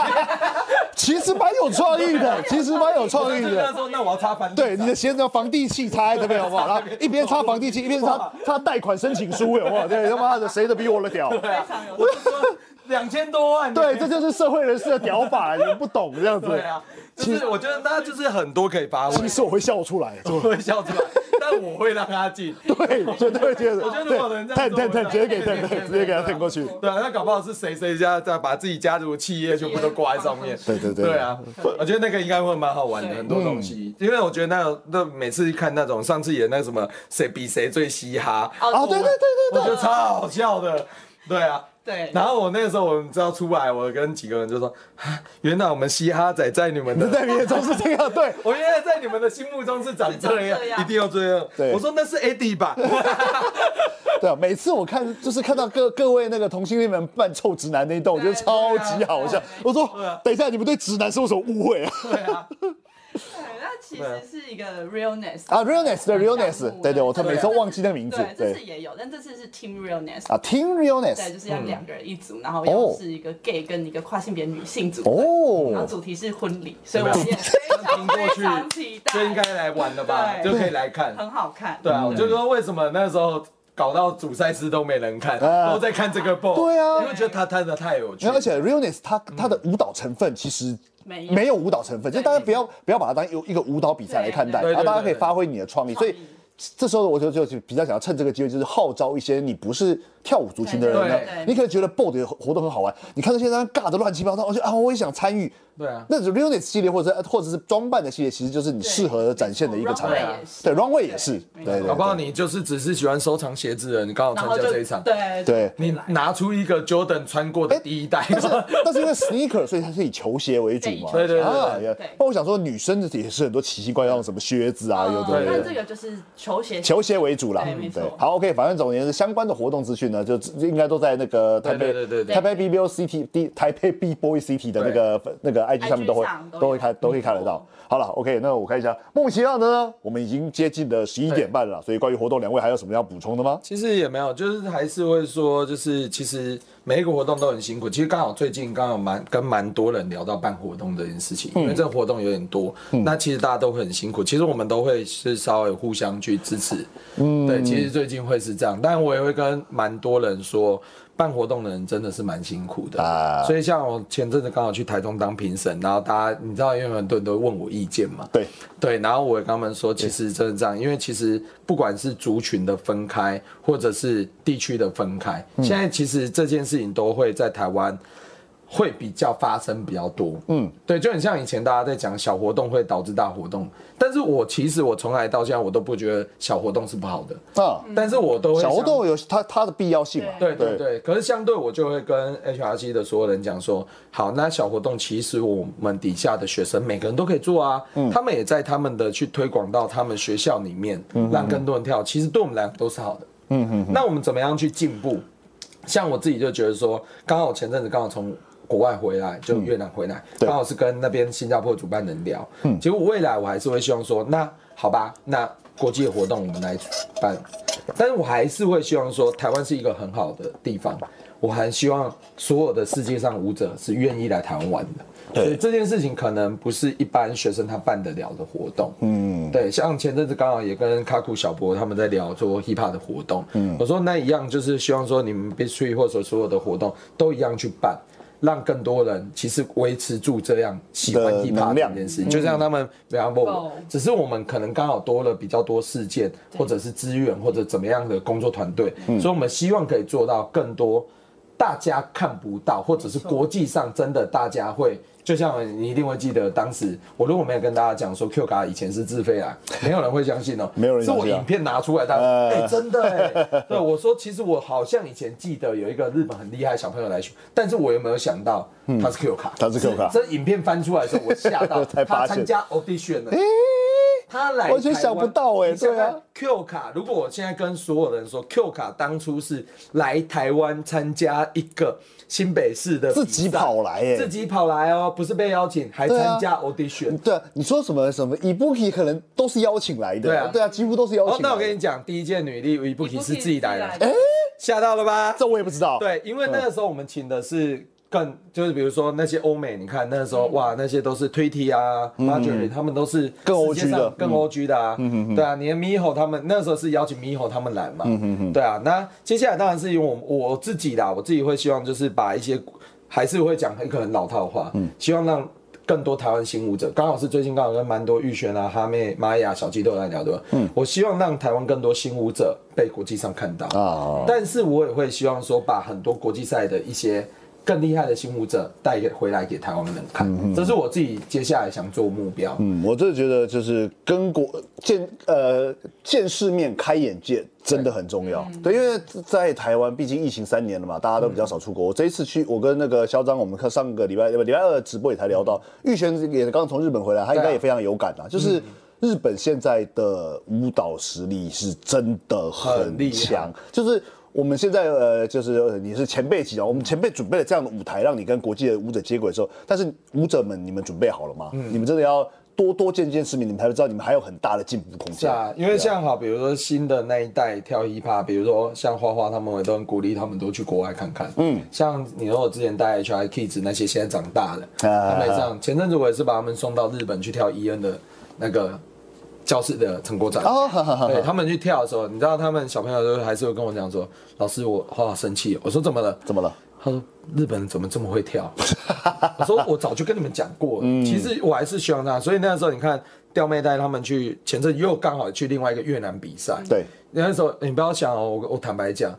其实蛮有创意 的，其实蛮有创意就是的那。时候那我要擦房地对，产，你的鞋子要防地契擦在这边 好不好？然后一边擦防地契，一边擦擦贷款申请书，有没 有？对，他妈的，谁的比我的屌？对啊，我就说两千多万，对，这就是社会人士的屌法，你们不懂这样子。对啊，就是我觉得大家就是很多可以发挥 其，实我会笑出来，我会笑出来，但我会让他进。对，绝对会觉得，我觉得如果有人这对，探样做探探，我直接会给探探，直接给他探过去。 对啊，那搞不好是谁谁家再把自己家族企业全部都挂在上面。对对对对啊，我觉得那个应该会蛮好玩的，很多东西。因为我觉得那那每次看那种上次演那个什么谁比谁最嘻哈，哦啊，对对我对对觉对，得超好笑的。对啊，对，然后我那个时候我们知道出来，我跟几个人就说，啊原来我们嘻哈仔在你们的在你眼中是这样，对。我原来在你们的心目中是长这样，是长这样一定要这样。对我说那是 Eddie 吧？ 对啊，每次我看就是看到各各位那个同性恋们扮臭直男那一段，我觉得超级啊好笑。我说，等一下，你们对直男是有什么误会啊？对啊，对，那其实是一个 realness 啊，realness 对的项目 realness，对对，我每次忘记那个名字对，，这次对也有，但这次是 team realness。啊，team 对， realness，就是要两个人一嗯组，然后哦又是一个 gay 跟一个跨性别女性组，然后哦，主题是婚礼，所以我们也非 听常 过非去常期就应该待，来玩了吧，对就可以来 看。很好看。对啊，我就说为什么那时候搞到主赛事都没人看，啊都在看这个 b 对啊因为觉得他弹的太有趣然。后而且 realness 它它的舞蹈成分其实没有没有舞蹈成分，就对大家不要不要把它当有一个舞蹈比赛来看待，对对然后对大家可以对对发挥你的创意。所以创意这时候我就就就比较想要趁这个机会，就是号召一些你不是跳舞族群的人对对呢对，你可能觉得 BOD 的活动很好玩，你看到现在尬的乱七八糟，我就啊我也想参与。对啊那种 realness 系列或者是或者是装扮的系列，其实就是你适合展现的一个场对合。对，runway 也是，对对。对搞不好你就是只是喜欢收藏鞋子的人，你刚好然参后加就这一场，对对，你拿出一个 Jordan 穿过的第一代，哎 但是但是因为 sneaker，所以它是以球鞋为主嘛。对对对啊对也对那我想说，女生的也是很多奇奇怪怪的什么靴子啊，有的没嗯那的这。个就是球鞋球鞋为主啦，嗯对没错好，OK，反正总而言之，相关的活动资讯呢，就就应该都在那个台北对对对对台北 B B O C T D 台北 B Boy C T 的那个那个 I G 上面都会 IG 上都有都会看都可以看得到。好了，OK，那我看一下，莫名其妙的呢，我们已经接近了十一点半了，所以关于活动，两位还有什么要补充的吗？其实也没有，就是还是会说，就是其实每一个活动都很辛苦。其实刚好最近刚好蛮跟蛮多人聊到办活动这件事情，因为这个活动有点多，那其实大家都会很辛苦。其实我们都会是稍微互相去支持，嗯，对，其实最近会是这样，但我也会跟蛮多人说。办活动的人真的是蛮辛苦的，啊所以像我前阵子刚好去台中当评审，然后大家你知道，因为很多人都问我意见嘛，对，对，然后我也跟他们说，其实真的这样，因为其实不管是族群的分开，或者是地区的分开，嗯现在其实这件事情都会在台湾。会比较发生比较多，嗯，对，就很像以前大家在讲小活动会导致大活动，但是我其实我从来到现在我都不觉得小活动是不好的，啊，但是我都会小活想动有它它的必要性嘛？对对对，可是相对我就会跟 HRC 的所有人讲说，好，那小活动其实我们底下的学生每个人都可以做啊，他们也在他们的去推广到他们学校里面，让更多人跳，其实对我们来讲都是好的。嗯嗯，那我们怎么样去进步？像我自己就觉得说，刚好前阵子刚好从国外回来，就越南回来，对刚好是跟那边新加坡主办人聊。嗯，结果未来我还是会希望说，那好吧，那国际的活动我们来办，但是我还是会希望说，台湾是一个很好的地方，我还希望所有的世界上舞者是愿意来台湾玩的。对所以这件事情可能不是一般学生他办得了的活动。嗯，对，像前阵子刚好也跟卡库小博他们在聊做 hiphop 的活动，嗯，我说那一样就是希望说你们 B Three 或者所有的活动都一样去办。让更多人其实维持住这样喜欢的 hip 能 hop 量这件事情，就像他们 v a Vogue 只是我们可能刚好多了比较多事件，或者是资源，或者怎么样的工作团队，嗯所以我们希望可以做到更多大家看不到，或者是国际上真的大家会。就像你一定会记得，当时我如果没有跟大家讲说 Q 卡以前是自费 啊，没有人会相信哦、没有人是相我信啊影片拿出来，大家呃哎、真的哎、对我说，其实我好像以前记得有一个日本很厉害的小朋友来学，但是我有没有想到他是 Q 卡？嗯他是 Q 啊卡这影片翻出来的时候，我吓到，才发他现参加 audition 了。他来台湾，完全想不到哎你想对啊看 Q 卡，如果我现在跟所有人说，Q 卡当初是来台湾参加一个新北市的比赛自己跑来哎自己跑来哦，不是被邀请，还对啊参加 audition。对啊，你说什么什么 e b o o k 可能都是邀请来的，对啊对啊，几乎都是邀哦请，来的。那我跟你讲，第一届女力 Vibuki 是自己来的，哎，吓到了吧？这我也不知道。对，因为那个时候我们请的是更，就是比如说那些欧美，你看那时候哇，那些都是 Tweety 啊、Marjorie，他们嗯都是更世 OG 界的嗯上更 OG 的啊。对啊，你的 Miho 他们那时候是邀请 Miho 他们来嘛。嗯对啊，那接下来当然是因为我我自己啦，我自己会希望就是把一些还是会讲一个很老套的话，嗯希望让。更多台湾新舞者，刚好是最近刚好跟蛮多玉璇啊、哈妹、玛雅、小鸡都有在聊，对吧？嗯，我希望让台湾更多新舞者被国际上看到啊，但是我也会希望说，把很多国际赛的一些更厉害的新舞者带给回来给台湾人看，这是我自己接下来想做目标。嗯，我真的觉得就是跟国见呃见世面、开眼界真的很重嗯要。对，因为在台湾，毕竟疫情三年了嘛，大家都比较少出国。我这一次去，我跟那个嚣张，我们看上个礼拜呃礼拜二直播也才聊到，玉璇也刚从日本回来，他应嗯对该啊嗯也非常有感啊，就是。日本现在的舞蹈实力是真的很很厉害强，就是我们现在呃，就是呃你是前辈级啊，我们前辈准备了这样的舞台，让你跟国际的舞者接轨的时候，但是舞者们，你们准备好了吗？嗯你们真的要多多见见世面，你们才会知道你们还有很大的进步空是间。啊，因为像好，比如说新的那一代跳 hiphop，比如说像花花他们，我都很鼓励他们多去国外看看。嗯，像你说我之前带 HI Kids 那些现在长大了，啊他们也上前阵子我也是把他们送到日本去跳 EN 的那个教室的成果展。哦，哈哈哈对他们去跳的时候，你知道他们小朋友都还是会跟我讲说，老师我好生气哦，我说怎么了？怎么了？他说日本人怎么这么会跳？ 我说我早就跟你们讲过了，嗯其实我还是希望他。所以那时候你看吊妹带他们去，前阵又刚好去另外一个越南比赛，对，那时候你不要想哦，我我坦白讲，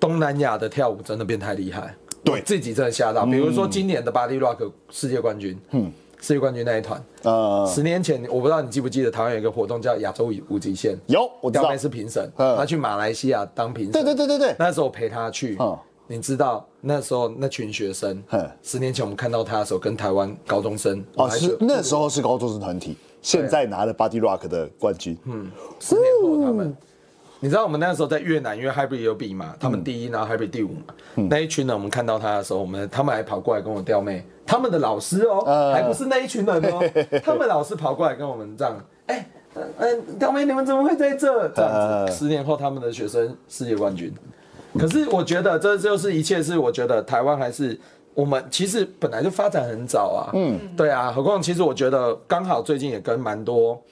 东南亚的跳舞真的变太厉害，对我自己真的吓嗯到。比如说今年的巴黎 Rock 世界冠军，嗯，世界冠军那一团，呃，十年前我不知道你记不记得，台湾有一个活动叫亚洲舞无极限，有我知吊道妹，是评审，嗯他去马来西亚当评审，对对对对对，那时候我陪他去，嗯你知道那时候那群学生嗯，十年前我们看到他的时候，跟台湾高中生，我哦，还是觉得那时候是高中生团体，现在拿了 Body Rock 的冠军，嗯，十年后他们。你知道我们那时候在越南，因为 Hybrid 有比嘛，嗯他们第一，然后 Hybrid 第五嘛。那一群人，我们看到他的时候，我们他们还跑过来跟我吊妹，他们的老师哦，嗯还不是那一群人 哦，他们老师跑过来跟我们这样，哎、嗯、吊妹你们怎么会在这？这样嗯子，十年后他们的学生世界冠军。可是我觉得这就是一切是我觉得台湾还是我们其实本来就发展很早啊，嗯，对啊，何况其实我觉得刚好最近也跟蛮多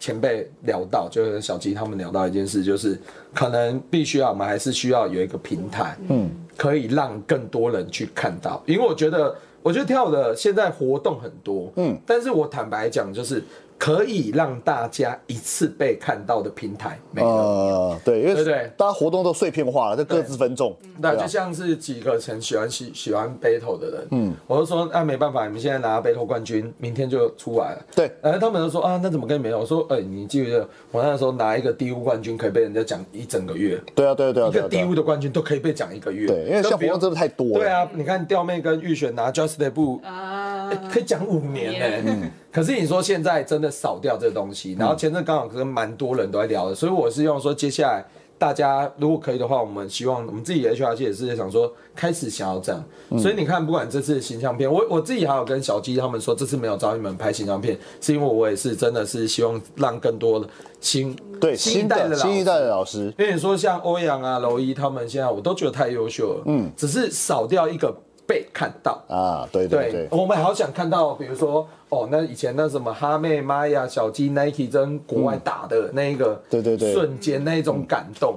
前辈聊到，就是跟小吉他们聊到一件事，就是可能必须要啊我们还是需要有一个平台，嗯，可以让更多人去看到，因为我觉得我觉得跳舞的现在活动很多，嗯，但是我坦白讲就是。可以让大家一次被看到的平台没有，呃，对，因对为对大家活动都碎片化了，就各自分众，那对啊就像是几个很喜欢喜喜欢 battle 的人，嗯，我就说那、没办法，你们现在拿 battle 冠军，明天就出来了。对然后他们就说啊，那怎么跟你没有？我说，哎、你记不记得我那时候拿一个 DU 冠军可以被人家讲一整个月，对啊，对啊，对啊，一对啊个对啊 DU 的冠军都可以被讲一个月。对，因为像都活不用动真的太多了，对啊，你看吊妹跟玉璇拿 Just a Step 啊欸可以讲五年呢、 可是你说现在真的少掉这个东西，然后前阵刚好跟蛮多人都在聊的，所以我是用说接下来大家如果可以的话，我们希望我们自己的 HRC 也是想说开始想要这样。所以你看，不管这次形象片，我我自己还有跟小鸡他们说，这次没有找你们拍形象片，是因为我也是真的是希望让更多的新对，新一新代的的新一老代的老师，因为你说像欧阳啊、娄一他们现在，我都觉得太优秀了，嗯，只是少掉一个被看到。啊，对对对对，，我们好想看到，比如说，哦，那以前那什么哈妹、玛雅、小鸡、Nike 跟国外打的那一个，嗯对对对嗯瞬间那一种感动。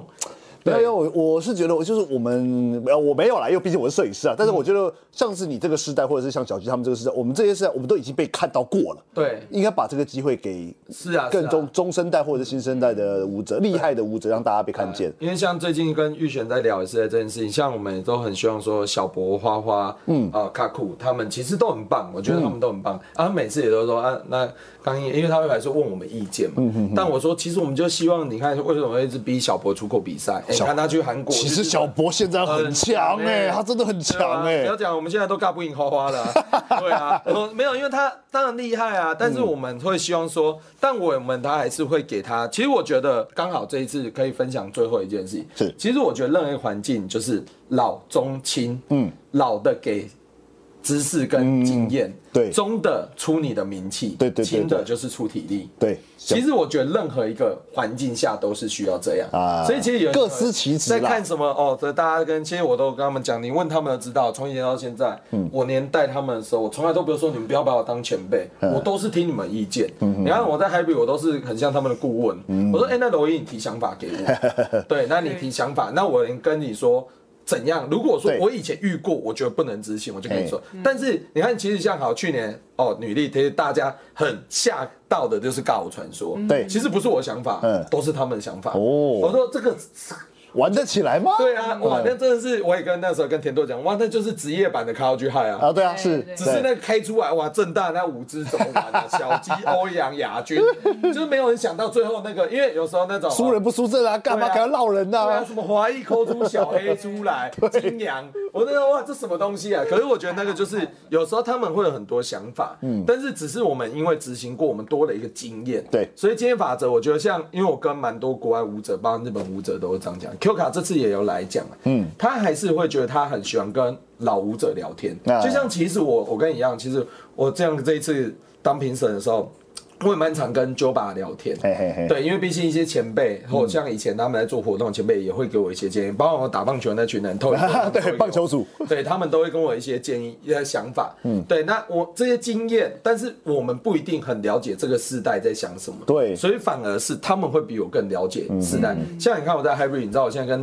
没有，因为我我是觉得，我就是我们，呃我没有啦，因为毕竟我是摄影师啊。但嗯是我觉得，像是你这个时代，或者是像小鸡他们这个时代，我们这些时代，我们都已经被看到过了。对应该把这个机会给是啊是啊更中中生代或者是新生代的舞者，厉害的舞者，让大家被看见。因为像最近跟玉璇在聊也是在这件事情，像我们也都很希望说小博、花花，嗯，啊、卡库他们其实都很棒，我觉嗯得他们都很棒。啊，他每次也都说啊，那刚毅，因为他会还是问我们意见嘛，嗯但我说其实我们就希望你看为什么会一直逼小博出国比赛？哎你看他去韩国，其就实是小博现在很强哎、欸他真的很强哎、对啊不要讲，我们现在都尬不赢花花了 啊、对啊，呃没有，因为他当然厉害啊，但是我们会希望说，但我们他还是会给他。其实我觉得刚好这一次可以分享最后一件事情，是其实我觉得任何环境就是老中青，嗯嗯，老的给。知识跟经验、对中的出你的名气，对对对轻对的就是出体力。对，其实我觉得任何一个环境下都是需要这样啊所以其实有各司其职啦在看什么哦，这大家跟其实我都跟他们讲，你问他们都知道，从以前到现在，嗯我年代他们的时候，我从来都不会说你们不要把我当前辈，嗯我都是听你们意见。你看我在 Happy，我都是很像他们的顾问。嗯我说，哎、那罗毅你提想法给 我，对，那你提想法，那我能跟你说。怎样？如果说对我以前遇过，我觉得不能执行，我就跟你说。但是你看，其实像好去年哦，女力，其实大家很吓到的就是尬舞传说。对其实不是我想法，嗯都是他们的想法。哦我说这个玩得起来吗？对啊，哇，那真的是，我也跟那时候跟田豆讲，哇，那就是职业版的 c o g High 啊。啊，对啊，是，对只是对那个开出来，哇，正大那五支怎么玩啊？小鸡、欧阳、亚 军，就是没有人想到最后那个，因为有时候那种哦输人不输阵啊，干嘛对啊给他闹人呢、对啊，什么华裔抠出小黑出来，金阳，我那个哇，这什么东西啊？可是我觉得那个就是有时候他们会有很多想法，嗯，但是只是我们因为执行过，我们多了一个经验，对所以今天法则，我觉得像因为我跟蛮多国外舞者，包括日本舞者都是这样讲，Q 卡这次也有来讲，嗯，他还是会觉得他很喜欢跟老舞者聊天，啊就像其实我我跟你一样，其实我这样这一次当评审的时候。我也蛮常跟 Joba 聊天，嘿嘿嘿，对，因为毕竟一些前辈，嗯或者像以前他们在做活动，前辈也会给我一些建议，包括我打棒球那群人， 透对，棒球，组，对他们都会跟我一些建议、一些想法。嗯，对，那我这些经验，但是我们不一定很了解这个世代在想什么。对嗯所以反而是他们会比我更了解世代。像你看我在 Hybrid，你知道我现在跟，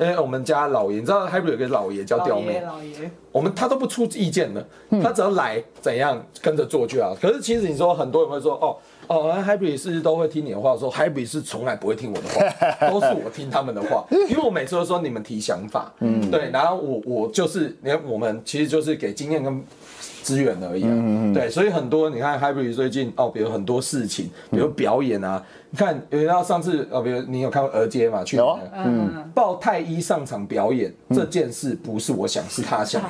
因为我们家老爷，你知道 Hybrid 有个老爷叫老刁爷妹，老爷，我们他都不出意见的，嗯他只要来怎样跟着做就好。可是其实你说很多人会说哦哦啊，Happy 是都会听你的话，我说 Happy 是从来不会听我的 话，都是我听他们的话，因为我每次都说你们提想法，嗯，对，然后我我就是你看我们其实就是给经验跟。资源而已、啊，嗯对，所以很多你看 Hybrid 最近哦，比如很多事情，比如表演啊，你看，你知道上次哦，比如你有看过《儿街》嘛？去年有啊的嗯，报太医上场表演、嗯这件事不是我想，是他 想。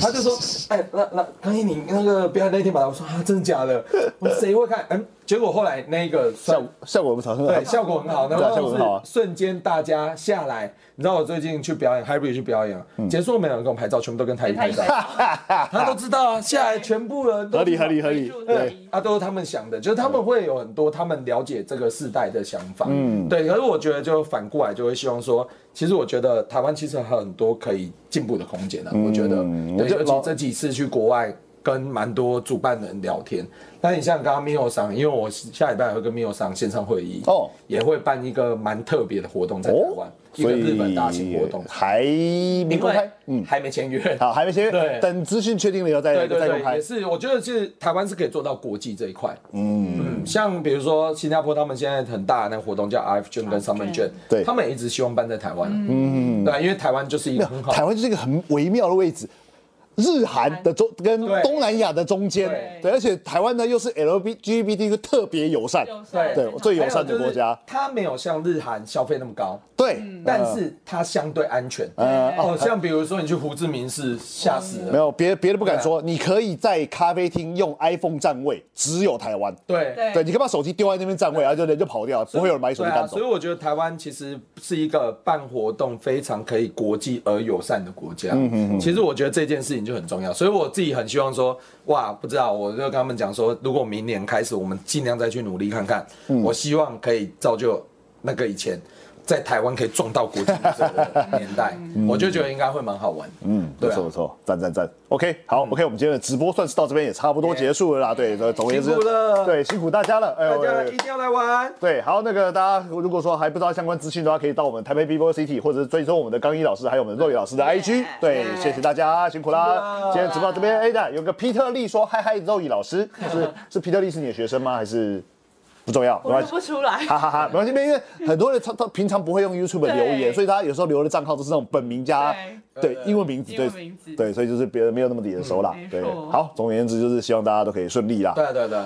他就说：“哎，那那康一，你那个表演那天吧。”我说：“啊，真的假的？ 我说谁会看？”嗯，结果后来那个效效果不错，对，效果很好，然对啊后效果很好啊是瞬间大家下来。你知道我最近去表演，Hybrid 去表演啊，嗯结束没有人跟我拍照，全部都跟太医拍照， 他都知道啊，下来全部人都合理合理合理，对，啊，都是他们想的，就是他们会有很多他们了解这个世代的想法，嗯，对。可是我觉得就反过来就会希望说，其实我觉得台湾其实还有很多可以进步的空间的、我觉得，嗯我对，觉得尤老其这几次去国外。跟蛮多主办人聊天，那你像刚刚 Mio 上，因为我下礼拜还会跟 Mio 上线上会议哦也会办一个蛮特别的活动在台湾，哦，一个日本大型活动，还没因公为开，嗯，还没签约，好，还没签约，对等资讯确定了以后再对再对公对，开也，是，我觉得是台湾是可以做到国际这一块。嗯，像比如说新加坡，他们现在很大的那个活动叫 RF 券跟 Summer 券，对他们也一直希望办在台湾。嗯，对，因为台湾就是一个很好台湾就是一个很微妙的位置。日韩的中跟对东南亚的中间，对对，而且台湾呢又是 LGBTQ 特别友善，对对，最嗯友善的国家，，嗯它没有像日韩消费那么高，对，但是它相嗯对安全。呃哦，像比如说你去胡志明市，吓死哦没了。有别别的啊不敢说，你可以在咖啡厅用 iPhone 占位，只有台湾，对对对，你可以把手机丢在那边占位，然后就人就跑掉，不会有人把你手对机啊，搬走所以。我觉得台湾其实是一个办活动非常可以国际而友善的国家。嗯其实我觉得这件事情就很重要，所以我自己很希望说，哇，不知道，我就跟他们讲说，如果嗯明年开始，我们尽量再去努力看看。我希望可以造就那个以前。在台湾可以撞到国际舞者的年 代，我就觉得应该会蛮好玩。嗯，嗯不对啊嗯错不错，赞赞赞。OK，好，OK，我们今天的直播算是到这边也差不多结束了啦。对，总而言之，辛苦了对，辛苦大家了，哎大呦家哎呦一定要来玩。对，好，那个大家如果说还不知道相关资讯的话，可以到我们台北 B Boy City 或者是追踪我们的刚一老师，还有我们的若雨老师的 IG。对，谢谢大家，辛苦啦！今天直播到这边，哎，那有个皮特利说嗨嗨，若雨老师是 是皮特利是你的学生吗？还是不重要，没我关录系。不出来。哈哈哈，没关系，因为很多人他他平常不会用 YouTube 留言，对所以他有时候留的账号都是那种本名加对英文名字，英文对名字对，所以就是别人没有那么眼熟啦嗯。没对，错好，总而言之就是希望大家都可以顺利啦。对对 对，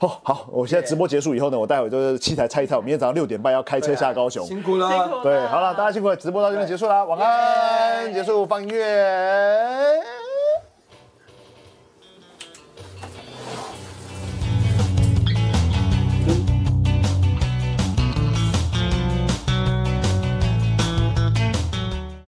哦，好，我现在直播结束以后呢，我待会就是器材拆一拆，我明天早上六点半要开车下高雄。辛苦了，辛苦了对，好了，大家辛苦了，直播到这边结束啦，晚安，结束放音乐。